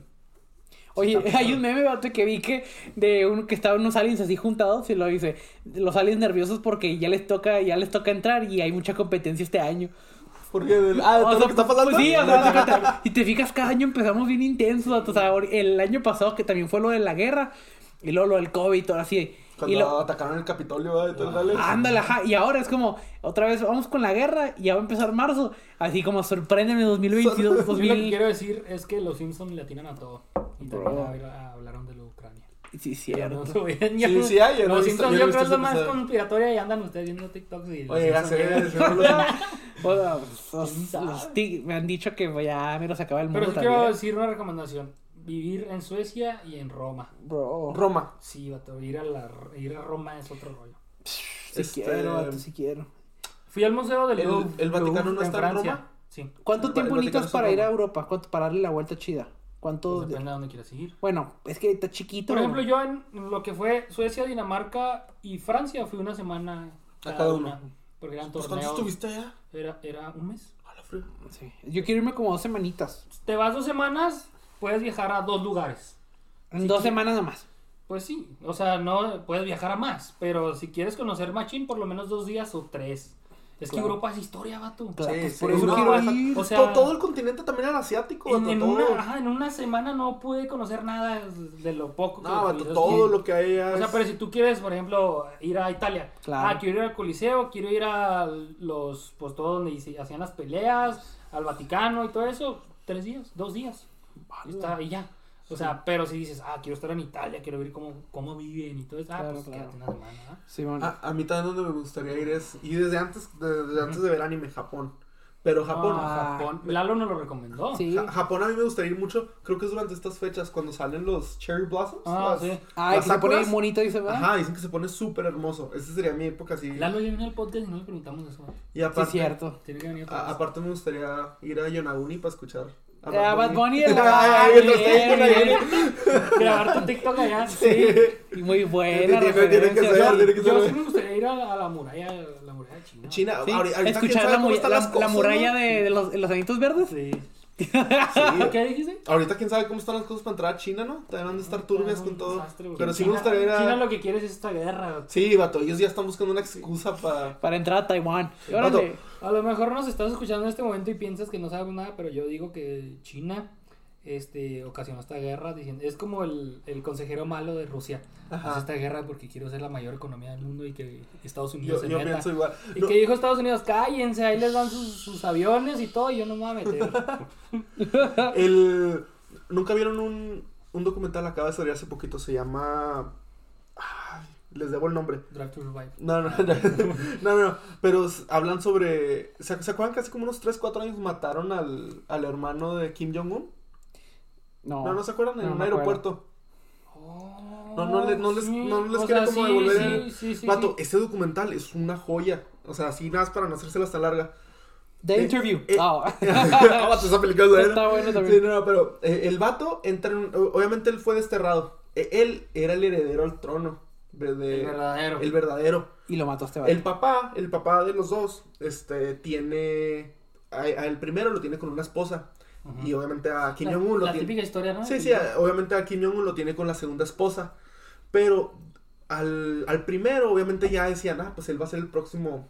Speaker 3: Oye, hay un meme vato, que vi que de uno que estaban unos aliens así juntados y lo dice, los aliens nerviosos porque ya les toca, ya les toca entrar y hay mucha competencia este año.
Speaker 4: Porque, del- ah,
Speaker 3: O
Speaker 4: ¿todo
Speaker 3: sea,
Speaker 4: lo que está pasando?
Speaker 3: pues sí, o sea, haz de cuenta, si te fijas cada año empezamos bien intensos, vato, o sea, ahora- el año pasado que también fue lo de la guerra y luego lo del COVID y todo así.
Speaker 4: Cuando
Speaker 3: Y lo,
Speaker 4: atacaron el Capitolio, ¿verdad? Entonces, dale.
Speaker 3: ándale, ajá, y ahora es como otra vez vamos con la guerra y ya va a empezar marzo, así como sorpréndeme 2022,
Speaker 2: Yo lo que
Speaker 3: 2000.
Speaker 2: quiero decir es que los Simpsons le atinan a todo. Y también hab- hablaron de la Ucrania.
Speaker 3: Sí,
Speaker 2: Ya
Speaker 3: cierto.
Speaker 2: no se veían,
Speaker 4: Sí, sí hay, yo no
Speaker 2: Los
Speaker 4: he visto-
Speaker 2: Simpsons yo
Speaker 4: yo no he
Speaker 2: creo es
Speaker 4: visto
Speaker 2: lo más
Speaker 4: ese-
Speaker 2: conspiratoria y andan ustedes viendo TikToks y los
Speaker 4: Oye, ya
Speaker 2: Simpson
Speaker 4: sé.
Speaker 2: llegan.
Speaker 4: se me olvidó.
Speaker 3: O sea, pues, los-
Speaker 2: ¿Quién sabe?
Speaker 3: los tig- me han dicho que pues, ya me los acaba el mundo
Speaker 2: Pero sí
Speaker 3: también.
Speaker 2: quiero decir una recomendación. Vivir en Suecia y en Roma.
Speaker 3: Bro,
Speaker 4: Roma.
Speaker 2: Sí, vato, ir a, la, ir a Roma es otro rollo.
Speaker 3: si
Speaker 4: Este,
Speaker 3: quiero, vato, sí quiero.
Speaker 2: Fui al Museo del
Speaker 4: ¿El-
Speaker 2: Louvre.
Speaker 4: el Vaticano no
Speaker 2: Louvre,
Speaker 4: está en Roma?
Speaker 2: Sí, pues
Speaker 3: ¿Cuánto
Speaker 4: El-
Speaker 3: tiempo
Speaker 4: el Vaticano
Speaker 3: necesitas
Speaker 4: es
Speaker 3: para
Speaker 4: Roma.
Speaker 3: ir a Europa? ¿Cuánto para darle la vuelta chida?
Speaker 4: Oh, Pues
Speaker 3: ¿Cuánto?
Speaker 2: depende a dónde quieras ir.
Speaker 3: Bueno, es que está chiquito.
Speaker 2: Por ejemplo,
Speaker 3: güey.
Speaker 2: yo en lo que fue Suecia, Dinamarca y Francia fui una semana cada,
Speaker 4: cada
Speaker 2: una.
Speaker 4: uno.
Speaker 2: Porque eran
Speaker 4: Pues,
Speaker 2: torneos.
Speaker 4: ¿Cuánto estuviste allá?
Speaker 2: Era, era un mes.
Speaker 4: A la fría.
Speaker 3: Sí. Yo quiero irme como dos semanitas.
Speaker 2: Te vas dos semanas, puedes viajar a dos lugares.
Speaker 3: En
Speaker 2: Sí,
Speaker 3: dos
Speaker 2: sí.
Speaker 3: semanas nada más.
Speaker 2: Pues sí, o sea, no puedes viajar a más, pero si quieres conocer Machín, por lo menos dos días o tres. Es que
Speaker 3: Claro.
Speaker 2: Europa es historia, vato.
Speaker 3: Claro,
Speaker 4: Sí,
Speaker 3: pues,
Speaker 4: sí,
Speaker 3: por eso
Speaker 4: no,
Speaker 3: quiero
Speaker 4: deja-
Speaker 3: ir.
Speaker 2: O sea,
Speaker 4: todo, todo el continente también era asiático,
Speaker 2: En,
Speaker 4: vato,
Speaker 2: en
Speaker 4: todo.
Speaker 2: una, ajá, en una semana no pude conocer nada de lo poco que
Speaker 4: No, vato,
Speaker 2: fui.
Speaker 4: todo lo que hay allá
Speaker 2: O sea,
Speaker 4: es-
Speaker 2: pero si tú quieres, por ejemplo, ir a Italia.
Speaker 3: Claro.
Speaker 2: Ah, quiero ir al Coliseo, quiero ir a los, pues todo donde hice- hacían las peleas, al Vaticano y todo eso. Tres días, dos días. Y está, y ya. O sea, pero si dices, ah, quiero estar en Italia, quiero ver cómo, cómo viven y todo eso. Ah,
Speaker 3: Claro,
Speaker 2: pues
Speaker 3: claro.
Speaker 2: quédate una semana. ¿ah?
Speaker 3: Sí, bueno.
Speaker 4: A, a mí también donde me gustaría ir es. Y desde antes, de- desde antes de ver anime, Japón. Pero Japón.
Speaker 2: Ah, Japón. Lalo nos lo recomendó.
Speaker 3: Sí.
Speaker 4: Ja- Japón a mí me gustaría ir mucho. Creo que es durante estas fechas cuando salen los cherry blossoms.
Speaker 2: Ah,
Speaker 4: las-
Speaker 2: sí.
Speaker 3: Ay,
Speaker 4: las
Speaker 3: que se pone
Speaker 4: sakuras.
Speaker 3: bien bonito y se va.
Speaker 4: Ajá, dicen que se pone súper hermoso. Esa sería mi época así.
Speaker 2: Lalo ya vino al podcast y no le preguntamos eso. ¿eh?
Speaker 4: Y
Speaker 3: Sí,
Speaker 4: aparte,
Speaker 3: cierto.
Speaker 2: Tiene que venir otra
Speaker 4: a-
Speaker 2: vez.
Speaker 4: aparte me gustaría ir a Yonaguni para escuchar. A
Speaker 3: Eh, a Bad Bunny. el-
Speaker 4: Ah, Ay, mientras estoy en
Speaker 3: Bien,
Speaker 4: Yonaguni.
Speaker 2: Grabar tu TikTok allá.
Speaker 3: bien, sí. Y muy buena.
Speaker 4: Este Tiene- tiene que
Speaker 3: referencia.
Speaker 4: ser.
Speaker 3: Yo-
Speaker 4: tiene que
Speaker 2: Yo
Speaker 4: ser-
Speaker 2: sí me gustaría ir a la, a la muralla, a la muralla de China.
Speaker 4: China,
Speaker 3: Sí,
Speaker 4: ahorita, ahorita quién
Speaker 3: escuchar
Speaker 4: sabe
Speaker 3: la,
Speaker 4: cómo
Speaker 3: mu-
Speaker 4: están
Speaker 3: la-
Speaker 4: las
Speaker 3: la
Speaker 4: cosas,
Speaker 3: muralla
Speaker 4: ¿no?
Speaker 3: de, de los, de los anitos verdes.
Speaker 2: Sí.
Speaker 4: Sí.
Speaker 2: ¿Qué dijiste? Ah,
Speaker 4: Ahorita quién sabe cómo están las cosas para entrar a China, ¿no? También han de estar turbias con todo.
Speaker 2: Desastre, güey.
Speaker 4: Pero sí me
Speaker 2: China-
Speaker 4: gustaría ir a...
Speaker 2: China lo que quiere es esta guerra.
Speaker 4: Sí, vato, ellos ya están buscando una excusa para...
Speaker 3: Para entrar a Taiwán. Y
Speaker 4: Vato,
Speaker 3: órale.
Speaker 2: A lo mejor nos estás escuchando en este momento y piensas que no sabemos nada, pero yo digo que China este, ocasionó esta guerra. Diciendo, es como el, el consejero malo de Rusia.
Speaker 4: Ajá.
Speaker 2: Hace esta guerra porque quiero ser la mayor economía del mundo y que Estados Unidos
Speaker 4: Yo,
Speaker 2: se
Speaker 4: yo
Speaker 2: meta.
Speaker 4: pienso igual.
Speaker 2: Y
Speaker 4: No,
Speaker 2: que dijo Estados Unidos, cállense, ahí les dan sus, sus aviones y todo, y yo no me voy a meter.
Speaker 4: el... ¿Nunca vieron un, un documental? Acaba de salir hace poquito. Se llama... Ay, les debo el nombre.
Speaker 2: Drive to Survive.
Speaker 4: No, no, no, no, no, pero s- hablan sobre... ¿Se, se acuerdan que hace como unos 3, 4 años mataron al, al hermano de Kim Jong-un?
Speaker 5: No,
Speaker 4: No, no se acuerdan, en
Speaker 5: no
Speaker 4: un
Speaker 5: me acuerdo.
Speaker 4: acuerdo.
Speaker 2: Oh,
Speaker 4: No, no le- no les- no les
Speaker 2: o sea,
Speaker 4: quiero como
Speaker 2: sí,
Speaker 4: devolver
Speaker 2: sí,
Speaker 4: el-
Speaker 2: sí, sí,
Speaker 4: Vato,
Speaker 2: sí.
Speaker 4: este documental es una joya. O sea, así nada más para no hacérselas tan larga.
Speaker 5: The
Speaker 4: Eh,
Speaker 5: Interview.
Speaker 4: eh,
Speaker 5: Ah,
Speaker 4: Ah, vato, esa película es buena.
Speaker 5: Está bueno también.
Speaker 4: Sí, no, no, pero eh, el vato entra en un- Obviamente él fue desterrado. Eh, él era el heredero al trono. de- de-
Speaker 2: El verdadero.
Speaker 4: El verdadero.
Speaker 5: y lo mató este vato.
Speaker 4: El papá, el papá de los dos, este, tiene... A, a el primero lo tiene con una esposa.
Speaker 2: Ujú.
Speaker 4: Y obviamente a Kim
Speaker 2: La-
Speaker 4: Jong-un lo
Speaker 2: La
Speaker 4: tiene...
Speaker 2: típica historia, ¿no?
Speaker 4: Sí, sí, a- obviamente a Kim Jong-un lo tiene con la segunda esposa. Pero al, al primero, obviamente ya decían, ah, pues él va a ser el próximo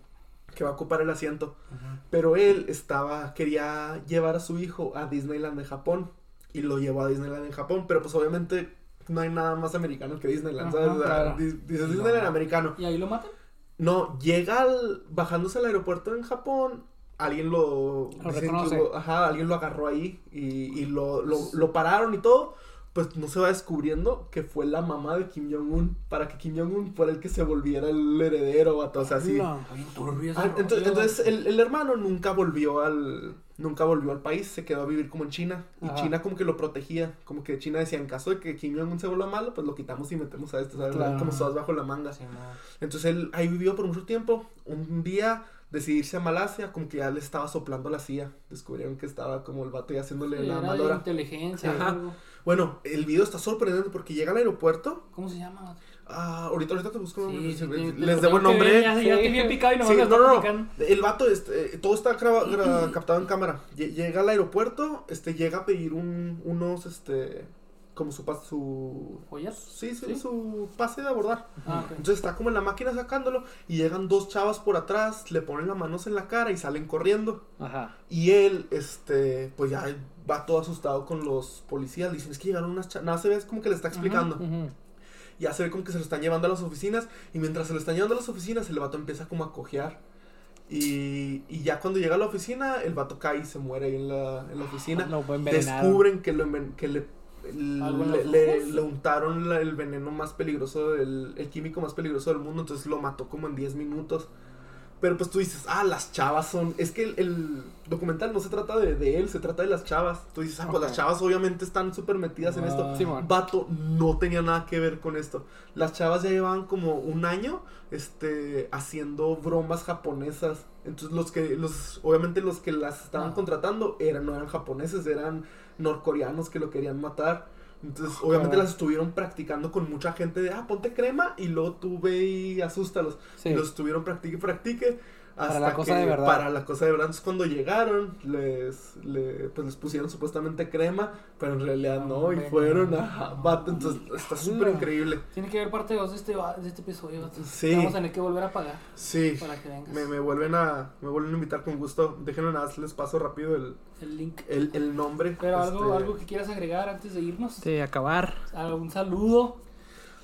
Speaker 4: que va a ocupar el asiento.
Speaker 2: Ujú.
Speaker 4: Pero él estaba, quería llevar a su hijo a Disneyland en Japón. Y lo llevó a Disneyland en Japón. Pero pues obviamente no hay nada más americano que Disneyland.
Speaker 2: Ajá,
Speaker 4: ¿sabes? O sea,
Speaker 5: claro.
Speaker 4: di- dices Disneyland americano.
Speaker 2: ¿Y ahí lo matan?
Speaker 4: No, llega al, bajándose al aeropuerto en Japón, alguien lo... dicen que
Speaker 5: reconoce.
Speaker 4: hubo- ajá, alguien lo agarró ahí y, y lo, lo, lo pararon y todo. Pues no se va descubriendo que fue la mamá de Kim Jong-un para que Kim Jong-un fuera el que se volviera el heredero, vato, o sea, así.
Speaker 5: No.
Speaker 2: Está bien turbio ese
Speaker 4: Ah, ento-
Speaker 2: rollo.
Speaker 4: entonces el, el hermano nunca volvió al nunca volvió al país, se quedó a vivir como en China y
Speaker 5: Ajá.
Speaker 4: China como que lo protegía, como que China decía en caso de que Kim Jong-un se vuelva malo, pues lo quitamos y metemos a este, ¿sabes?
Speaker 5: Claro.
Speaker 4: como todas bajo la manga.
Speaker 2: Sí, no.
Speaker 4: Entonces él ahí vivió por mucho tiempo. Un día decidirse a Malasia, como que ya le estaba soplando la CIA. Descubrieron que estaba como el vato ya haciéndole la
Speaker 2: Era de
Speaker 4: malora.
Speaker 2: inteligencia.
Speaker 4: Ajá.
Speaker 2: algo.
Speaker 4: Bueno, el video está sorprendente porque llega al aeropuerto.
Speaker 2: ¿Cómo se llama?
Speaker 4: Ah, ahorita, ahorita te busco.
Speaker 2: Sí, sí, te- te-
Speaker 4: les
Speaker 2: te-
Speaker 4: debo el
Speaker 2: tengo que ver,
Speaker 4: nombre.
Speaker 2: Ya, ya
Speaker 5: Sí.
Speaker 2: te vi picado y no
Speaker 4: Sí,
Speaker 2: me
Speaker 4: no, no, no. El vato, este, eh, todo está graba- gra- captado en cámara. Lle- Llega al aeropuerto, este, llega a pedir un, unos, este, como su, pas- su,
Speaker 2: ¿Joyas?
Speaker 4: sí, su,
Speaker 2: Sí.
Speaker 4: su pase de abordar.
Speaker 2: Ah, ok.
Speaker 4: Entonces está como en la máquina sacándolo y llegan dos chavas por atrás, le ponen las manos en la cara y salen corriendo.
Speaker 5: Ajá.
Speaker 4: Y él, este, pues ya va todo asustado con los policías. Le Dicen, es que llegaron unas chavas. Nada, se ve es como que le está explicando.
Speaker 5: Ujú.
Speaker 4: Ya se ve como que se lo están llevando a las oficinas. Y mientras se lo están llevando a las oficinas, el vato empieza como a cojear. Y, y ya cuando llega a la oficina, el vato cae y se muere ahí en la, en la
Speaker 3: Ah,
Speaker 4: oficina.
Speaker 5: Lo fue envenenado.
Speaker 4: Descubren que, lo enven- que le,
Speaker 2: ¿Algo en los
Speaker 4: le, le-
Speaker 2: ojos?
Speaker 4: le untaron la- el veneno más peligroso, del, el químico más peligroso del mundo, entonces lo mató como en 10 minutos. Pero pues tú dices, ah, las chavas son... Es que el, el documental no se trata de, de él, se trata de las chavas. Tú dices, ah, pues las
Speaker 5: Ok.
Speaker 4: chavas obviamente están súper metidas en esto.
Speaker 2: Ah.
Speaker 5: Simón.
Speaker 4: Vato no tenía nada que ver con esto. Las chavas ya llevaban como un año este, haciendo bromas japonesas. Entonces los que, los, obviamente los que las estaban
Speaker 2: Ah.
Speaker 4: contratando eran, no eran japoneses, eran norcoreanos que lo querían matar. Entonces obviamente las estuvieron practicando con mucha gente de, ah, ponte crema y luego tú ve y asústalos.
Speaker 5: Sí.
Speaker 4: Y los estuvieron practique y practique. Hasta
Speaker 5: la cosa
Speaker 4: que-
Speaker 5: de verdad.
Speaker 4: Para la cosa de verdad. Entonces, cuando llegaron, les, le- pues, les pusieron supuestamente crema, pero en realidad no, y
Speaker 2: Veneno.
Speaker 4: fueron a vato. Entonces, está súper increíble.
Speaker 2: Tiene que haber parte 2 de este, va- de este episodio. vato.
Speaker 4: Sí.
Speaker 2: Vamos a tener que volver a pagar
Speaker 4: Sí,
Speaker 2: para que vengas.
Speaker 4: me, me vuelven a me vuelven a invitar con gusto. Déjenme nada, más, les paso rápido el,
Speaker 2: El link.
Speaker 4: el, el nombre.
Speaker 2: Pero algo,
Speaker 4: Este,
Speaker 2: algo que quieras agregar antes de irnos.
Speaker 3: De acabar.
Speaker 2: ¿Algún saludo?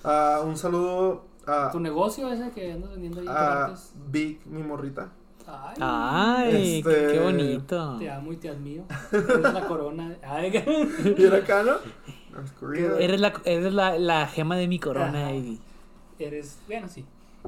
Speaker 4: ah, un saludo a,
Speaker 2: ¿Tu negocio ese que andas vendiendo ahí?
Speaker 4: a
Speaker 2: antes?
Speaker 4: Vic, mi morrita.
Speaker 2: Ay,
Speaker 3: Ay,
Speaker 4: Este-
Speaker 3: qué- qué bonito.
Speaker 2: te amo y te admiro. Eres la corona. Ay,
Speaker 4: Y era acá, ¿no? North Korea.
Speaker 3: Eres, la, eres la, la gema de mi corona,
Speaker 2: Ajá.
Speaker 3: Eddie.
Speaker 2: eres, bueno, sí.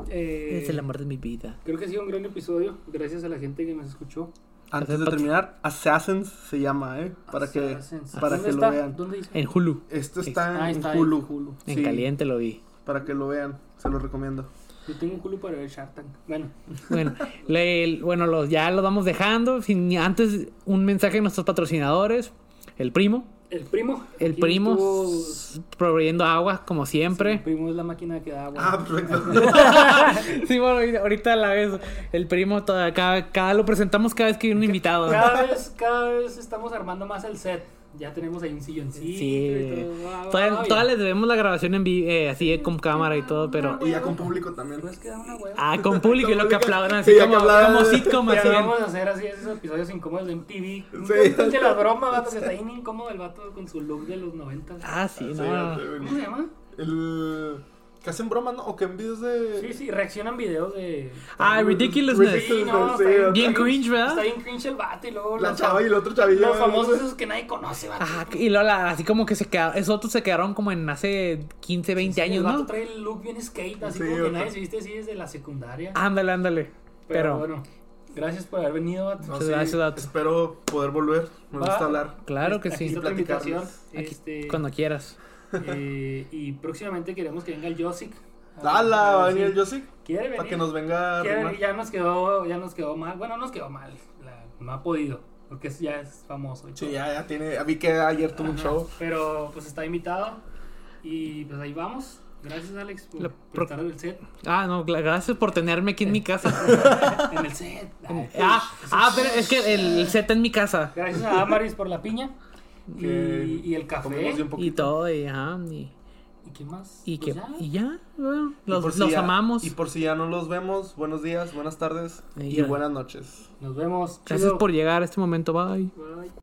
Speaker 2: Eh,
Speaker 3: Eres el amor de mi vida.
Speaker 2: Creo que ha sido un gran episodio. Gracias a la gente que nos escuchó.
Speaker 4: Antes de terminar, Assassins se llama, ¿eh? Para que,
Speaker 2: Assassins.
Speaker 4: para
Speaker 2: ¿Dónde
Speaker 4: que lo
Speaker 2: está?
Speaker 4: vean.
Speaker 2: ¿Dónde dice?
Speaker 3: En Hulu.
Speaker 4: Esto está
Speaker 2: Ah,
Speaker 4: en
Speaker 2: está en
Speaker 4: Hulu.
Speaker 2: Hulu.
Speaker 3: En
Speaker 4: Sí,
Speaker 3: caliente lo vi.
Speaker 4: Para que lo vean, se lo recomiendo.
Speaker 2: Yo tengo un Hulu para ver Shark Tank. Bueno,
Speaker 3: Bueno, le- el- bueno los, ya los vamos dejando. Sin, antes, un mensaje a nuestros patrocinadores. El primo.
Speaker 2: el primo.
Speaker 3: El
Speaker 2: Aquí
Speaker 3: primo
Speaker 2: estuvo-
Speaker 3: s- proveyendo agua, como
Speaker 2: El
Speaker 3: siempre.
Speaker 2: primo es la máquina que da agua.
Speaker 4: Ah, perfecto.
Speaker 3: Sí, bueno, ahorita- ahorita la vez. El primo, toda- cada, cada lo presentamos cada vez que hay un invitado.
Speaker 2: Cada vez, cada vez estamos armando más el set. Ya tenemos ahí un silloncito y
Speaker 3: Sí.
Speaker 2: todo. Va- va- va
Speaker 3: Todavía,
Speaker 2: bien.
Speaker 3: todavía les debemos la grabación en vivo, eh, así eh, con cámara y todo, pero.
Speaker 4: y ya con público también. pues.
Speaker 2: No es que da una hueva.
Speaker 3: Ah, con público y lo que aplaudan así
Speaker 4: Sí, ya que
Speaker 3: como,
Speaker 4: aplaudan.
Speaker 3: como sitcom
Speaker 2: Ya
Speaker 3: así.
Speaker 2: vamos a hacer así esos episodios incómodos de MTV.
Speaker 4: Sí.
Speaker 2: El de la broma, vato, que está ahí bien incómodo el vato con su look de los 90.
Speaker 3: Ah, sí,
Speaker 4: Sí,
Speaker 3: no.
Speaker 4: ya te
Speaker 2: ¿Cómo se
Speaker 4: ven.
Speaker 2: llama?
Speaker 4: El... que hacen bromas, ¿no? O que en videos de.
Speaker 2: Sí, sí, reaccionan videos de.
Speaker 3: Ah, Ridiculousness.
Speaker 2: Pues Sí, no,
Speaker 4: sí,
Speaker 2: está bien,
Speaker 3: Bien cringe, ¿verdad?
Speaker 2: Está bien cringe el vato y luego
Speaker 4: La
Speaker 2: los
Speaker 4: chava y el otro chavillo.
Speaker 2: Los famosos esos que nadie conoce, vato.
Speaker 3: Ajá, Ah, y Lola, así como que se quedaron, esos otros se quedaron como en hace 15, 20
Speaker 2: Sí,
Speaker 3: años,
Speaker 2: el vato
Speaker 3: ¿no?
Speaker 2: trae el look bien skate, así
Speaker 4: Sí,
Speaker 2: como que
Speaker 4: vato.
Speaker 2: nadie se viste así desde la secundaria.
Speaker 3: Ándale, ándale. Ah, Pero,
Speaker 2: bueno, gracias por haber venido, vato.
Speaker 4: No,
Speaker 3: Muchas
Speaker 4: sí,
Speaker 3: gracias, Dato.
Speaker 4: Espero poder volver. Me
Speaker 2: Va.
Speaker 4: gusta hablar.
Speaker 3: claro que
Speaker 2: Aquí
Speaker 3: sí.
Speaker 2: está otra invitación.
Speaker 3: Aquí,
Speaker 2: este,
Speaker 3: Cuando quieras.
Speaker 2: eh, y próximamente queremos que venga el Josic.
Speaker 4: Dala, va a venir el
Speaker 2: Josic.
Speaker 4: Josic.
Speaker 2: Quiere venir.
Speaker 4: Para que nos venga a
Speaker 2: Quiere-
Speaker 4: arrimar.
Speaker 2: ya nos quedó, ya nos quedó mal. Bueno, nos quedó mal. la- no ha podido, porque es- ya es famoso. y
Speaker 4: Sí,
Speaker 2: todo.
Speaker 4: ya, ya tiene. Vi que ayer tuvo un
Speaker 2: Ajá,
Speaker 4: show.
Speaker 2: Pero pues está invitado. Y pues ahí vamos. Gracias, Alex, por,
Speaker 3: La
Speaker 2: por estar en el set.
Speaker 3: Ah, no, gla- gracias por tenerme aquí en mi casa.
Speaker 2: en el set. Ay,
Speaker 3: Ah, ah, pero es que el set en mi casa.
Speaker 2: Gracias a Amaris por la piña. Y,
Speaker 4: Que
Speaker 2: y el café.
Speaker 4: Comimos bien
Speaker 3: Y
Speaker 4: poquito.
Speaker 3: todo, y ajá, y,
Speaker 2: ¿Y qué más?
Speaker 3: y
Speaker 2: Pues
Speaker 3: que,
Speaker 2: ya. pues
Speaker 3: y ya, bueno,
Speaker 4: Y
Speaker 3: los,
Speaker 4: por si
Speaker 3: los
Speaker 4: ya-
Speaker 3: amamos.
Speaker 4: Y por si ya no los vemos, buenos días, buenas tardes
Speaker 3: Ahí
Speaker 4: y
Speaker 3: ya.
Speaker 4: buenas noches.
Speaker 2: Nos vemos.
Speaker 3: Gracias
Speaker 2: Chido.
Speaker 3: por llegar a este momento, bye.
Speaker 2: Bye.